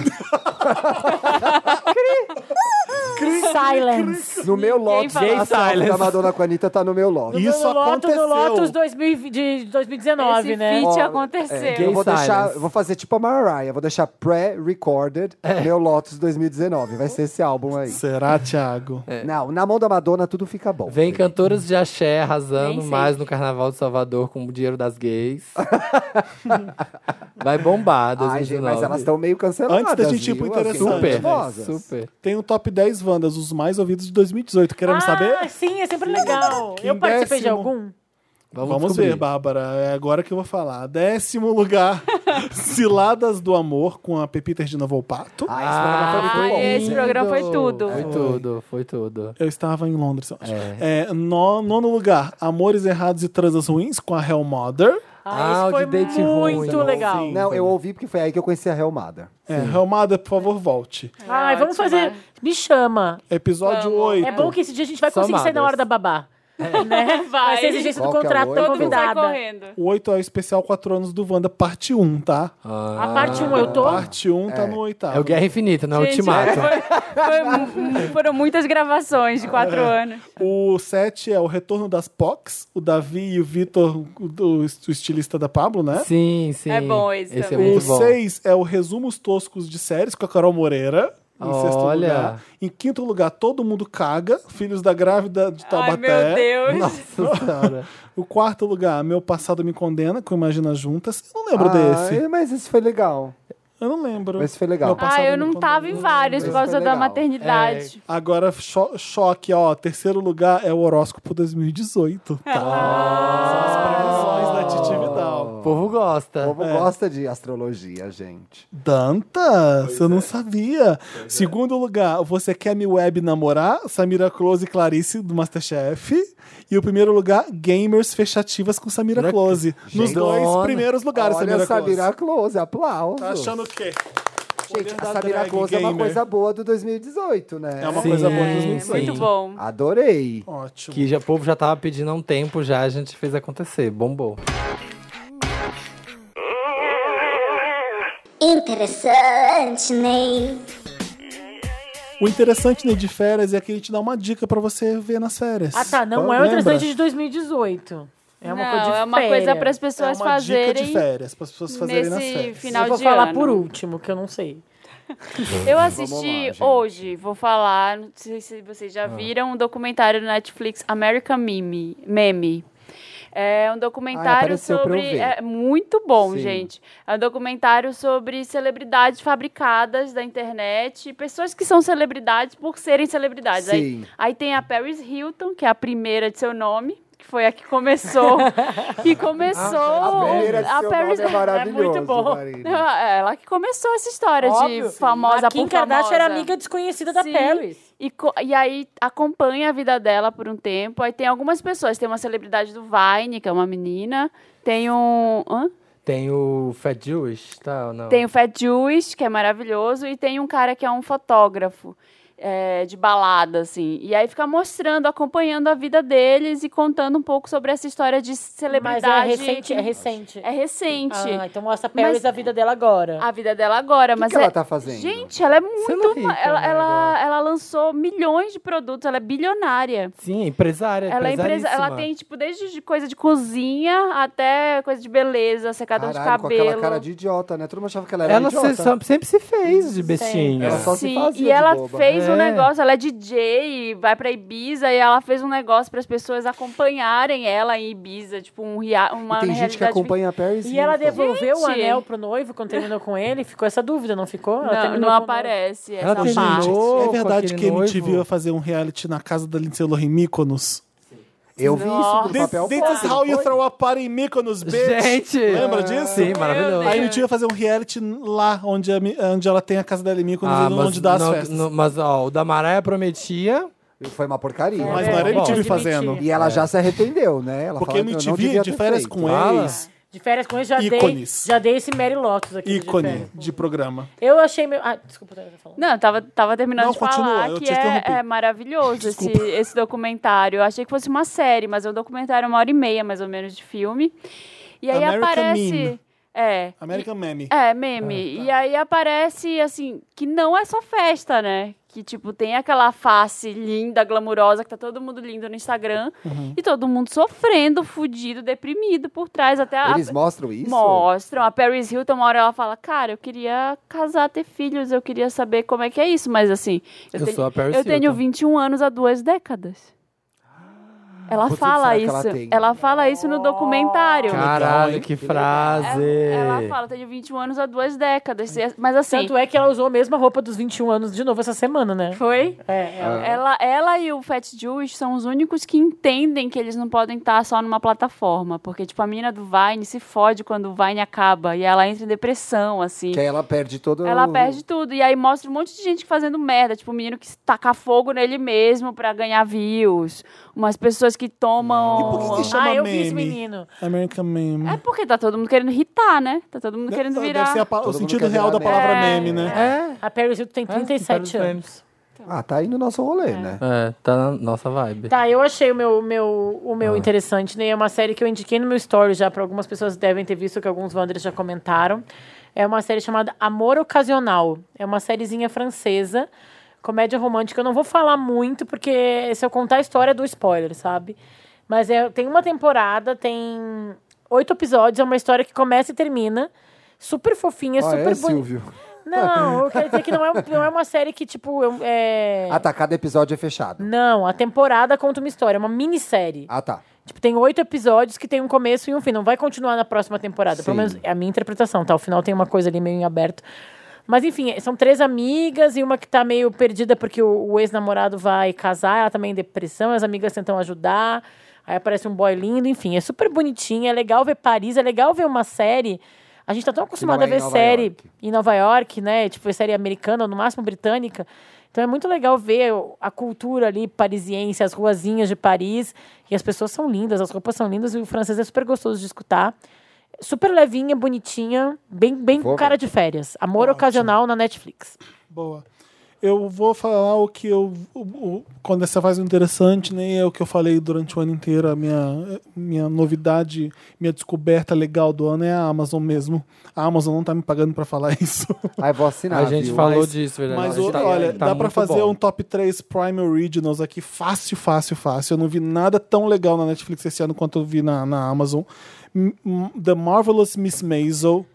Silence. No meu Lotus, fala. a selfie Silence. da Madonna com a Anitta tá no meu Lotus. Isso no Lotus, aconteceu. no Lotus 2020 de 2019, Esse né? feat Ó, aconteceu. é, Eu gay- vou, Silence. deixar, eu vou fazer tipo a Mariah, vou deixar pré-recorded É. meu Lotus 2019. Vai ser esse álbum aí. Será, Thiago? É. Não, na mão da Madonna tudo fica bom. Vem cantoras de axé Nem arrasando sei. mais no Carnaval de Salvador com o dinheiro das gays. Vai bombar Ai, gente, 2019. mas elas estão meio canceladas. Antes da gente ir pro viu? Elas são interessante. super, famosas. super. Tem o top 10 Wandas, os mais ouvidos de 2018. Queremos saber? Ah, sim, é sempre legal. Que Eu participei de décimo. algum? Vamos, Vamos descobrir. ver, Bárbara. É agora que eu vou falar. Décimo lugar, Ciladas do Amor, com a Pepita Regina Volpato. Ah, esse programa foi muito Ah, bom. esse programa foi tudo. Foi tudo, foi tudo. Eu estava em Londres, eu acho. É, no- nono lugar, Amores Errados e Transas Ruins, com a Hell Mother. Ah, Ah, o isso de foi date ruim, muito não, legal. sim. Não, eu ouvi porque foi aí que eu conheci a Real Mother. É, Hell Mother, por favor, volte. É, Ai, vamos Ótima. fazer. Me chama. Episódio 8. É bom que esse dia a gente vai Só conseguir sair na madas. hora da babá. Né? Vai ser exigência do Qual que é o contrato da oito? Ah, Todo mundo sai convidada. correndo. O 8 é o especial 4 anos do Wanda, parte 1, tá? A parte 1 eu tô. Parte 1 tá no oitavo. Ah, É o Guerra Infinita, não é o Ah, Gente, Ultimato. foi- foi mu- foram muitas gravações de quatro anos. O 7 é o Retorno das Pox, o Davi e o Vitor, o, do- o estilista da Pablo, né? Sim, sim. É bom esse Esse é também. O muito bom. 6 é o Resumos Toscos de Séries, com a Carol Moreira. Em sexto Olha. lugar. Em quinto lugar, Todo Mundo Caga, Filhos da Grávida de Taubaté. Ai, meu Deus. Nossa senhora. O quarto lugar, Meu Passado Me Condena, com Imagina Juntas. Eu não lembro Ah, desse. é, Mas esse foi legal. Eu não lembro. Mas foi legal. Meu Passado Ah, eu Me não Condena. tava em vários por Esse causa foi da legal. maternidade. Agora, cho- choque, ó. Terceiro lugar é o horóscopo 2018. Tá? Ah. São as previsões da Titi Vidal. O povo gosta. O povo gosta de astrologia, gente. Danta, você é. não sabia. Segundo lugar, você quer me web namorar? Samira Close e Clarice do Masterchef. E o primeiro lugar, gamers fechativas com Samira Dra- Close. Nos dois Dona. primeiros lugares, Olha Samira, a Sabira Close. Close, aplauso. Tá achando o quê? Gente, Poder da a Sabira drag Close é uma gamer. coisa boa do 2018, né? É uma Sim, coisa boa de É, 2006. muito bom. Adorei. Ótimo. Que já, o povo já tava pedindo há um tempo já, a gente fez acontecer. Bombou. Interessante, Ney. O interessante né, de férias é que ele te dá uma dica pra você ver nas férias. Ah, tá. Não é o Lembra? interessante de 2018. É uma Não, coisa de é uma coisa para as É uma pessoas dica de fazerem férias, para as pessoas fazerem nas nesse férias. final Eu vou de falar ano. por último, que eu não sei. Eu lá, assisti gente. Ah. hoje, vou falar, não sei se vocês já viram, um documentário no Netflix, American Meme. Meme. É um Ah, documentário apareceu pra eu sobre. ver. É muito bom, Sim. gente. É um documentário sobre celebridades fabricadas da internet, pessoas que são celebridades por serem celebridades. Aí Sim. Aí tem a Paris Hilton, que é a primeira de seu nome, que foi a que começou. que começou. A primeira de Oh, a seu Paris- nome é maravilhoso, muito bom. Marina. Não, é Ela que começou essa história Óbvio. de famosa a Kim por Kardashian era famosa. amiga desconhecida da é Sim. Paris. E, co- e aí acompanha a vida dela por um tempo. Aí tem algumas pessoas. Tem uma celebridade do Vine, que é uma menina. Tem um. hã? Tá. Tem o Fat Jewish, tá ou não? Tem o Fat Jewish, que é maravilhoso, e tem um cara que é um fotógrafo é, de balada, assim. E aí fica mostrando, acompanhando a vida deles e contando um pouco sobre essa história de Mas celebridade. é recente, que- é recente. É recente. Ah, então mostra a Paris Mas- a vida dela agora. A vida dela agora, O que, mas que ela é- tá fazendo? Gente, ela é muito. rica, né, ela, ela, agora. ela lançou milhões de produtos, ela é bilionária. Sim, empresária. Ela é empresa, ela empresaríssima. tem tipo desde de coisa de cozinha até coisa de beleza, secador Caralho, de com tá cabelo. aquela cara de idiota, né? Todo mundo achava que ela era Ela idiota. se- só- sempre se fez de bestinha. Ela só se Sim, fazia e de ela boba. fez um É. negócio, ela é DJ, vai pra Ibiza e ela fez um negócio para as pessoas acompanharem ela em Ibiza, tipo um rea, uma E tem gente que realidade acompanha a Paris E ela Hilton. devolveu o Gente! anel pro noivo quando terminou com ele? Ficou essa dúvida, não ficou? Ela Não, terminou não com o noivo. aparece Ela essa terminou parte. com É verdade aquele que a MTV noivo. ia fazer um reality na casa da Lindsay Lohan em Mykonos? Eu vi isso Nossa. do This, papel. this pop, is how não you foi? throw a party in Mykonos, bitch. Gente! Lembra disso? Sim, Meu maravilhoso. Aí a Deus. gente ia fazer um reality lá, onde, a mi- onde ela tem a casa dela em Mykonos, Ah, mas, onde dá as não- festas. não- mas, ó, o da Maraia prometia. Foi uma porcaria. mas não era É, MTV bom. fazendo. E ela já se arrependeu, né? Ela Porque fala, "Eu não MTV, devia é de ter férias feito." com Fala. ex, De férias com eles, já Ícones. dei, já dei esse Mary Lotus aqui. de ícone férias. de programa. Eu achei meu. Ah, desculpa, eu tava falando. Não, eu tava, tava terminando Não, de continua, falar eu que te é, interrompi. é maravilhoso esse, esse documentário. Eu achei que fosse uma série, mas é um documentário uma hora e meia, mais ou menos, de filme. E aí American aparece. Meme. tá. É. American Meme. É, meme. E aí aparece, assim, que não é só festa, né? Que, tipo, tem aquela face linda, glamurosa, que tá todo mundo lindo no Instagram. Uhum. E todo mundo sofrendo, fudido, deprimido por trás. Até Ah, a, Eles mostram isso? Mostram. A Paris Hilton, uma hora ela fala, cara, eu queria casar, ter filhos, eu queria saber como é que é isso. Mas assim, eu, Eu tenho, sou tá? a Paris eu tenho Hilton. 21 anos há duas décadas. Ela Quantos fala anos será isso. que Ela, ela tem? fala isso no documentário. Caralho, que frase! Ela fala, eu tenho 21 anos há duas décadas. Mas assim, Tanto é que ela usou a mesma roupa dos 21 anos de novo essa semana, né? foi? Ah. É, ela- Ela, ela e o Fat Jewish são os únicos que entendem que eles não podem estar só numa plataforma. Porque, tipo, a menina do Vine se fode quando o Vine acaba. E ela entra em depressão, assim. Que é aí ela perde todo Ela o- perde tudo. E aí mostra um monte de gente fazendo merda. Tipo, um menino que taca fogo nele mesmo pra ganhar views. Umas pessoas que tomam. E por que que chama ah, eu vi esse meme? menino. American Meme. É porque tá todo mundo querendo irritar, né? Tá todo mundo Deve- querendo deve virar. ser a pa- o Todo mundo sentido quer real da virar palavra meme, meme. né? É. A Paris Hilton tem para 37 os anos. memes. Ah, tá aí no nosso rolê, né? É, tá na nossa vibe. Tá, eu achei o meu, o meu, o Ah. meu interessante, né? É uma série que eu indiquei no meu story já, para algumas pessoas devem ter visto, que alguns Wanderers já comentaram. É uma série chamada Amor Ocasional. É uma sériezinha francesa, comédia romântica. Eu não vou falar muito, porque se eu contar a história é do spoiler, sabe? Mas é, tem uma temporada, tem oito episódios, é uma história que começa e termina. Super fofinha, Ah, super é, bonita. Silvio. Não, eu quero dizer que não é, não é uma série que, tipo, eu- é... Ah, tá. Cada episódio é fechado. Não, a temporada conta uma história, é uma minissérie. Ah, tá. Tipo, tem oito episódios que tem um começo e um fim. Não vai continuar na próxima temporada. Pelo Sim. menos é a minha interpretação, tá? O final tem uma coisa ali meio em aberto. Mas enfim, são três amigas e uma que tá meio perdida porque o, o ex-namorado vai casar, ela também em depressão, as amigas tentam ajudar. Aí aparece um boy lindo, enfim, é super bonitinha, é legal ver Paris, é legal ver uma série. A gente tá tão acostumado é a em ver Nova série York. em Nova York, né? Tipo, série americana, ou no máximo britânica. Então é muito legal ver o- a cultura ali parisiense, as ruazinhas de Paris. E as pessoas são lindas, as roupas são lindas e o francês é super gostoso de escutar. Super levinha, bonitinha, bem, bem Vou com cara de férias. Amor ocasional na Netflix. Boa. Eu vou falar o que eu. o- o- quando essa fase interessante, né? É o que eu falei durante o ano inteiro. A minha, minha novidade, minha descoberta legal do ano é a Amazon mesmo. A Amazon não tá me pagando pra falar isso. Aí vou assinar. a gente viu? falou Mas- disso, verdade. Mas A gente o- tá- olha, tá dá pra muito fazer bom. um top 3 Prime Originals aqui fácil, fácil, fácil. Eu não vi nada tão legal na Netflix esse ano quanto eu vi na, na Amazon. M- M- The Marvelous Miss Maisel.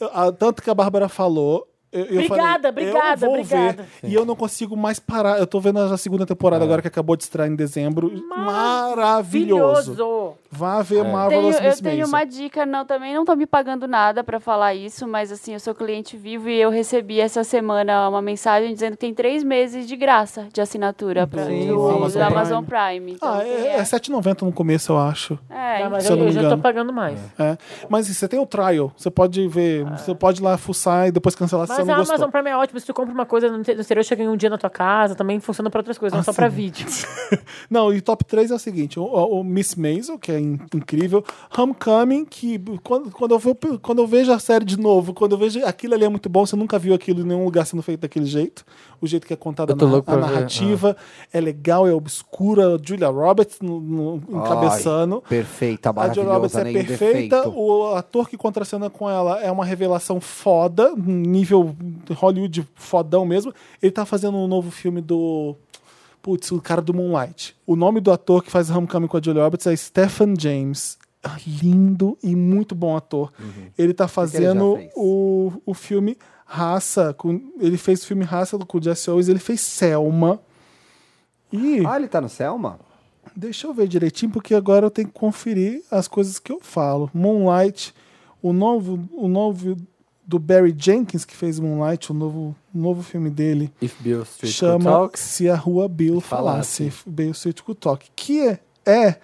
Eu- a- Tanto que a Bárbara falou. eu- eu Obrigada, falei, obrigada, eu vou obrigada. ver, e eu não consigo mais parar. Eu tô vendo a segunda É. temporada agora que acabou de estrear em dezembro. Maravilhoso. Maravilhoso. Vá ver É. Tenho- Marvelous eu Miss Maisel. tenho uma dica, não, também não estão me pagando nada pra falar isso, mas assim, eu sou cliente vivo e eu recebi essa semana uma mensagem dizendo que tem três meses de graça de assinatura pra, do, Sim, sim, do Amazon Amazon Prime. Então, Ah, assim, é, é R$7,90 no começo, eu acho. é, Ah, mas Se eu eu, não me eu já tô engano. pagando mais. É. Mas assim, você tem o trial, você pode ver, você pode ir lá fuçar e depois cancelar se Ah. Mas você a não gostou. Amazon Prime é ótimo. Se tu compra uma coisa no inte- no exterior, chega em um dia na tua casa, também funciona pra outras coisas, não só pra Assim. vídeo. Não, e top 3 é o seguinte: o, o Miss Maisel, que é in- incrível, Homecoming, que quando, quando, eu vou, quando eu vejo a série de novo, quando eu vejo aquilo ali é muito bom, você nunca viu aquilo em nenhum lugar sendo feito daquele jeito. O jeito que é contada Eu tô na- louco a pra ver, narrativa é legal, é obscura. Julia Roberts no, no- encabeçando. Ai, perfeita, A Julia maravilhosa. né? Roberts é nenhum perfeita, defeito. o ator que contracena com ela é uma revelação foda, nível Hollywood fodão mesmo. Ele tá fazendo um novo filme do. Putz, o cara do Moonlight. O nome do ator que faz Homecoming com a Julia Roberts é Stephen James. Ah, Lindo e muito bom ator. Uhum. Ele tá fazendo fez? o, o filme Raça. com- ele fez o filme Raça com o Jesse Owens, ele fez Selma. E Ah, ele tá no Selma? Deixa eu ver direitinho, porque agora eu tenho que conferir as coisas que eu falo. Moonlight, o novo, o novo do Barry Jenkins, que fez Moonlight, o novo, o novo filme dele, If Bill Street Could Talk. chama Se a Rua Bill Falasse, Falasse. Bill Street Could Talk, que é, é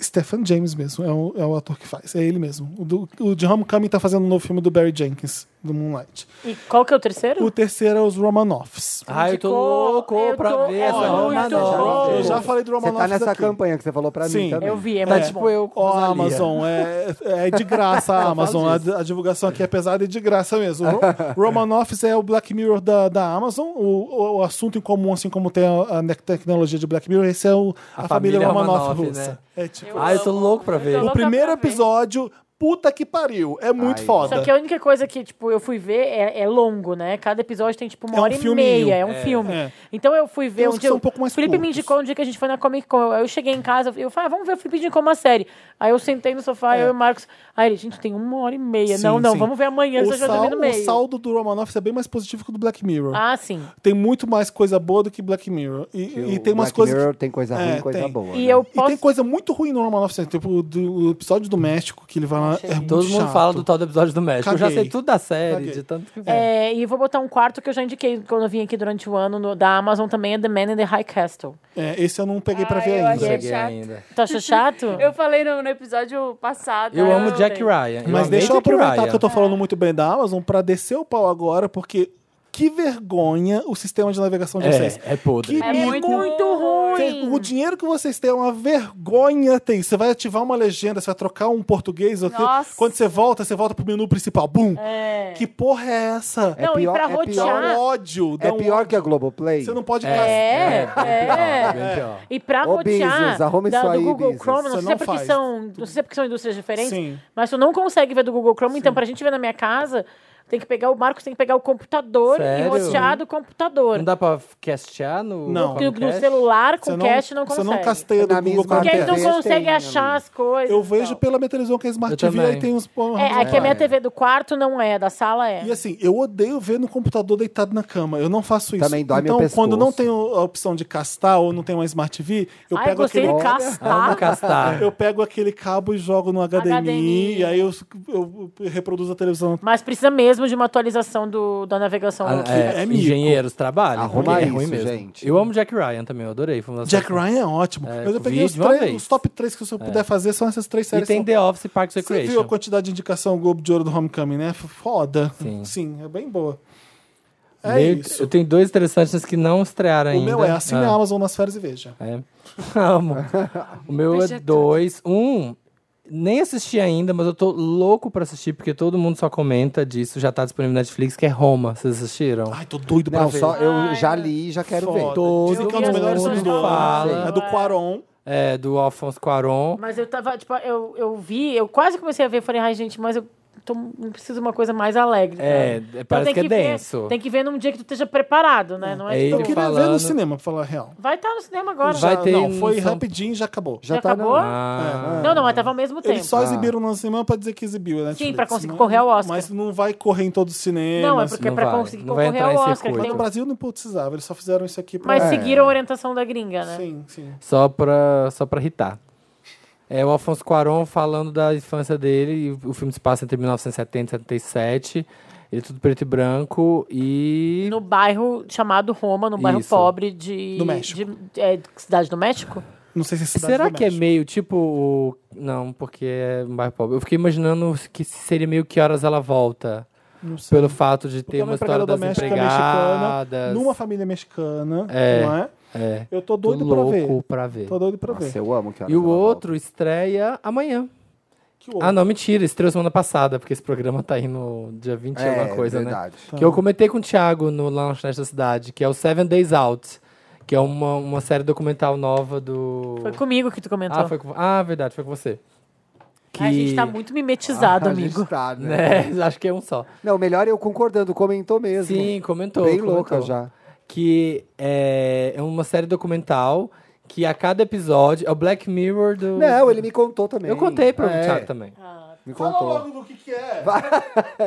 Stephen James mesmo, é o, é o ator que faz, é ele mesmo. O, do, o John Cumming tá fazendo um novo filme do Barry Jenkins, do Moonlight. E qual que é o terceiro? O terceiro é os Romanoffs. Ai, eu tô louco eu pra tô- ver é essa muito Romanoff. bom. Eu já falei do Você tá Romanoffs nessa aqui. campanha que você falou pra Sim. mim também. Eu vi, é Tá muito tipo bom. eu com Ó, a Rosalía. Amazon, é, é de graça a Amazon. A, a divulgação aqui é pesada e de graça mesmo. O Ro- Romanoffs é o Black Mirror da, da Amazon. O, o, o assunto em comum, assim como tem a, a ne- tecnologia de Black Mirror, esse é o, a, A família, família Romanoff, Romanoff, russa. É tipo, Eu Ai, eu tô amo. louco pra Eu tô ver. o louca primeiro pra ver. episódio, puta que pariu. É muito Ai, foda. Só que a única coisa que, tipo, eu fui ver é, é longo, né? Cada episódio tem, tipo, uma É um hora e filminho. meia. É um filme. é. Então eu fui ver Tem um uns que dia. são um pouco mais o Felipe me curtos. indicou um dia que a gente foi na Comic Con. Eu cheguei em casa, eu falei, ah, vamos ver o Felipe indicou uma série. Aí eu sentei no sofá, eu e o Marcos. Aí ele, gente, tem uma hora e meia. É. Sim, não, não, sim. vamos ver amanhã, o, você já dormi sal, no o meio. saldo do Romanoff é bem mais positivo que o do Black Mirror. Ah, sim. Tem muito mais coisa boa do que Black Mirror. E, e O tem umas Black coisas. que- Mirror tem coisa ruim É, e coisa tem. boa. E né? eu E posso. tem coisa muito ruim no Romanoff Center. Tipo, o do, o episódio do México que ele vai lá. É muito Todo mundo chato. fala do tal do episódio do México. Eu já Caguei. sei tudo da série, Caguei. de tanto que... é, e vou botar um quarto que eu já indiquei quando eu vim aqui durante o ano no- da Amazon também, é The Man in the High Castle. É, esse eu não peguei pra Ah, ver eu ainda. achei- Cheguei chato. ainda. Tu acha chato? Eu falei no, no episódio passado. é, Eu aí amo Jack lembrei. Ryan. Mas amei deixa eu Jack aproveitar Ryan. que eu tô falando muito bem da Amazon pra descer o pau agora, porque que vergonha o sistema de navegação de vocês. É, é podre. Que É mico. muito, Muito ruim. Tem- O dinheiro que vocês têm é uma vergonha tem. Você vai ativar uma legenda, você vai trocar um português. ok? Nossa. Quando você volta, você volta pro menu principal. Bum! É. Que porra é essa? É não, pior- e pra é pior Dá rotear. um ódio. Dá É um pior ódio. que a Globoplay? Você não pode É, é. Bem pior. E pra Ô, rotear Business, arruma da- isso aí, do Google Business. Você Chrome, não sei, não se é porque faz. são, não sei se é porque são indústrias diferentes, Sim. mas tu não consegue ver do Google Chrome, então pra gente ver na minha casa, tem que pegar o Marcos, tem que pegar o computador e Sério? rotear do computador. Não dá pra castear no... Não. Do- Chromecast? no celular com Você cache não Você consegue. não casteia do Na Google mesma porque aí Chrome. tu não Tem, consegue amigo. achar as coisas. Eu e vejo tal. pela minha televisão que é Smart Eu TV, também. aí tem uns... É, aqui a minha TV do quarto não é, da sala é. E assim, eu odeio ver no computador deitado na cama. Eu não faço isso. Também dói meu então, quando pescoço. não tenho a opção de castar ou não tenho uma Smart TV, eu Ai, pego Ah, gostei aquele... de castar. Ah, Vamos castar. Eu pego aquele cabo e jogo no HDMI, HDMI. e aí eu, eu reproduzo a televisão. Mas precisa mesmo de uma atualização do, da navegação. Ah, aqui. é, é mico. engenheiros trabalham. Arruma porque é isso, ruim mesmo. gente. Eu amo Jack Ryan também, eu adorei. Foi uma das Jack séries- Ryan é ótimo. É, Mas eu vi peguei os, de uma três- vez. É. os top três que se eu puder fazer são essas três E séries. tem São- The Office e Parks and Você viu a Recreation. quantidade de indicação Globo de Ouro do Homecoming, né? Foda. Sim, Sim. é bem boa. É Meio- isso. Eu tenho dois interessantes que não estrearam O ainda. meu é assine a Ah, Amazon nas férias e veja. é. Amo. O meu é dois. Um, nem assisti ainda, mas eu tô louco pra assistir, porque todo mundo só comenta disso. Já tá disponível na Netflix, que é Roma. Vocês assistiram? Ai, tô doido pra Não, ver. só eu Ai, já li e já quero Foda. ver. Todo Dizem que é um dos melhores mundo filmes do ano. fala. É do Quaron. É, do Alfonso Cuarón. Mas eu tava, tipo, eu, eu vi, eu quase comecei a ver, falei, ai, gente, mas eu tô, eu preciso de uma coisa mais alegre. É, sabe? Então é, parece tem que é ver- denso. tem que ver num dia que tu esteja preparado, né? Não é, É tipo, Eu Ele queria ver no falando- cinema, pra falar a real. Vai estar no cinema agora. Vai Já- ter um Não, em foi São- rapidinho e já acabou. Já Já tá na- acabou? Ah, Não, não, mas tava ao mesmo tempo. Eles só Ah. exibiram no cinema pra dizer que exibiu, né? pra conseguir correr ao Oscar. Mas não vai correr em todos os cinemas. não, é porque não pra vai, conseguir não vai concorrer ao entrar em Oscar. que circuito. Mas tem assim. no um- Brasil não precisava, eles só fizeram isso aqui pra... É, Mas É. seguiram a orientação da gringa, né? Sim, sim. Só pra, só pra irritar. É o Alfonso Cuarón falando da infância dele. E o filme se passa entre 1970 e 77. Ele é tudo preto e branco. E. No bairro chamado Roma, num bairro Isso. pobre de. Do México. de- é, cidade do México? Não sei se é Cidade Será do que é México. meio tipo. o- Não, porque é um bairro pobre. Eu fiquei imaginando que seria meio que horas ela volta. Não sei. Pelo fato de ter Porque é uma história das empregada doméstica mexicana, empregadas. numa família mexicana, É. não é? É. Eu tô Tô doido pra ver. louco pra ver. Tô doido pra Nossa, ver. eu amo que horas E o ela outro estreia amanhã. Que horror. Ah, não, mentira. Estreou semana passada, porque esse programa tá aí no dia 20 volta. e É, alguma coisa, né? verdade. Que eu comentei com o Thiago no lá na lanchonete da cidade, que é o Seven Days Out, que é uma, uma série documental nova do. Foi então. comigo que tu comentou. ah, foi com... ah, verdade, foi com você. Que... Ah, A gente tá muito mimetizado, A gente amigo. tá, né? Né? Acho que é um só. Não, melhor eu concordando, comentou mesmo. Sim, comentou. Bem comentou. louca já. Que é é uma série documental que a cada episódio. É o Black Mirror do. Não, ele me contou também. Eu contei pro É, Thiago também. Me Fala contou. logo do que que é.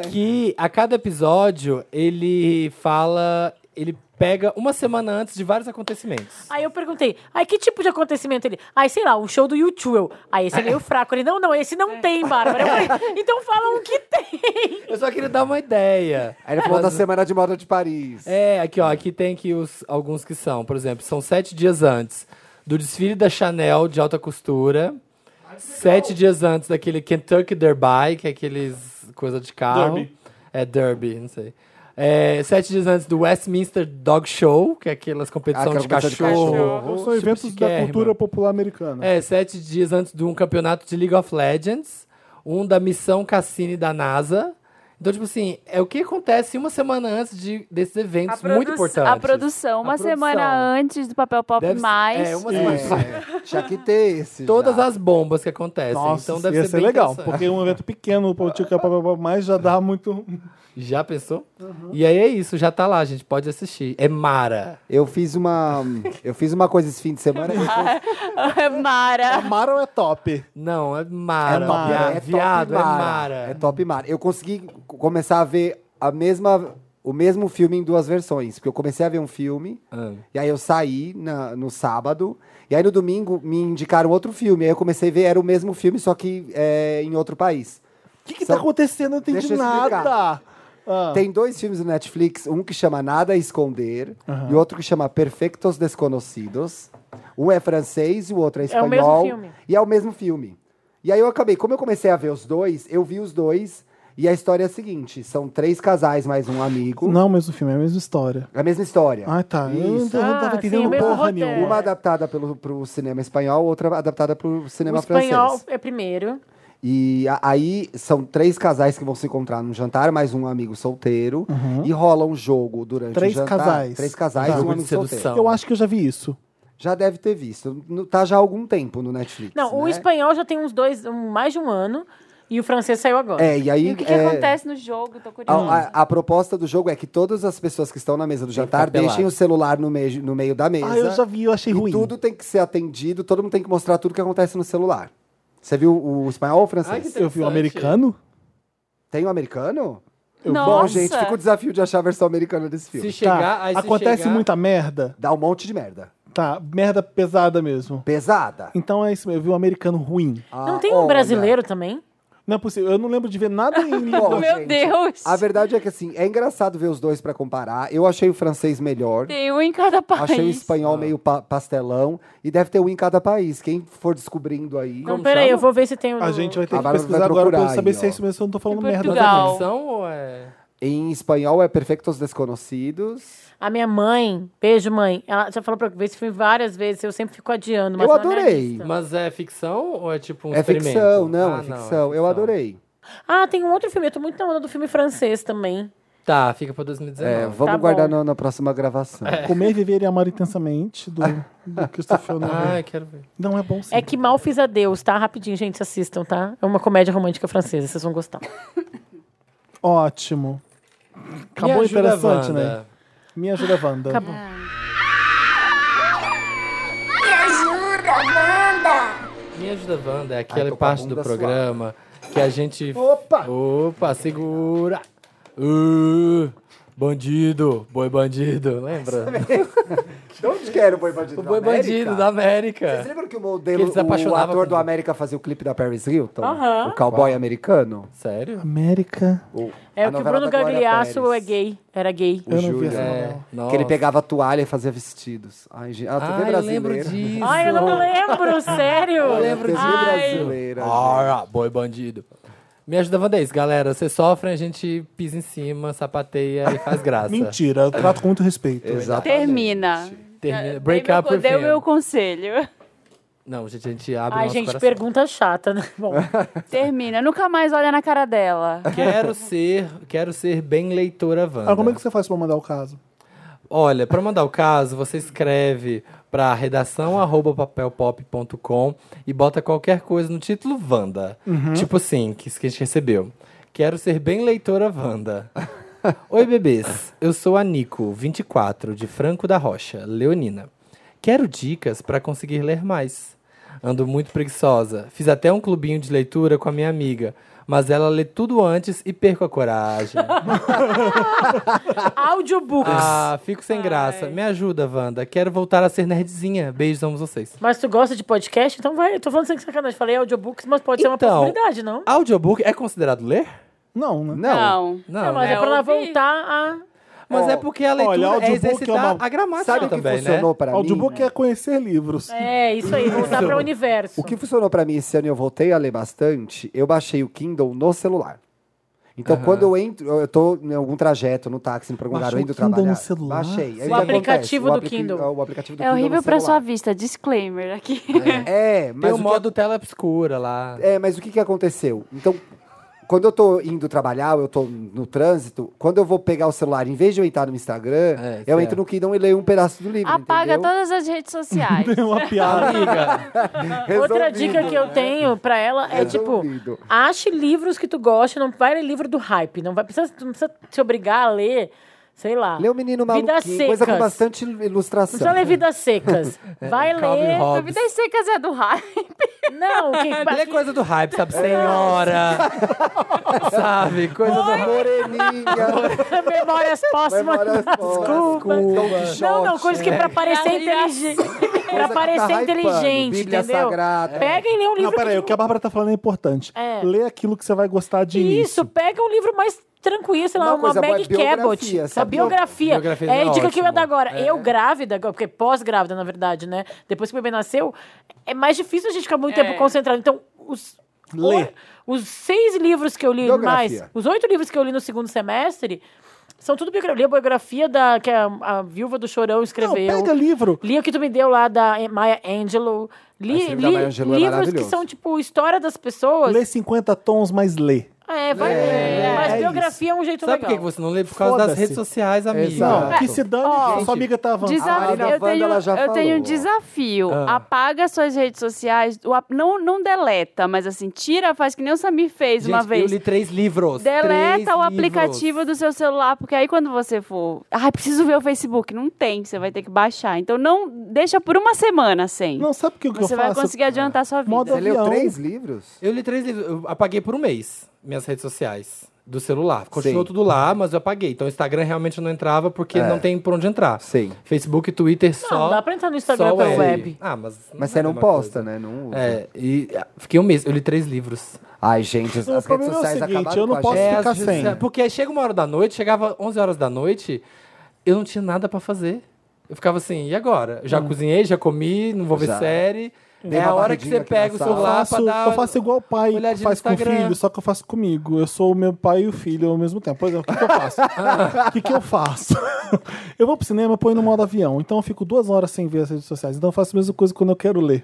que a cada episódio ele fala. Ele pega uma semana antes de vários acontecimentos. Aí eu perguntei, aí que tipo de acontecimento ele? Aí, sei lá, o show do YouTube. Eu, aí esse é meio fraco. Ele, não, não, esse não É. tem, Bárbara. Eu falei, então fala um que tem. Eu só queria dar uma ideia. Aí ele falou da Semana de Moda de Paris. É, aqui ó, aqui tem que os, alguns que são, por exemplo, são sete dias antes do desfile da Chanel de alta costura. Sete dias antes daquele Kentucky Derby, que é aqueles coisa de carro. Derby. É Derby, não sei. É, sete dias antes do Westminster Dog Show, que é aquelas competições Aquela de competição de cachorro. cachorro. São eventos da Chiquérrimo. cultura popular americana. É, sete dias antes de um campeonato de League of Legends, um da missão Cassini da NASA. Então, tipo assim, é o que acontece uma semana antes de, desses A, eventos é muito produ- importantes. a produção, uma A produção. semana antes do papel pop Deve ser- mais. É, uma Isso. semana. Tinha que ter esse. Todas já. as bombas que acontecem. Nossa, então deve ia ser, ser bem legal, interessante. porque um evento pequeno, o Tio Capapá, mas já dá muito. Já pensou? Uhum. E aí é isso, já tá lá, gente. Pode assistir. É Mara. Eu fiz uma. Eu fiz uma coisa esse fim de É semana. Mara. Amaro é top. Não, é Mara. É Mara, É Viado, é Mara. É top Mara. Eu consegui c- começar a ver a mesma, o mesmo filme em duas versões. Porque eu comecei a ver um filme, Ah. É e aí eu saí na- no sábado, e aí no domingo me indicaram outro filme. Aí eu comecei a ver, era o mesmo filme, só que é, em outro país. O que, que tá São- acontecendo? Eu não entendi Deixa eu explicar. nada. Ah. Tem dois filmes no Netflix, um que chama Nada a Esconder, e outro que chama Perfectos Desconocidos. Um é francês e o outro é É o espanhol. mesmo filme. E é o mesmo filme. E aí eu acabei, como eu comecei a ver os dois, eu vi os dois. E a história é a seguinte: são três casais mais um amigo. Não é o mesmo filme, é a mesma história. É a mesma história. Ah, tá. Eu não, Isso. eu não tava Ah, entendendo sim, mesmo porra roteiro. nenhuma. Uma é adaptada pelo, pro cinema espanhol, outra é adaptada pro O cinema espanhol francês. é primeiro. E a- aí são três casais que vão se encontrar num jantar, mais um amigo solteiro. E rola um jogo durante Três o jantar. casais. Três casais Tá. e um Jogo de amigo sedução. solteiro. Eu acho que eu já vi isso. Já deve ter visto. No- Tá já há algum tempo no Netflix. Não, o né? espanhol já tem uns dois, um- mais de um ano. E o francês saiu agora. É, e aí. E o que, que é, Ah, acontece no jogo? Tô A, curiosa. a- a proposta do jogo é que todas as pessoas que estão na mesa do jantar ficar pelado. deixem o celular no, meio no meio da mesa. Ah, eu já vi, eu achei e ruim. tudo tem que ser atendido, todo mundo tem que mostrar tudo que acontece no celular. Você viu o espanhol ou o Ai, francês? que Eu vi o interessante. americano? Tem o americano? Nossa. Bom, gente, fica o desafio de achar a versão americana desse filme. Se chegar, tá. aí se Acontece chegar- muita merda. Dá um monte de merda. Tá, merda pesada mesmo. Pesada. Então é isso mesmo, eu vi um americano ruim. Não Ah, tem um olha. brasileiro também? Não é possível, eu não lembro de ver nada em Bom, Meu gente, Deus! A verdade é que, assim, é engraçado ver os dois pra comparar. Eu achei o francês melhor. Tem um em cada país. Achei o espanhol meio pa- pastelão. E deve ter um em cada país. Quem for descobrindo aí. Não, peraí, eu vou ver se tem um o. A gente vai ter A que Bárbara pesquisar vai agora pra eu procurar saber aí, se é ó. isso mesmo, se eu não tô falando Em merda Portugal. também. É ficção ou é. Em espanhol é Perfectos Desconocidos. A minha mãe, beijo, mãe, ela já falou pra eu ver esse filme várias vezes, eu sempre fico adiando. Mas Eu tá na minha adorei. lista. Mas é ficção ou é tipo um é experimento? ficção, não, Ah, é ficção. Eu adorei. Ah, tem um outro filme, eu tô muito na onda do filme francês também. Tá, fica pra É, 2019. vamos Tá guardar bom. na, na próxima gravação. Comer, viver e amar intensamente, do, do Christopher Nolan. Ai, Ah, quero ver. Não é bom sim. É que mal fiz a Deus, tá? Rapidinho, gente, assistam, tá? É uma comédia romântica francesa, vocês vão gostar. Ótimo. Acabou Me ajuda, interessante, Wanda. né? Me ajuda, Wanda. Acabou. Me ajuda, Wanda! Me ajuda, Wanda, é aquela Ai, tô com a parte do bunda programa que a gente. Opa! Opa, segura! Uh, bandido! Boi bandido, lembra? De onde que era o Boi Bandido? O boi bandido da Você América! lembra que o É. Que modelo, eles o apaixonavam ator por- do América fazia o clipe da Paris Hilton? O cowboy americano? Sério? América. O- É a o que o novela Bruno da Glória Gagliasso é Pérez. gay, era gay. Eu não vi Júlio. essa É, novela. nossa. Que ele pegava toalha e fazia vestidos. Ai, gente, a TV Ah, eu brasileira. lembro disso. Ai, eu não lembro, sério. Eu A lembro TV disso. Ai, brasileira. gente. Ora, boi bandido. Me ajuda, Wanda, é isso, galera. Vocês sofrem, a gente pisa em cima, sapateia e faz graça. Mentira, eu trato com muito respeito. Exatamente. Termina. É, Termina. Dei Break meu, up with deu him. meu conselho. Não, gente, a gente abre o Ai, nosso gente, coração. pergunta chata, né? Bom, Termina. Nunca mais olha na cara dela. Quero ser, quero ser bem leitora Wanda. Ah, como é que você faz pra mandar o caso? Olha, para mandar o caso, você escreve para redação@papelpop.com e bota qualquer coisa no título Wanda. Tipo assim, que isso que a gente recebeu. Quero ser bem leitora Wanda. Oi, bebês. Eu sou a Nico, 24, de Franco da Rocha, Leonina. Quero dicas para conseguir ler mais. Ando muito preguiçosa. Fiz até um clubinho de leitura com a minha amiga, mas ela lê tudo antes e perco a coragem. audiobooks. Ah, fico sem graça. Me ajuda, Wanda. Quero voltar a ser nerdzinha. Beijos, amo vocês. Mas tu gosta de podcast? Então vai. Eu tô falando sem sacanagem. Falei audiobooks, mas pode ser Então, uma possibilidade, não? Audiobook é considerado ler? Não, né? Não. Não. Não. Não, mas é, né? pra ela ouvir. voltar a. Mas Ó, é porque a leitura olha, é audiobook é exercitar uma- a gramática Sabe o que também, né? funcionou pra mim? Audiobook é conhecer livros. É, isso aí, voltar para o universo. O que funcionou pra mim esse ano e eu voltei a ler bastante, eu baixei o Kindle no celular. Então, quando eu entro, eu tô em algum trajeto, no táxi, indo pra algum lugar, Baixou eu entro o Kindle trabalhar. no celular? Baixei. Aí O o que aplicativo acontece? do Kindle. O aplicativo do Kindle É no horrível pra sua celular. vista, disclaimer aqui. É, mas Tem o o que modo tela obscura lá. É, mas o que, que aconteceu? Então, quando eu tô indo trabalhar, eu tô no trânsito, quando eu vou pegar o celular, em vez de eu entrar no Instagram, É, eu certo. entro no Kindle e leio um pedaço do livro. Apaga entendeu? todas as redes sociais. Tem uma piada. Amiga, Outra Resolvido. né? dica que eu tenho pra ela é, tipo, Resolvido. ache livros que tu gosta, não vai ler livro do hype, não vai precisa, tu não precisa te obrigar a ler, sei lá. Lê o Menino Vidas Maluquinho, coisa com Secas. bastante É, Não ilustração. precisa ler Vidas Secas. Vai Calvin ler. Hobbes. Vidas secas é do hype. Não, que, Ele é coisa do hype, sabe? Senhora! sabe? Coisa do hype. Moreninha. memórias póstumas. Memórias Desculpa. Não, não, coisa que pra parecer É. inteligente. pra parecer tá hypando, inteligente, Bíblia entendeu? Sagrada. Pega e lê um Não, livro. peraí, que- o que a Bárbara tá falando é importante. É. Lê aquilo que você vai gostar de Isso, início. pega um livro mais tranquilo, sei lá, Uma uma, coisa boa é Meg Cabot. biografia, Essa sabe? biografia. Biografia é, é dica que eu ia ótimo. dar agora. É. Eu grávida, agora, porque pós-grávida, na verdade, né? Depois que o bebê nasceu, é mais difícil a gente ficar muito É. tempo concentrado. Então, os. Lê. o- Os seis livros que eu li Biografia. mais, os oito livros que eu li no segundo semestre, são tudo biografia. Eu li a biografia da, que a, a viúva do Chorão Não, escreveu. pega livro. Li o que tu me deu lá da Maya Angelou. Li, Esse li livro da Maya Angelou é livros que maravilhoso. são, tipo, história das pessoas. Lê 50 tons, mas lê. É, vai É, ler. Mas é biografia é um jeito Sabe por legal. que você não lê? Por causa das Foda-se. redes sociais, amiga. Exato. Não, que se dane, Ó, que sua amiga tá avançada. A Desafio. Marina Eu, Wanda, tenho, ela já eu tenho falou. um desafio. Ah. Apaga suas redes sociais. o ap- Não, não deleta, mas assim, tira, faz que nem o Samir fez Gente, uma vez. Eu li três livros. Três Deleta o livros. aplicativo do seu celular, porque aí quando você for. Ah, preciso ver o Facebook. Não tem, você vai ter que baixar. Então não deixa por uma semana sem. Não, sabe o que, que eu você vai faço? conseguir adiantar sua vida. Modo- Você leu Avião. três livros? Eu li três livros. Eu apaguei por um mês minhas redes sociais do celular. Continuou Sim. tudo lá, mas eu apaguei. Então o Instagram realmente não entrava porque É. não tem por onde entrar. Sim. Facebook e Twitter só. Não, dá pra entrar no Instagram só pela o web. Ah, mas. Mas é você a não mesma posta, coisa. né? Não usa. É, e ah, fiquei um mês. Eu li três livros. Ai, gente, as, O as redes problema é o sociais seguinte, acabaram eu não com a posso gente. ficar às vezes- sem. é, Porque aí chega uma hora da noite, chegava 11 horas da noite, eu não tinha nada pra fazer. Eu ficava assim, e agora? Já cozinhei, já comi, não vou ver Já. série. Dei É uma a hora que varridinha você aqui na pega o sala. Eu celular pra faço, dar. eu faço igual o pai olhadinha no faz com o Instagram. filho, só que eu faço comigo. Eu sou o meu pai e o filho ao mesmo tempo. Pois é, o que, que eu faço? O que, que eu faço? eu vou pro cinema, eu ponho no modo avião. Então eu fico duas horas sem ver as redes sociais. Então eu faço a mesma coisa quando eu quero ler.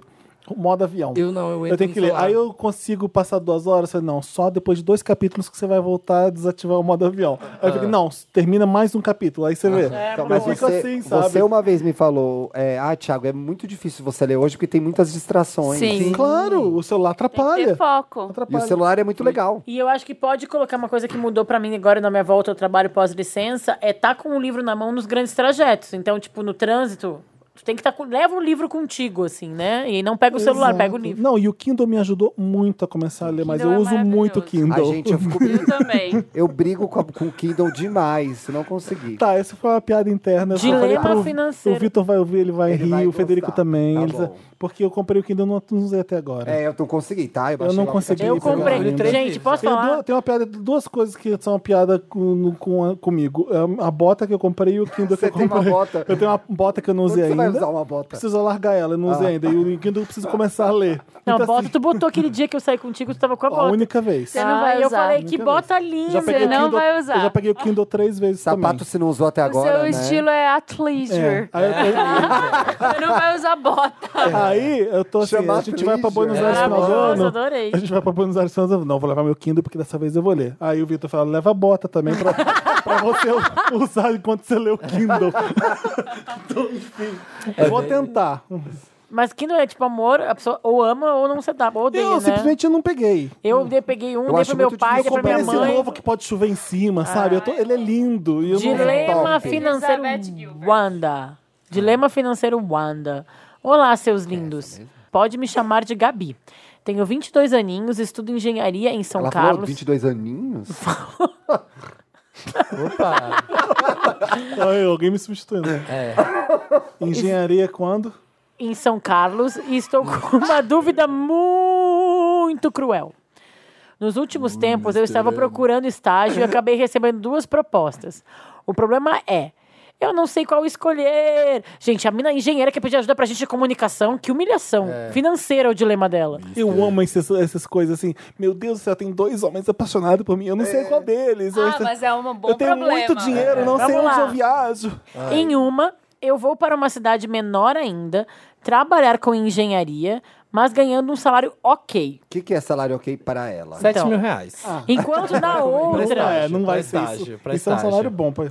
O modo avião. Eu não, eu entro tenho no que ler. celular. Aí eu consigo passar duas horas. Falei, não, só depois de dois capítulos que você vai voltar a desativar o modo avião. Aí eu fico, não, termina mais um capítulo. Aí você vê. Então, eu mas fico Ah. você, um assim, sabe? você uma vez me falou, é, ah, Thiago, é muito difícil você ler hoje porque tem muitas distrações. Sim. Sim. Claro, o celular Ter atrapalha. foco. E o Atrapalha. celular é muito legal. E eu acho que pode colocar uma coisa que mudou pra mim agora na minha volta ao trabalho pós-licença, é tá com o livro na mão nos grandes trajetos. Então, tipo, no trânsito, tu tem que tá com... Leva o livro contigo, assim, né? E não pega o celular, Exato. pega o livro. Não, e o Kindle me ajudou muito a começar a ler, mas eu Kindle é uso muito o maravilhoso. Kindle. Ai, gente, eu fico. Eu também. Eu brigo com, a- com o Kindle demais, não consegui. Tá, essa foi uma piada interna. eu só Dilema falei pro- financeiro. O Vitor vai ouvir, ele vai Ele rir, vai o Federico gostar. também. Tá eles- bom. porque eu comprei o Kindle no não usei até agora. É, eu não consegui, tá? eu não baixei o consegui. Eu pegar comprei. ainda. três Gente, livros. posso Tem, falar? duas, tem uma piada, duas coisas que são uma piada com, no- com a- comigo. É A bota que eu comprei e o Kindle que Você eu tem uma comprei. bota? Eu tenho uma bota que eu não Quando usei você ainda. vai usar uma bota? Ah. Preciso largar ela, eu não usei ainda. E o Kindle eu preciso começar a ler. Não, Então, bota, assim, tu botou aquele dia que eu saí contigo, tu tava com a a bota. única vez. Você não vai eu usar. falei, que Nunca bota né? linda. peguei o não Kindle- vai usar. Eu já peguei o Kindle três vezes Sapato também. se não usou até O seu agora, né? estilo é athleisure. É. Aí, eu Você não vai usar bota. tô, aí eu tô assim, Chamar a gente vai pra Frisia. Buenos Aires no final do Maravilhoso, ano. adorei. A gente vai pra Buenos Aires no final do ano. Não, vou levar meu Kindle porque dessa vez eu vou ler. Aí o Vitor fala, leva a bota também pra, pra você usar enquanto você lê o Kindle. então, enfim, eu vou tentar. Mas que não é tipo amor, a pessoa ou ama ou não se dá, ou odeia, eu né? simplesmente não peguei. Eu dei- peguei um, Eu dei acho pro meu muito pai, Eu dei pra comprei minha esse mãe. novo que pode chover em cima, sabe? Eu tô- ele é lindo. e eu não- Dilema Top. financeiro Elizabeth Gilbert. Wanda. Dilema financeiro Wanda. Olá, seus lindos. Pode me chamar de Gabi. Tenho 22 aninhos, estudo engenharia em um São Ela falou Carlos. 22 aninhos? Opa! Ai, alguém me substituindo. É. Engenharia quando? Em São Carlos e estou com uma dúvida muito cruel. Nos últimos tempos, eu estava procurando estágio e acabei recebendo duas propostas. O problema é. Eu não sei qual escolher. Gente, a mina é engenheira que pedir ajuda pra gente de comunicação, que humilhação. Financeira é o dilema dela. Eu amo essas, essas coisas assim. Meu Deus do céu, tem dois homens apaixonados por mim. Eu não sei qual deles. Eu Ah, estou- mas é um bom eu tenho problema. muito dinheiro, não sei Vamos onde lá. eu viajo. Em uma, eu vou para uma cidade menor ainda, trabalhar com engenharia, mas ganhando um salário ok. O que, que é salário ok para ela? 7 Então. mil reais. Enquanto na outra. É, não pra vai ser estágio, isso. pra Isso é um estágio. salário bom. Pra...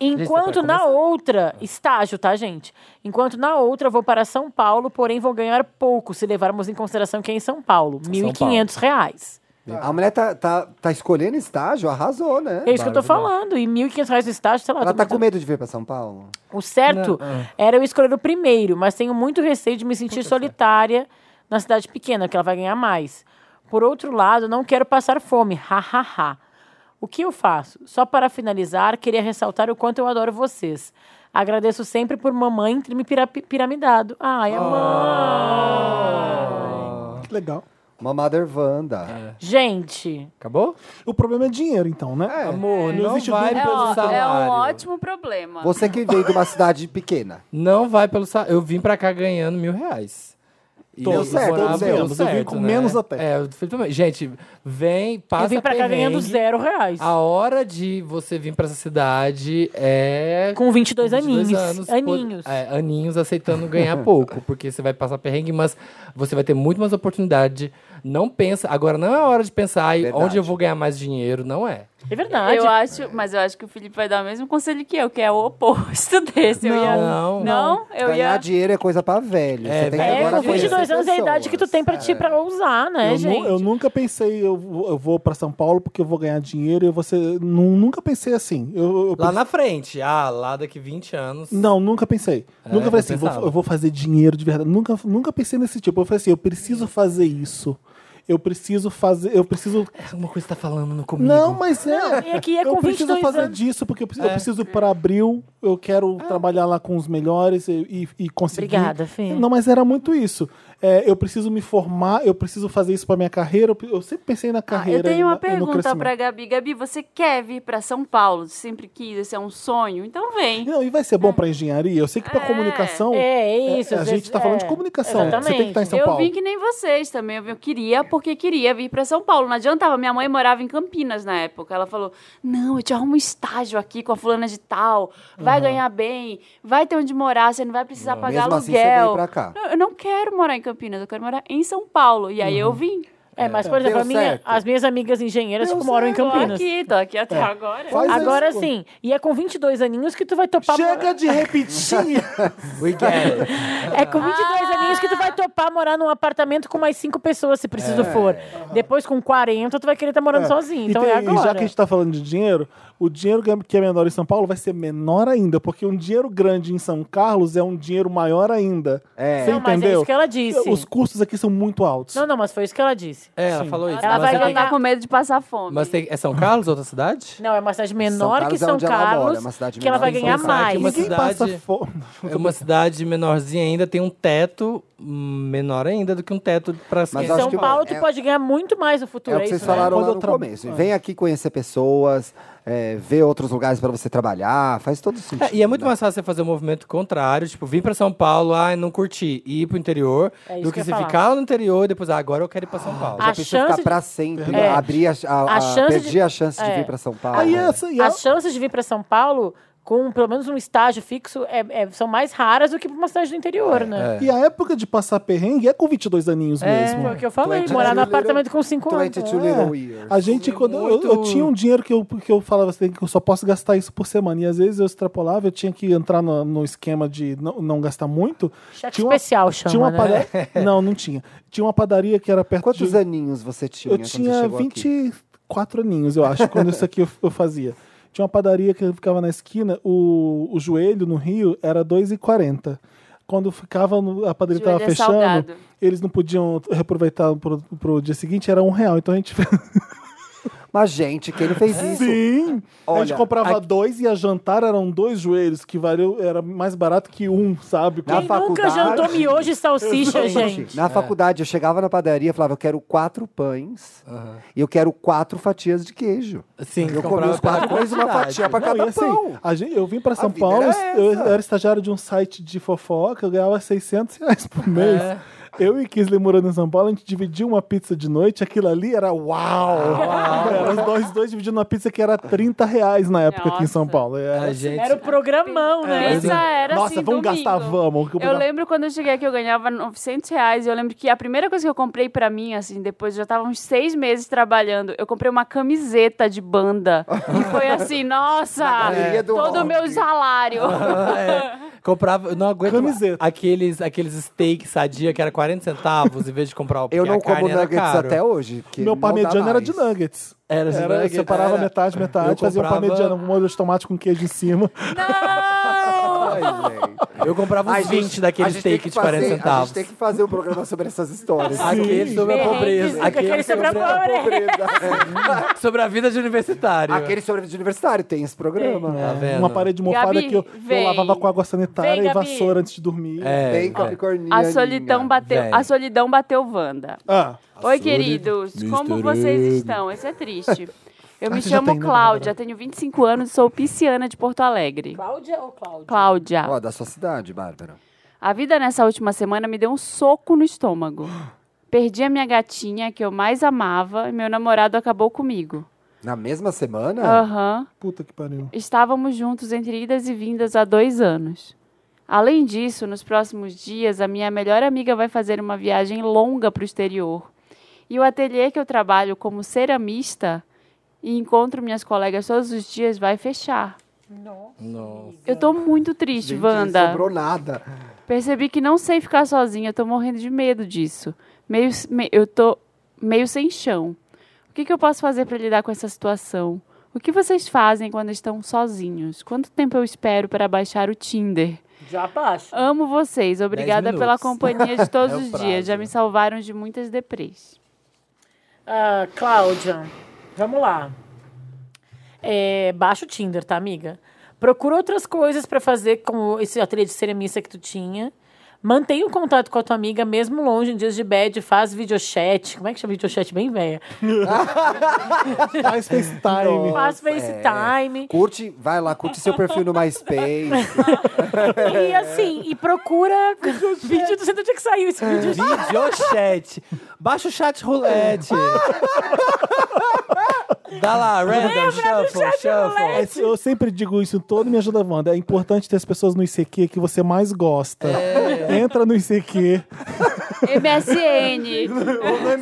Enquanto Gente, tá pra na outra, estágio, tá, gente? Enquanto na outra, vou para São Paulo, porém vou ganhar pouco, se levarmos em consideração que é em São Paulo. R$ Paulo. 1.500 reais. A mulher tá, tá, tá escolhendo estágio, arrasou, né? É isso que eu tô falando. E R$ 1.500 reais no estágio, sei lá. Ela tô tá muito- com medo de vir pra São Paulo? O certo É. era eu escolher o primeiro, mas tenho muito receio de me sentir solitária na cidade pequena, porque ela vai ganhar mais. Por outro lado, não quero passar fome. Ha, ha, ha. O que eu faço? Só para finalizar, queria ressaltar o quanto eu adoro vocês. Agradeço sempre por mamãe ter me pira- piramidado. Ai, a mãe! Que legal. Uma Mother Wanda. É. Gente, Acabou? O problema é dinheiro, então, né? Amor, não, existe vai dúvida. É, pelo ó, salário. é um ótimo problema. Você que veio de uma cidade pequena. Não vai pelo salário. Eu vim pra cá ganhando mil reais. E Todos, eu certo, morava todos eu. dando Eu vim com menos até. É, eu fui também. Gente, vem, passa eu vim pra cá ganhando perrengue. Ah, zero reais. A hora de você vir pra essa cidade é... Com 22, 22 aninhos. anos, aninhos. pô- é, aninhos aceitando ganhar pouco, porque você vai passar perrengue, mas você vai ter muito mais oportunidade. Não pensa, agora não é hora de pensar "Ai, Verdade. onde eu vou ganhar mais dinheiro, não é. É verdade. Eu acho, mas eu acho que o Felipe vai dar o mesmo conselho que eu, que é o oposto desse. Eu Não, ia- não. não, eu Ganhar ia. dinheiro é coisa pra velho. É, Você tem que velho. agora É, com conhecer 22 anos é a idade que tu tem pra ti É. pra ousar, né, eu, nu- gente? eu nunca pensei, eu, vou- eu vou pra São Paulo porque eu vou ganhar dinheiro. Eu vou ser, nu- nunca pensei assim. Eu, eu Lá na frente, ah, lá daqui 20 anos. Não, nunca pensei. É, nunca falei assim, eu vou- pensava. eu vou fazer dinheiro de verdade. Nunca, nunca pensei nesse tipo. Eu falei assim, eu preciso fazer isso. Eu preciso fazer, eu preciso. Alguma coisa tá falando no comigo. Não, mas é. e aqui é eu com preciso 22 fazer anos. Ah. disso, porque eu preciso, eu preciso para abril, eu quero trabalhar lá com os melhores e, e, e conseguir. Obrigada, Fê. Não, mas era muito isso. É, eu preciso me formar, eu preciso fazer isso para minha carreira. Eu, pre- eu sempre pensei na Ah, carreira. eu tenho e uma na- e no pergunta crescimento. pra Gabi. Gabi, você quer vir pra São Paulo? Sempre quis, esse é um sonho? Então vem. Não, e vai ser bom para engenharia? Eu sei que para É. comunicação. É, é isso. a às gente vezes- tá falando é, de comunicação. Você tem que estar em São eu Paulo. vim que nem vocês também. Eu vim- eu queria porque queria vir pra São Paulo. Não adiantava. Minha mãe morava em Campinas na época. Ela falou: Não, eu te arrumo um estágio aqui com a fulana de tal. Vai ganhar bem, vai ter onde morar, você não vai precisar pagar Mesmo assim, você aluguel. veio pra cá. Não, eu não quero morar em Campinas, eu quero morar em São Paulo. E aí eu vim. É, mas, por exemplo, Deu a minha- certo. as minhas amigas engenheiras tipo, moram em Tô Campinas. aqui, tô aqui até agora. Faz Agora isso. sim, e é com 22 aninhos que tu vai topar. Chega de repetir! We get it. É com 22 aninhos que tu vai topar morar num apartamento com mais cinco pessoas, se preciso for. Depois, com 40, tu vai querer estar morando sozinho. Então É. e, é tem- e já agora. que a gente tá falando de dinheiro, o dinheiro que é- que é menor em São Paulo vai ser menor ainda, porque um dinheiro grande em São Carlos é um dinheiro maior ainda. É. Você Não, mas é entendeu? isso que ela disse. Os custos aqui são muito altos. Não, não, mas foi isso que ela disse. É, ela falou isso. Ela mas vai você tem- andar com medo de passar fome. Mas tem- é São Carlos, outra cidade? Não, é uma cidade menor Carlos que é São onde ela mora, Carlos, é uma cidade que ela vai menor. É ganhar Sem falar que mais. uma Ninguém passa cidade- fome. É uma cidade menorzinha ainda, tem um teto hum, menor ainda do que um teto pra Mas São acho São que- Paulo, tu é- pode ganhar muito mais no É futuro. o que vocês isso, né? falaram Quando lá eu no tra- começo. Vem aqui conhecer pessoas, é, ver outros lugares pra você trabalhar, faz todo sentido. É, e é muito né? mais fácil você fazer o movimento contrário, tipo, vir pra São Paulo, ai, não curti, e ir pro interior, É isso do que que eu você ia falar. ficar lá no interior e depois, ah, agora eu quero ir pra São Paulo. Ah, Já A pensou em chance ficar de- pra sempre, É. abrir a, a, A a- chance perdi de- a chance de é. vir pra São Ah, Paulo. Aí essa, e a- As chances de vir para São Paulo com pelo menos um estágio fixo é- é- são mais raras do que para uma cidade do interior, né? É, e a época de passar perrengue é com 22 aninhos É, mesmo. Foi o que eu falei, Twenty morar two no little- apartamento com 5 anos. 22 little years. A gente, quando eu- eu, muito- tinha um dinheiro que eu, que eu falava assim, que eu só posso gastar isso por semana. E às vezes eu extrapolava, eu tinha que entrar no, no esquema de não, não gastar muito. É. Cheque Tinha uma- especial chama, tinha uma né? padaria. Não, não tinha. Tinha uma padaria que era perto Quantos de. aninhos você tinha Eu quando você tinha chegou aqui? 24 aninhos, eu acho, quando isso aqui eu, eu fazia. Tinha uma padaria que ficava na esquina, o, o joelho no Rio era 2,40. Quando ficava, no- a padaria Joelho estava é fechando, salgado. eles não podiam aproveitar pro, pro dia seguinte, era um real. Então a gente Mas, gente, quem fez É. isso? Sim! a Olha, gente comprava dois e a jantar eram dois joelhos, que valeu, era mais barato que um, sabe? Com- Na Quem nunca faculdade- jantou miojo e salsicha, gente? assim. É. Na faculdade, eu chegava na padaria e falava, eu quero quatro pães e eu quero quatro fatias de queijo. Sim, Eu comprava comi os quatro pela pães e uma quantidade. fatia pra Não, e cada assim, pão. a gente- eu vim pra São vida Paulo, era eu essa. era estagiário de um site de fofoca, eu ganhava 600 reais por mês. É. Eu e Kisley morando em São Paulo, a gente dividia uma pizza de noite, aquilo ali era uau! Ah, Era os dois, dois dividindo uma pizza que era 30 reais na época aqui em São Nossa. Paulo. Era- A gente... É. Era o programão, né? Essa era Nossa, assim, vamos domingo. gastar, vamos. Eu lembro quando eu cheguei aqui, eu ganhava 900 reais. Eu lembro que a primeira coisa que eu comprei pra mim, assim, depois eu já tava uns seis meses trabalhando, eu comprei uma camiseta de banda. E foi assim, nossa, galeria do todo o meu rock. salário. É, comprava, eu não aguento Camiseta. aqueles aqueles steak sadia que era 40 centavos em vez de comprar o Eu porque a não como carne era nuggets caro. até hoje. que Meu não dá parmegiana era de mais. nuggets. Era assim, de Era, eu nuggets, separava era. metade, metade, Eu fazia um comprava- parmegiana com molho de tomate com queijo em cima. Não! Ai, gente. Eu comprava uns Ai, 20 gente, a daquele gente tem steak que de 40 fazer- A centavos. gente tem que fazer um programa sobre essas histórias. Aquele sobre a Perrengues, pobreza. aquele Aquele sobre a sobre a, Pobreza. sobre a vida de universitário. Aquele É, sobre de universitário tem esse programa. Tá vendo? Uma parede mofada Gabi, que eu, eu vem. lavava com água sanitária Vem, e Gabi. vassoura antes de dormir. É, Bem é. Capricorniana. A solidão bateu, Véi. a solidão bateu Wanda. Ah, Oi, queridos. Como vocês estão? Esse é triste. Eu me você já chamo tem, né, Cláudia, tenho 25 anos, sou pisciana de Porto Alegre. Cláudia ou Cláudia? Cláudia. Ó, da sua cidade, Bárbara. A vida nessa última semana me deu um soco no estômago. Perdi a minha gatinha, que eu mais amava, e meu namorado acabou comigo. Na mesma Ah. semana? Aham. puta que pariu. Estávamos juntos entre idas e vindas há dois anos. Além disso, nos próximos dias, a minha melhor amiga vai fazer uma viagem longa para o exterior. E o ateliê que eu trabalho como ceramista e encontro minhas colegas todos os dias vai fechar. Nossa. Eu tô muito triste, Gente, é Não Wanda. sobrou nada. Percebi que não sei ficar sozinha, eu tô morrendo de medo disso. Meio, me- eu tô meio sem chão. O que, que eu posso fazer para lidar com essa situação? O que vocês fazem quando estão sozinhos? Quanto tempo eu espero para baixar o Tinder? Já baixa. Amo vocês, obrigada minutos. pela companhia de todos É o os prazo. dias. Já me salvaram de muitas deprês. Ah, Cláudia, vamos lá. É, baixa o Tinder, tá, amiga? Procura outras coisas pra fazer, como esse ateliê de ceramista que tu tinha. Mantenha o contato com a tua amiga, mesmo longe, em dias de bad, faz videochat. Como é que chama videochat? Bem velha. Faz FaceTime. Faz FaceTime. Curte, vai lá, curte seu perfil no MySpace. E assim, e procura. vídeo do centro tinha que saiu esse vídeo. Videochat. Baixa o chat roulette. Dá lá, random, shuffle, shuffle. É, eu sempre digo isso em todo Me Ajuda Wanda. É importante ter as pessoas no ICQ que você mais gosta. É. Entra no ICQ. MSN!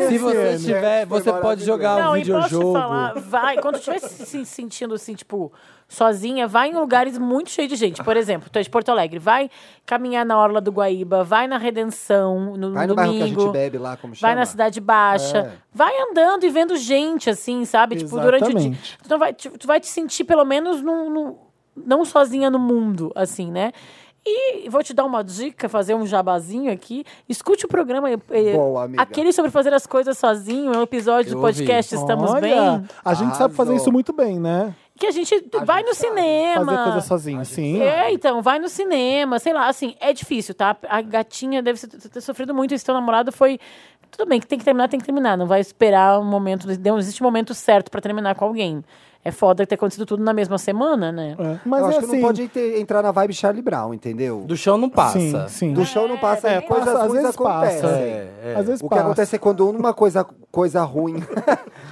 Se você MSN, tiver, né? Foi você pode jogar um Não, e posso te videojogo. falar, vai. Quando estiver se se sentindo assim, tipo, sozinha, vai em lugares muito cheios de gente. Por exemplo, tu é de Porto Alegre, vai caminhar na Orla do Guaíba, vai na Redenção, no Vai no bairro que a domingo. gente bebe lá, como chama. Vai na Cidade Baixa. É. Vai andando e vendo gente, assim, sabe? Tipo, durante o dia. Exatamente. Tu, não vai, tu, tu vai te sentir, pelo menos, num, num- não sozinha no mundo, assim, né? E vou te dar uma dica, fazer um jabazinho aqui. Escute o programa. eh, Boa, amiga. Aquele sobre fazer as coisas sozinho, é um episódio Eu do podcast Estamos Olha, Bem. A gente sabe fazer Arrasou. isso muito bem, né? Que a gente vai no cinema. Fazer coisa sozinho, sim. É, então, vai no cinema, sei lá, assim, é difícil, tá? A gatinha deve ser- ter sofrido muito, esse teu namorado foi. Tudo bem, que tem que terminar, tem que terminar. Não vai esperar um momento. Não existe um momento certo pra terminar com alguém. É foda ter acontecido tudo na mesma semana, né? É. Mas Mas eu é acho que assim. não pode ter- entrar na vibe Charlie Brown, entendeu? Do chão não passa. Sim, sim. Do chão não passa, É, e coisas passa, às ruins vezes acontecem. passa. É, é. Às vezes O que passa. acontece é quando uma coisa, coisa ruim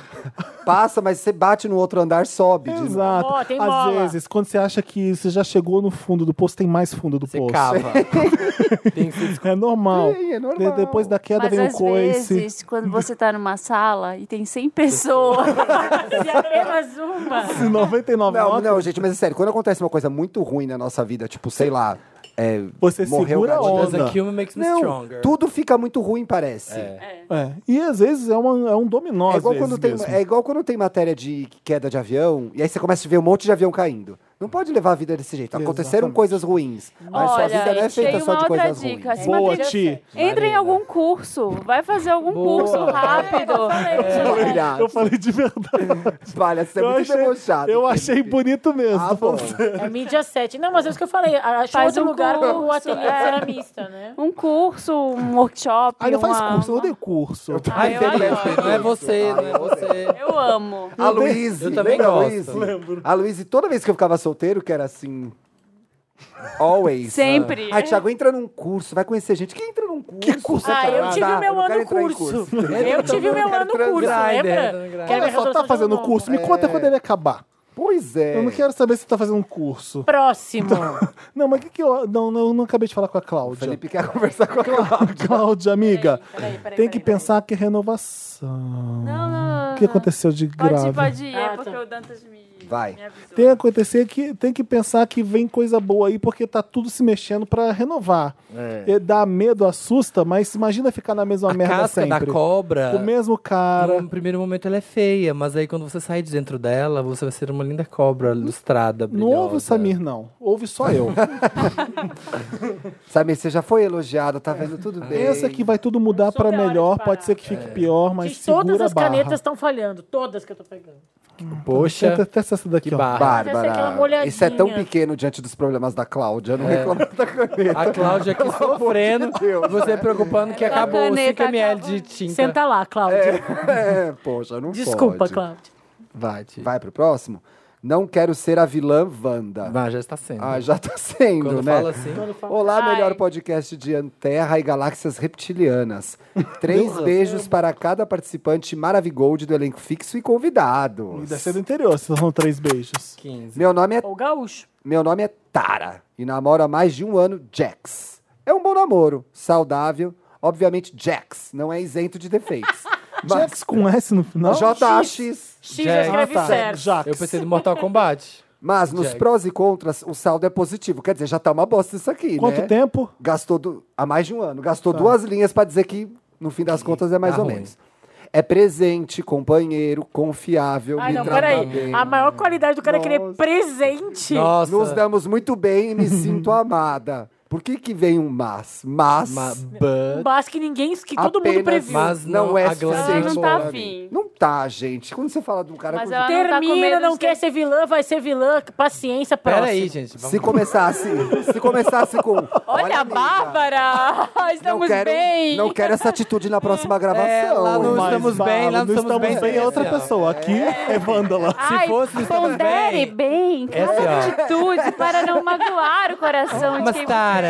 passa, mas você bate no outro andar, sobe. de novo. Exato. Ó, tem Às bola. vezes, quando você acha que você já chegou no fundo do poço, tem mais fundo do Você poço. cava. Tem que se É normal. Sim, é normal. De- depois da queda Mas vem o às coice. vezes, quando você tá numa sala e tem 100 pessoas, Se é apenas uma. Se 99 Não, nota, não, gente, mas é sério, quando acontece uma coisa muito ruim na nossa vida, tipo, sei lá, é, Você morreu segura a gatinho. onda. Doesn't kill me makes me Não, stronger. tudo fica muito ruim, parece. É, É. E às vezes é, uma- é um dominó. às igual vezes quando tem, mesmo. é igual quando tem matéria de queda de avião, e aí você começa a ver um monte de avião caindo. Não pode levar a vida desse jeito. Aconteceram Exatamente. coisas ruins, mas Olha, sua vida não é gente, tem feita só uma de outra coisas dica. ruins. Se Boa, matriculem- Ti. Entra em Marina. algum curso. Vai fazer algum Boa. É, curso rápido. Eu É Obrigado. falei de verdade. Espalha, você é Eu muito achei, debochado. eu achei Felipe. bonito mesmo. Ah, bom. É mídia 7. Não, mas é isso que eu falei. Acho Faz outro um lugar curso, o ateliê é. de ceramista, né? Um curso, um workshop. Ainda faz uma- curso, eu odeio curso. Ah, eu adoro. Não é você, não é você. Eu amo. A Luísa. eu também lembra a gosto. Luísa? A Luísa, toda vez que eu ficava solteiro, que era assim... Always. Sempre. Ai, Thiago, entra num curso, vai conhecer gente. Quem entra num curso? Que curso Ah, eu tive o meu não quero entrar ano em curso. Eu Eu tive o também meu quero ano curso, transar, lembra? ideia, transar. Ela Quero só resolução tá de fazendo um curso, me ano. conta quando ele acabar. Pois é. Eu não quero saber se você tá fazendo um curso. Próximo. Não, mas o que que eu... Não, não, eu não acabei de falar com a Cláudia. Felipe quer conversar com a Cláudia. Cláudia, amiga, peraí, peraí, tem que peraí, pensar que é renovação. Não, não, não. O que aconteceu de grave? Pode ir, pode ir. Ah, é porque tá. o Dantas me, Vai. me Então, avisou. Tem que acontecer que tem que pensar que vem coisa boa aí porque tá tudo se mexendo pra renovar. E dá medo, assusta, mas imagina ficar na mesma É. A merda casca sempre. da cobra. o mesmo cara. No primeiro momento ela é feia, mas aí quando você sair de dentro dela, você vai ser uma linda cobra lustrada, Não brilhosa. ouve o Samir, não. Ouve só eu. Sabe, você já foi elogiada, tá vendo tudo É. bem. Pensa que vai tudo mudar Sobre pra a hora de melhor, parar. pode ser que fique pior, mas Gente, todas segura as a barra. canetas estão falhando. Todas que eu tô pegando. Tenta Poxa, até essa daqui, que ó. barra. Essa é aquela Bárbara, molhadinha. isso é tão pequeno diante dos problemas da Cláudia. É. Não reclama da caneta. A Cláudia aqui sofrendo, Deus, você preocupando que Ela acabou caneta 5ml acabou. de tinta. Senta lá, Cláudia. É, poxa, não Desculpa, pode. Cláudia. Vai, Ti. Vai pro próximo? Não quero ser a vilã Wanda. Vai, já está sendo. Ah, já tá sendo, Quando né? fala assim, Olá, Ai. melhor podcast de Terra e Galáxias Reptilianas. Três beijos para cada participante maravigold do elenco fixo e E convidados. deve ser do interior, se são três beijos. 15. Meu nome é Ou gaúcho. Meu nome é Tara e namoro há mais de um ano Jax. É um bom namoro, saudável. Obviamente, Jax não é isento de defeitos. Jax é com S no final? JAX. X já Jack. escreve Ah, tá. certo. Jax. Eu pensei do Mortal Kombat. Mas nos Jax. prós e contras, o saldo é positivo. Quer dizer, já tá uma bosta isso aqui, Quanto né? tempo? Gastou du- há mais de um ano. Gastou duas linhas pra dizer que, no fim das contas, é mais tá ou ruim. menos. É presente, companheiro, confiável, Ai, me não, trata peraí. bem. A maior qualidade do cara é que ele é Nossa. presente. Nossa. Nos damos muito bem e me sinto amada. Por que que vem um mas? Mas... Ma- but- Mas Um que ninguém, que todo mundo Apenas previu. mas- não, não é a Glam suficiente. Ela não tá pra afim. mim. Não tá, gente. Quando você fala de um cara Mas com- ela- não tá com Termina, medo não de quer ser- ser vilã, vai ser vilã. Paciência, Pera próximo. aí, gente. vamos- Se começasse, se começasse com. Olha, a amiga, Bárbara! não Estamos quero, bem! Não quero essa atitude na próxima gravação. É, lá no- Mas, estamos bem, lá Vala, não não estamos bem, bem é outra assim, ó. pessoa. Aqui é Vândala. Ai, fosse, estamos pondere bem, É assim, cada ó. atitude para não magoar o coração de Mas quem Tara,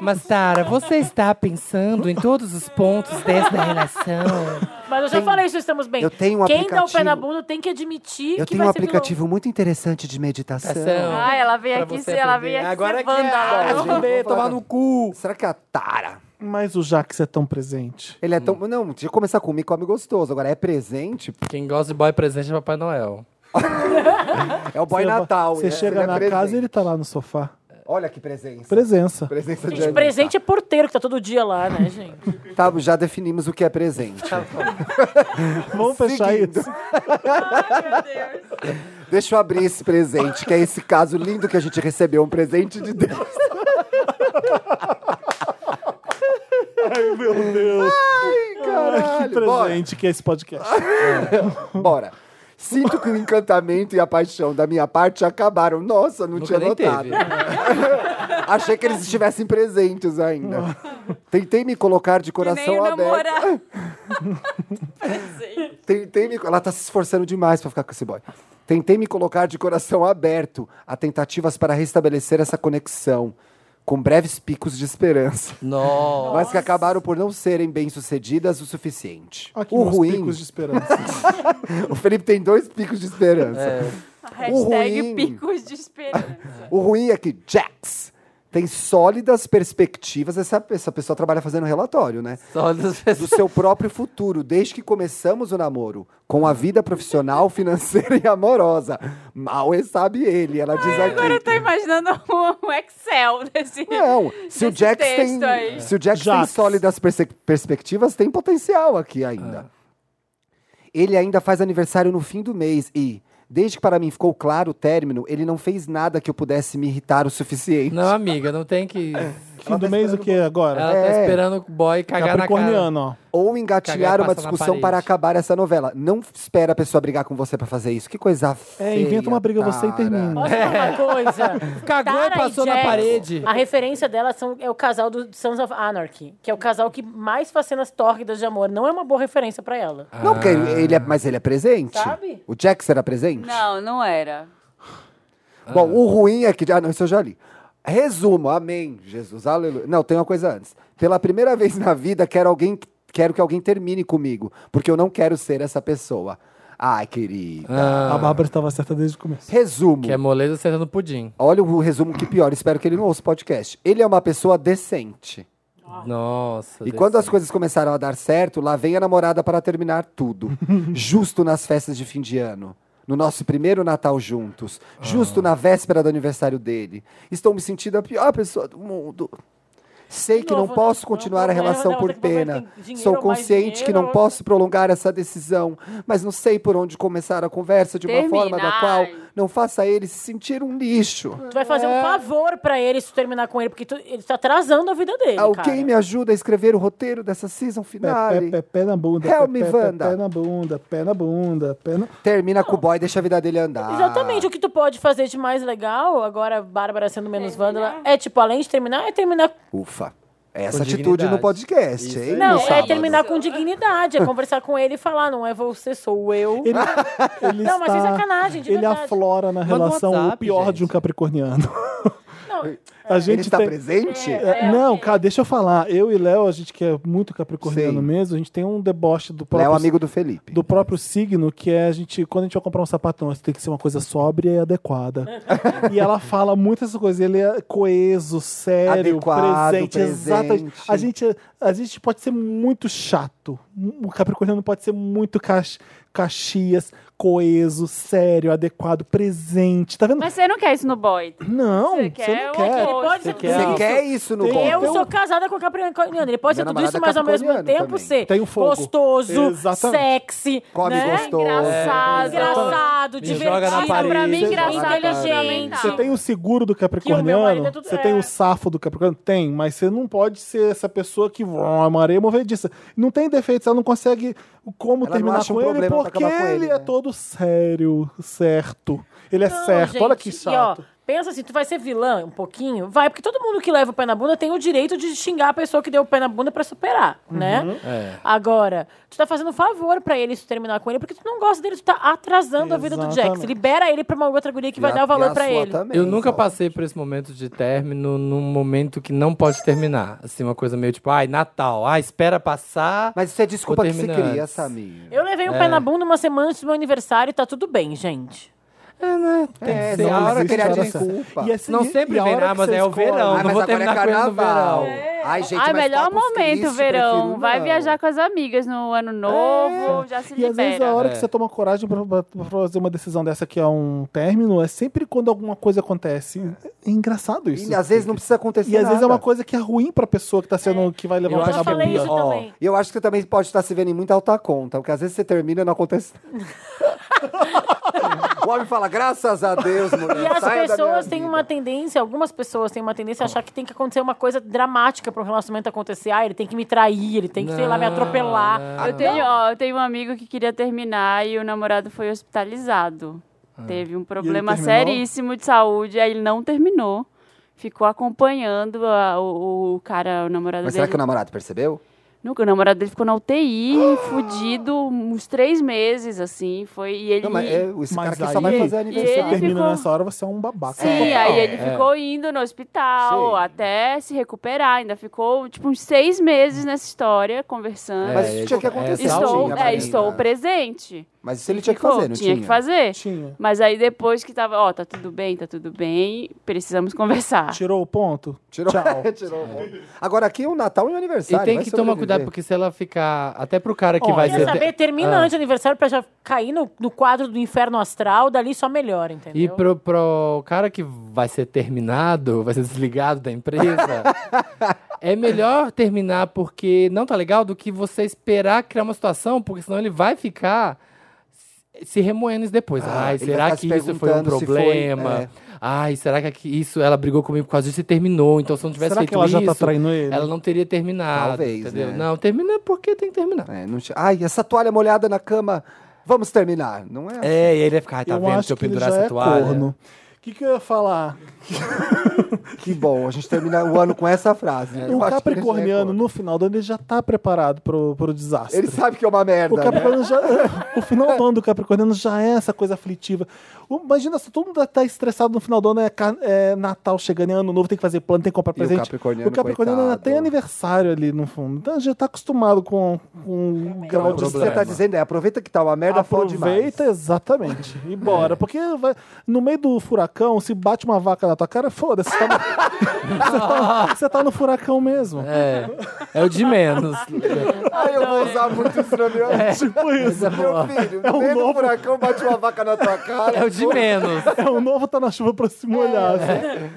mas Tara, você está pensando em todos os pontos dessa relação? Mas eu já falei isso, estamos bem. Eu tenho um Quem dá o pé aplicativo- na bunda tem que admitir Eu que tenho um vai ser aplicativo muito interessante de meditação. Ação. Ah, ela veio Pra aqui, você ser, ela aprender. veio aqui Agora ser é que é a hora de vândala. aprender, tomar no cu. Será que é a Tara? Mas o Jax é tão presente. Ele é tão. Não, deixa eu começar com um come gostoso. Agora é presente? Quem gosta de boy presente é Papai Noel. É o boy Você- Natal. Você né? chega é na presente. casa e ele tá lá no sofá. Olha que presença. Presença. Presença vilão. de Gente, anjo. presente é porteiro que tá todo dia lá, né, gente? Tá, já definimos o que é presente. Vamos fechar Seguindo. isso. Deixa eu abrir esse presente, que é esse caso lindo que a gente recebeu, um presente de Deus. Ai, meu Deus. Caralho, que bora. presente que é esse podcast. Bora. Sinto que o encantamento e a paixão da minha parte acabaram. Nossa, não Nunca tinha nem notado. teve. Achei que eles estivessem presentes ainda. Tentei me colocar de Que nem coração o aberto. namorado. Tentei me... Ela tá se esforçando demais pra ficar com esse boy. Tentei me colocar de coração aberto a tentativas para restabelecer essa conexão, com breves picos de esperança, Nossa. mas que acabaram por não serem bem-sucedidas o suficiente. Aqui o meus ruim, picos de esperança. o Felipe tem dois picos de esperança. um Hashtag ruim. picos de esperança. O ruim é que Jax tem sólidas perspectivas. Essa, essa pessoa trabalha fazendo relatório, né? Só das pessoas. Do seu próprio futuro, desde que começamos o namoro, com a vida profissional, financeira e amorosa. Mal é sabe ele, ela diz Agora eu aqui. tô imaginando um- um Excel desse. É. Não, se o desse Jax tem, texto aí. se o Jax tem Jax. sólidas perse- perspectivas, tem potencial aqui ainda. Ele ainda faz aniversário no fim do mês e Desde que para mim ficou claro o término, ele não fez nada que eu pudesse me irritar o suficiente. Não, amiga, não tem que. Fim tá do mês, o que agora? Tá Ela tá É. esperando o boy cagar na cara. Capricorniano, ó. Ou Cagar engatilhar e uma passa na discussão parede. para acabar essa novela. Não espera a pessoa brigar com você para fazer isso. Que coisa feia. É, inventa uma briga você e cara. termina. É. Posso falar uma coisa? Cagou e Tara passou na Jax, parede. A referência dela são, é o casal do Sons of Anarchy, que é o casal que mais faz cenas tórridas de amor. Não é uma boa referência pra ela. Não, porque ele é, mas ele é presente. Sabe? O Jax era presente? Não, não era. Bom, o ruim é que. Ah, não, isso eu já li. Resumo, amém. Jesus, aleluia. Não, tem uma coisa antes. Pela primeira vez na vida, quero alguém. Quero que alguém termine comigo, porque eu não quero ser essa pessoa. Ai, Ah, querida. A Bárbara estava certa desde o começo. Resumo. Que é moleza sentando pudim. Olha o resumo que pior. Espero que ele não ouça o podcast. Ele é uma pessoa decente. Nossa. E Deus. quando as coisas começaram a dar certo, lá vem a namorada para terminar tudo. Justo nas festas de fim de ano. No nosso primeiro Natal juntos. Justo na véspera do aniversário dele. Estou me sentindo a pior pessoa do mundo. Sei De que não novo, né? posso não, continuar a não, é, relação não, por tem que botar pena. tem dinheiro, Sou mais consciente que dinheiro. não posso prolongar essa decisão, mas não sei por onde começar a conversa de uma forma da Terminar. qual não faça ele se sentir um lixo. Tu vai fazer É. um favor pra ele se tu terminar com ele, porque tu- ele tá atrasando a vida dele, É Alguém cara. me ajuda a escrever o roteiro dessa season Pé, finale? pé, pé, pé na bunda. Help pé, me, pé, pé, Wanda. Pé na bunda, pé na bunda, pé na... Termina com o boy, deixa a vida dele andar. Exatamente, o que tu pode fazer de mais legal, agora Bárbara sendo menos vândala, é tipo, além de terminar, é terminar. Ufa. Essa Com atitude dignidade. no podcast, Isso hein? aí. Não, no é sábado. terminar com dignidade, é conversar com ele e falar, não é você, sou eu. Ele, ele Não, mas está, sem sacanagem, de Ele verdade. aflora na Manda um relação o WhatsApp, pior de um gente. capricorniano. Não, é. A gente Ele tá está tem- presente? É, não, cara, deixa eu falar. Eu e Léo, a gente que é muito capricorniano Sim. mesmo, a gente tem um deboche do Léo, próprio, amigo do Felipe. do próprio signo, que é a gente, quando a gente vai comprar um sapato, nosso, tem que ser uma coisa sóbria e adequada. e ela fala muitas coisas, ele é coeso, sério, Adequado, presente, exato. presente. A gente, a gente pode ser muito chato. O capricorniano pode ser muito cach, caxias, coeso, sério, adequado, presente. Tá vendo? Mas você não quer isso no boy. não, você você quer não o quer. oposto. pode ser Você tudo quer- Você isso. quer isso no Tem- boy? Eu Então- sou casada com capricorniano. Ele um Minha pode ser tudo namorada isso, é mas ao mesmo capricorniano tempo também. um ser Tem o fogo. gostoso, Exatamente. sexy, Come né? gostoso. É, Engraçado. tá engraçado, Me divertido. joga na parede. Pra mim, Você- engraçado. é Inteligente. Você tem o seguro do Ah. Que o meu marido Capricorniano, é tudo- você tem é. o safo do Capricorniano? Tem, mas você não pode ser essa pessoa que vó, a maré movediça. Não tem defeitos, ela não consegue como Ela não terminar acha um com ele problema pra porque acabar com ele, ele, é né? todo sério, certo. Ele é Não, certo, gente, olha que E, ó, chato. pensa assim, tu vai ser vilã um pouquinho? Vai, porque todo mundo que leva o pé na bunda tem o direito de xingar a pessoa que deu o pé na bunda pra superar, Uhum. né? É. Agora, tu tá fazendo um favor pra ele se tu terminar com ele, porque tu não gosta dele, tu tá atrasando a vida do Jax. Exatamente. Libera ele pra uma outra guria E que vai a- dar e o valor a pra sua tá ele. também, Eu nunca Paulo. passei por esse momento de término num momento que não pode terminar. Assim, uma coisa meio tipo, ai, Natal, ai, espera passar. Mas isso é desculpa Vou que se terminar cria, antes. Samir. Eu levei o pé na bunda uma semana antes do meu aniversário e tá tudo bem, gente. É, né? Tem É, que ser. não a hora existe que a hora gente- certa. desculpa. E assim, Não e- sempre e a vem, hora ah, que mas você é o escolhe. verão. Ah, não mas vou agora terminar é com ele no carnaval. É, verão. Ai, um Ah, gente, Ai, mas melhor Corpus momento, Christi, verão. prefiro Vai não. viajar com as amigas no ano novo, já se É. E às vezes a libera. hora É. que você toma coragem pra, pra- pra fazer uma decisão dessa que é um término, é sempre quando alguma coisa acontece. É engraçado isso. E às vezes não precisa acontecer E às vezes é nada. uma coisa que é ruim pra pessoa que tá sendo. que vai levar Eu um pé acho na É. já que- falei bunda. isso ó, também. E eu acho que você também pode estar se vendo em muita alta conta, porque às vezes você termina e não acontece. o homem fala, graças a Deus, mulher. E as saia da minha pessoas têm vida." uma tendência, algumas pessoas têm uma tendência a achar que tem que acontecer uma coisa dramática para um relacionamento acontecer. Ah, ele tem que me trair, ele tem que, sei lá, me Não, atropelar. Ah, não. Eu tenho, ó, eu tenho um amigo que queria terminar e o namorado foi hospitalizado. Ah. Teve um problema terminou? seríssimo de saúde, aí ele não terminou. Ficou acompanhando a- o, o cara, o namorado Mas dele. será que o namorado percebeu? Não, que o namorado dele ficou na UTI, fudido, uns três meses, assim. Foi, e ele... Não, mas é, esse Mas cara que só aí- vai fazer e ele aniversário. Termina ficou- nessa hora, você é um babaca. Sim, aí ele ficou indo no hospital É. Sim. até se recuperar. Ainda ficou, tipo, uns seis meses nessa história, conversando. Mas É, isso tinha que é, acontecer. essa estou, tinha é, pra mim, estou né? presente. Mas isso ele tinha que Ficou, fazer, não tinha tinha? que fazer. Tinha. Mas aí depois que tava, ó, tá tudo bem, tá tudo bem, precisamos conversar. Tirou o ponto? Tirou, Tchau. tirou o bom. Agora aqui é o Natal e o E aniversário. tem vai que tomar sobreviver. cuidado, porque se ela ficar. Até pro cara que Olha, vai Quer ser. saber? Termina Ah. antes do aniversário pra já cair no, no quadro do inferno astral, dali só melhora, entendeu? E pro, pro cara que vai ser terminado, vai ser desligado da empresa, é melhor terminar porque não tá legal do que você esperar criar uma situação, porque senão ele vai ficar se remoendo isso depois. Ai, Ah, ele vai será ficar que se isso foi um perguntando se foi, problema? é. Ai, será que aqui- isso ela brigou comigo por causa disso e terminou? Então, se eu não tivesse Será feito que ela já tá isso, traindo ele? ela não teria terminado. Talvez, entendeu? né? Não, termina porque tem que terminar. É, não te- Ai, essa toalha molhada na cama, vamos terminar. Não é? É, e aí ele vai ficar, "Ai, tá eu vendo? acho Se eu que ele pendurar já essa é toalha. corno. O que, que eu ia falar? Que bom, a gente termina o ano com essa frase. Eu o acho que ele já é Capricorniano, corno. no final do ano, ele já tá preparado pro, pro desastre. Ele sabe que é uma merda. O né? Capricorniano já. é, o final do ano do Capricorniano já é essa coisa aflitiva. O- imagina se todo mundo tá estressado no final do ano, é, ca- é Natal chegando, é ano novo, tem que fazer plano, tem que comprar o presente. Capricorniano, o Capricorniano ainda coitado. tem aniversário ali no fundo. Então já tá acostumado com, com o grau Então, de o que você tá dizendo é aproveita que tá uma merda, fode demais. Aproveita, exatamente. E bora. Porque vai- no meio do furacão, se bate uma vaca na tua cara, foda-se. Você, tá no- você tá- você tá no furacão mesmo. É, é o de menos. Ai, Ah, eu vou usar muito estranho. É, Tipo isso. Meu filho, no meio do furacão bate uma vaca na tua cara. É o de menos. É o novo tá na chuva pra se É. molhar. assim.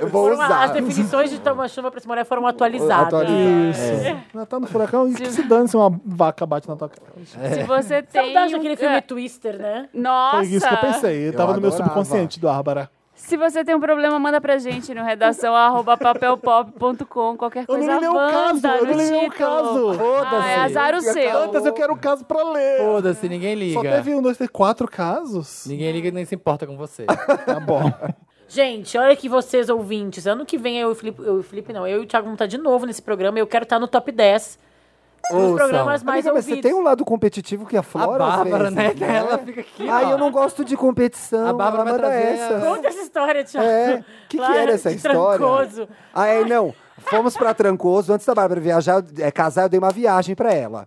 Eu vou Foram- usar. As definições de toma-chuva pra esse mulher foram atualizadas. Atualizadas. Isso. Tá no furacão e que se dane se uma vaca bate na tua cara. É. Se você tem. Saudade daquele filme é. Twister, né? Nossa! Foi isso que eu pensei. Eu tava no meu adorava. subconsciente do Árbara. Se você tem um problema, manda pra gente no redação arroba papelpop.com, qualquer Eu coisa. não li nenhum caso. Wanda Eu não no li nenhum título. caso. Ah, é azar o seu. Antes eu quero o caso pra ler. Foda-se, ninguém liga. Só teve um, dois, três, quatro casos. Ninguém liga e nem se importa com você. Tá bom. Gente, olha que vocês ouvintes. Ano que vem eu e o Felipe, eu e o Felipe não, eu e o Thiago vamos estar de novo nesse programa. Eu quero estar no top 10 dos Ouçam. programas mais Amiga, mas você ouvidos. tem um lado competitivo que A aflora às Bárbara, né? vezes, Ela fica aqui. Ai, ó. eu não gosto de competição. A Bárbara ela vai manda trazer essa. a- Conta essa história, Thiago. um É, que que Lá era essa de história? Trancoso. Ah, é, não. Fomos pra Trancoso. Antes da Bárbara viajar, eu- é, casar, eu dei uma viagem pra ela.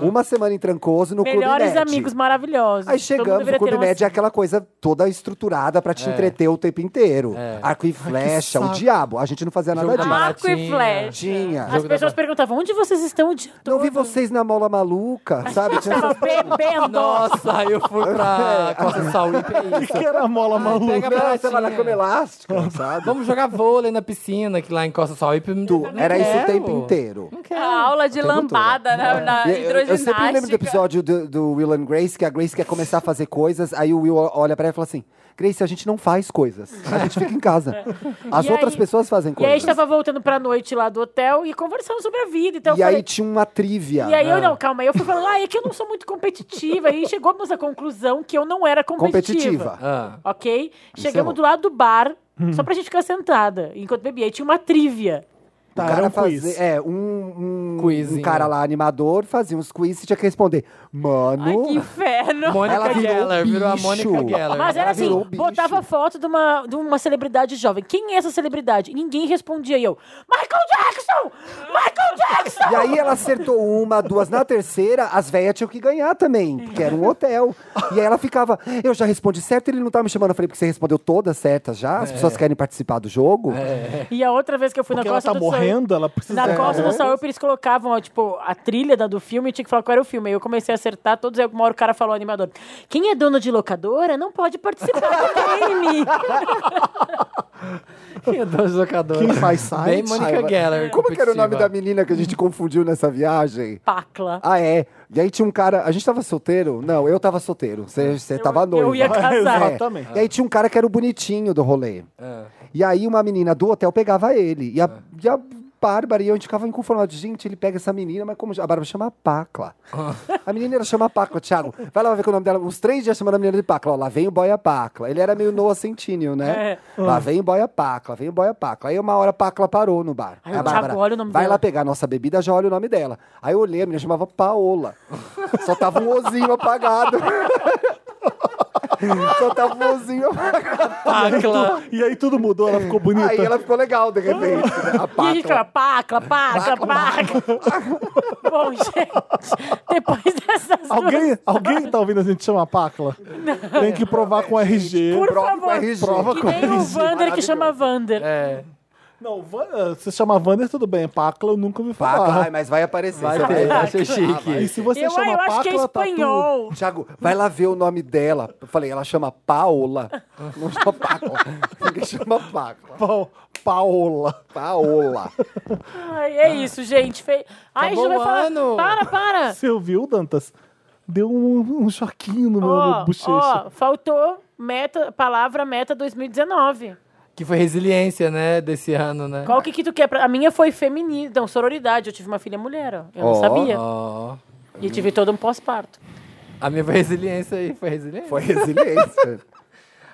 Uma semana em Trancoso no Clube Melhores Med. amigos maravilhosos. Aí Todo mundo chegamos deveria no Clube ter uma- Med, é aquela coisa toda estruturada pra É. te entreter o tempo inteiro. Arco e flecha, o saco. diabo. A gente não fazia nada Jogo da disso. bala- Arco e Baratinha. flecha. Tinha. As pessoas perguntavam, onde vocês estão o dia Não vi todo?" vocês na mola maluca, sabe? Tinha essas- Bebendo. Nossa, aí eu fui pra É. Costa é Saúde. O que era a mola maluca? Pega a Não, você vai lá baratinha. como elástica, sabe? Vamos jogar vôlei na piscina, que lá em Costa Saúde. Tu- Era isso o quero. tempo inteiro. A aula de tempo lambada na, na né? É. E Eu, eu sempre me lembro do hidroginástica. episódio do, do Will and Grace, que a Grace quer começar a fazer coisas, aí o Will olha pra ela e fala assim: Grace, a gente não faz coisas, a gente fica em casa. As É. E outras aí- pessoas fazem E aí a coisas. gente tava voltando pra noite lá do hotel e conversando sobre a vida. Então eu E aí falei, tinha uma trivia. E aí eu, não, calma, aí eu fui falando, ah, é que eu não sou muito competitiva. E chegamos à conclusão que eu não era competitiva. competitiva. Ah, Ok? é bom. Chegamos do lado do bar, Hum. só pra gente ficar sentada, enquanto bebia. E tinha uma trivia. Tá, o cara era um fazia- quiz. É, um, um, Quizinho. um cara lá animador fazia uns quiz e tinha que responder. Ai, Mano. que inferno. Ah. Mônica Ela virou Geller, bicho. virou a Mônica É, Geller. Mas era assim, virou bicho. botava foto de uma, de uma celebridade jovem. Quem é essa celebridade? E ninguém respondia. E eu, Michael Jackson! Michael Jackson! E aí ela acertou uma, duas. Na terceira, as velhas tinham que ganhar também, porque era um hotel. E aí ela ficava, eu já respondi certo, ele não tá me chamando. Eu falei, porque você respondeu todas certas já? As pessoas querem participar do jogo? E a outra vez que eu fui Porque na ela Costa tá do Sol, morrendo, ela precisa. Na Costa do Saúpe, eles colocavam, ó, tipo, a trilha da, do filme e tinha que falar qual era o filme. Aí eu comecei a acertar todos, aí uma hora o cara falou, o animador, quem é dono de locadora não pode participar do game. Dos locadores. Quem faz site? Bem Mônica Geller. Como que era o nome da competitiva. menina que a gente confundiu nessa viagem? Pacla. Ah, é. E aí tinha um cara. A gente tava solteiro? Não, eu tava solteiro. Você você Eu- tava eu noivo. É. ia casar. Exatamente. E aí tinha um cara que era o bonitinho do rolê. É. Ah. E aí uma menina do hotel pegava ele. E a, e a Bárbara e eu, a gente ficava inconformados. Gente, ele pega essa menina, mas como... A Bárbara chama Pacla. A menina era chama Pacla, Thiago. Vai lá ver qual é o nome dela. Uns três dias chamando a menina de Pacla. Ó, lá vem o boia Pacla. Ele era meio Noah Centineo, né? Lá vem o boia Pacla, vem o boia Pacla. Aí uma hora a Pacla parou no bar. Ai, Aí a o Thiago É Bárbara, olha o nome vai dela." lá pegar a nossa bebida, já olha o nome dela. Aí eu olhei, a menina chamava Paola. Só tava um ozinho apagado. Só tava um ozinho apagado. Pacla. E aí tudo mudou, ela ficou bonita. Aí ela ficou legal, de repente. né? A E a gente ficava, Pacla. pacla, pacla, pacla. Bom, gente, depois dessas duas... Alguém, alguém que tá ouvindo a gente chama Pacla? Tem que provar com RG. Por Prova com favor, RG. Prova que com nem o RG. Vander que chama Vander. É. Não, Van- se chama Wander, tudo bem. Pacla, eu nunca ouvi Pacla, ai, falar. mas vai aparecer. Vai você ter, vai. achei E chique. se você eu, chama eu acho Pacla, que é tá tudo. espanhol. Thiago, vai lá ver o nome dela. Eu falei, ela chama Paola. Não chama Pacla. Ninguém chama Pacla. Bom, Paola. Paola. Ai, é isso, gente. Fe... Ai, a gente Acabou vai o falar... ano. Para, para. Você ouviu, Dantas? deu um, um choquinho no meu Ó, no bochecha. ó, faltou meta, palavra meta 2019. Que foi resiliência, né? Desse ano, né? Qual que, que tu quer? pra- A minha foi feminina, não, sororidade. Eu tive uma filha mulher, ó. Eu Ó. não sabia. Ó. E tive todo um pós-parto. A minha foi resiliência aí, foi resiliência. Foi resiliência.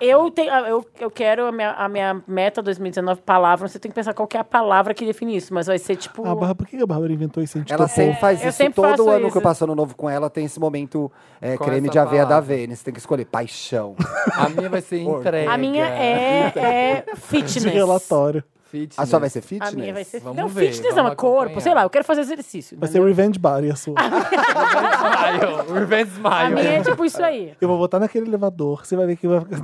Eu, tenho, ah, eu, eu quero a minha, a minha meta 2019, palavra. Você tem que pensar qual que é a palavra que define isso, mas vai ser tipo. Ah, Bárbara, por que a Bárbara inventou esse Ela sempre Tipo, faz eu isso. sempre Todo faço ano que isso. eu passo ano novo com ela, tem esse momento é, Com creme essa de aveia da palavra. Vênus. Tem que escolher paixão. A minha vai ser entrega. a minha é, é de fitness. relatório. Fitness. A sua vai ser A fitness? minha vai ser. Vamos não, ver, fitness é vamos uma corpo, acompanhar. sei lá, eu quero fazer exercício. Vai ser entendeu? Revenge Body a sua. Smile. Revenge Smile. A minha é tipo isso aí. Eu vou botar naquele elevador, você vai ver que vai ficar.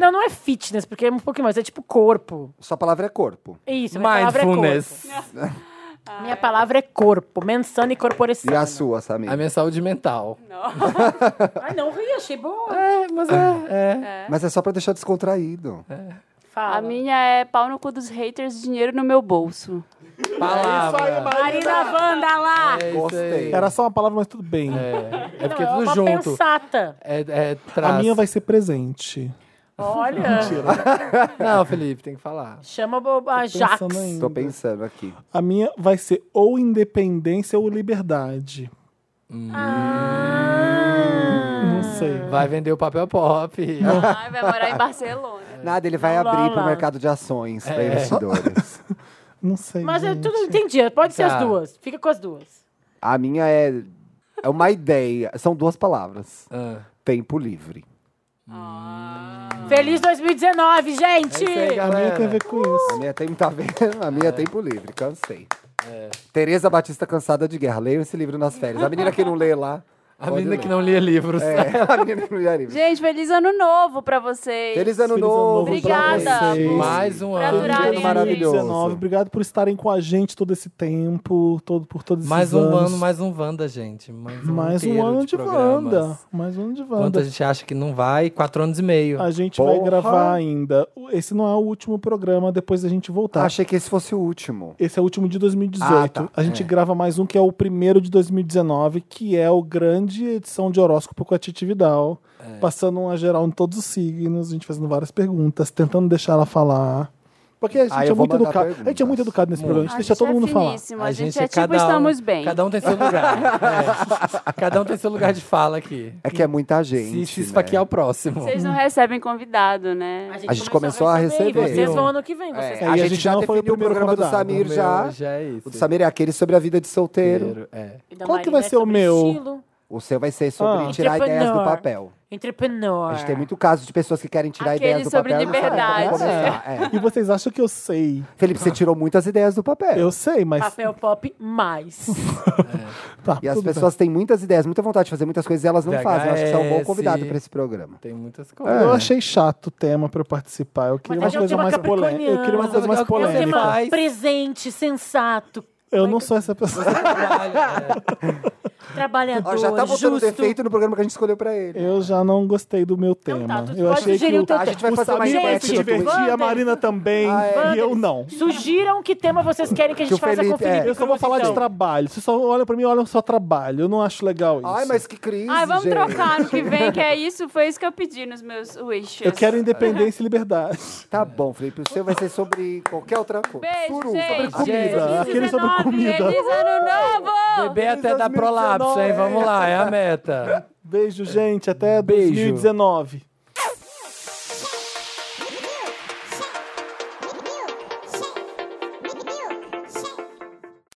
Não, não é fitness, porque é um pouquinho mais, é tipo corpo. Sua palavra é corpo. É Isso, minha palavra é corpo. Mindfulness. Minha palavra é corpo, mensana e corporeção. E a sua, Samir? A minha é saúde mental. Ai, não ri, achei boa. É, mas é. Mas é só pra deixar descontraído. Fala. A minha é pau no cu dos haters, dinheiro no meu bolso. é. Palavra. Marina Wanda lá! É isso Gostei. aí. Era só uma palavra, mas tudo bem. É, é Não, porque é tudo uma junto. pensata. É, é A traço. minha vai ser presente. Olha, Não, Felipe, tem que falar. chama bo- a Jax. Pensando ainda. Tô pensando aqui. A minha vai ser ou independência ou liberdade. Ah. Não sei. Hum. Vai vender o papel pop. Ai, vai morar em É. Barcelona. Nada, ele vai Não, lá, abrir pro lá. mercado de ações pra investidores. Não sei. Mas eu gente. tudo entendi, pode ser Tá. as duas. Fica com as duas. A minha é, é uma ideia. São duas palavras. Ah. Tempo livre. Feliz 2019, gente! É isso A aí, minha galera. tem a ver com isso. A minha tem tá vendo? A minha é tempo livre, cansei. É. Tereza Batista Cansada de Guerra. Leiam esse livro nas férias. A menina que não lê lá. A menina que não lia livros. É, a menina que não lê livro. Gente, feliz ano novo pra vocês. Feliz ano Feliz ano novo. novo pra Obrigada. vocês. Mais um É Pra ano. durar. adorarem a ano gente. maravilhoso. 19. Obrigado por estarem com a gente todo esse tempo, todo, por todos esses Mais um anos. ano, mais um Wanda, gente. Mais um, Mais um inteiro ano de programas. Wanda. Mais um ano de Quanto a Wanda. gente acha que não vai? Quatro anos e meio. A gente vai Porra. gravar ainda. Esse não é o último programa, depois a gente voltar. Tá. Achei que esse fosse o último. Esse é o último de 2018. Ah, tá. A gente grava mais um que é o primeiro de 2019, que é o grande edição de horóscopo com a Titi Vidal. É. Passando uma geral em todos os signos, a gente fazendo várias perguntas, tentando deixar ela falar. Porque a gente Ah, eu é vou muito mandar educado. A gente é perguntas. muito educado nesse programa, a gente deixa assim todo mundo é falar. finíssimo, A, gente, é tipo estamos um, bem. Cada um tem seu lugar. É. Cada um tem seu lugar de fala aqui. É que é muita gente. Se, se esfaquear é o um. próximo. Vocês não recebem convidado, né? A gente começou a e receber. vocês vão ano que vem. né? Vocês É, e a, a gente gente já não foi o definiu o primeiro programa do convidado. O Samir meu já. já é isso. O do Samir é aquele sobre a vida de solteiro. É. E da Qual que Marina vai ser o sobre meu? estilo. O seu vai ser sobre Ah. tirar ideias do Entrepreneur. papel. Entrepreneur. A gente tem muito caso de pessoas que querem tirar Aquele ideias do sobre papel. e não sabem como liberdade. começar. É. E vocês acham que eu sei? Felipe, você tirou muitas ideias do papel. Eu sei, mas. Papel pop mais. É Tá, E as tudo bem. pessoas têm muitas ideias, muita vontade de fazer muitas coisas e elas não fazem. Eu acho que você é um bom VHS. convidado para esse programa. Tem muitas É. Eu coisas. achei chato o tema pra eu participar. Eu queria Mas uma é um coisa tema mais polêmica. Eu queria uma capricorniano. coisa mais Mas é um tema É um tema polêmica. Mas- presente, sensato, Eu não sou essa pessoa. é. trabalhador, Ó, já tá botando justo. defeito no programa que a gente escolheu para ele. Eu já não gostei do meu Então tema. tá, tu eu pode achei que sugerir o, o teu o A gente vai fazer uma Samir vai enquete se no divertir, Twitter. a Marina também, Ah, é. e eu não. Sugiram que tema vocês querem que a Que o gente faça com o Felipe- é. Felipe Eu só vou Cruz, falar de então. trabalho. Vocês só olham pra mim e olham só trabalho. Eu não acho legal isso. Ai, mas que crise, Ai, vamos gente. trocar no que vem, que é isso, foi isso que eu pedi nos meus wishes. Eu quero independência e liberdade. Tá bom, Felipe. O seu vai ser sobre qualquer outra coisa. Beijo, Suruba. gente. Comida. Aquele sobre comida. Feliz ano novo! Bebê até dá 2019. prolapso, hein? Vamos lá, é a meta. Beijo, gente. Até Beijo. 2019.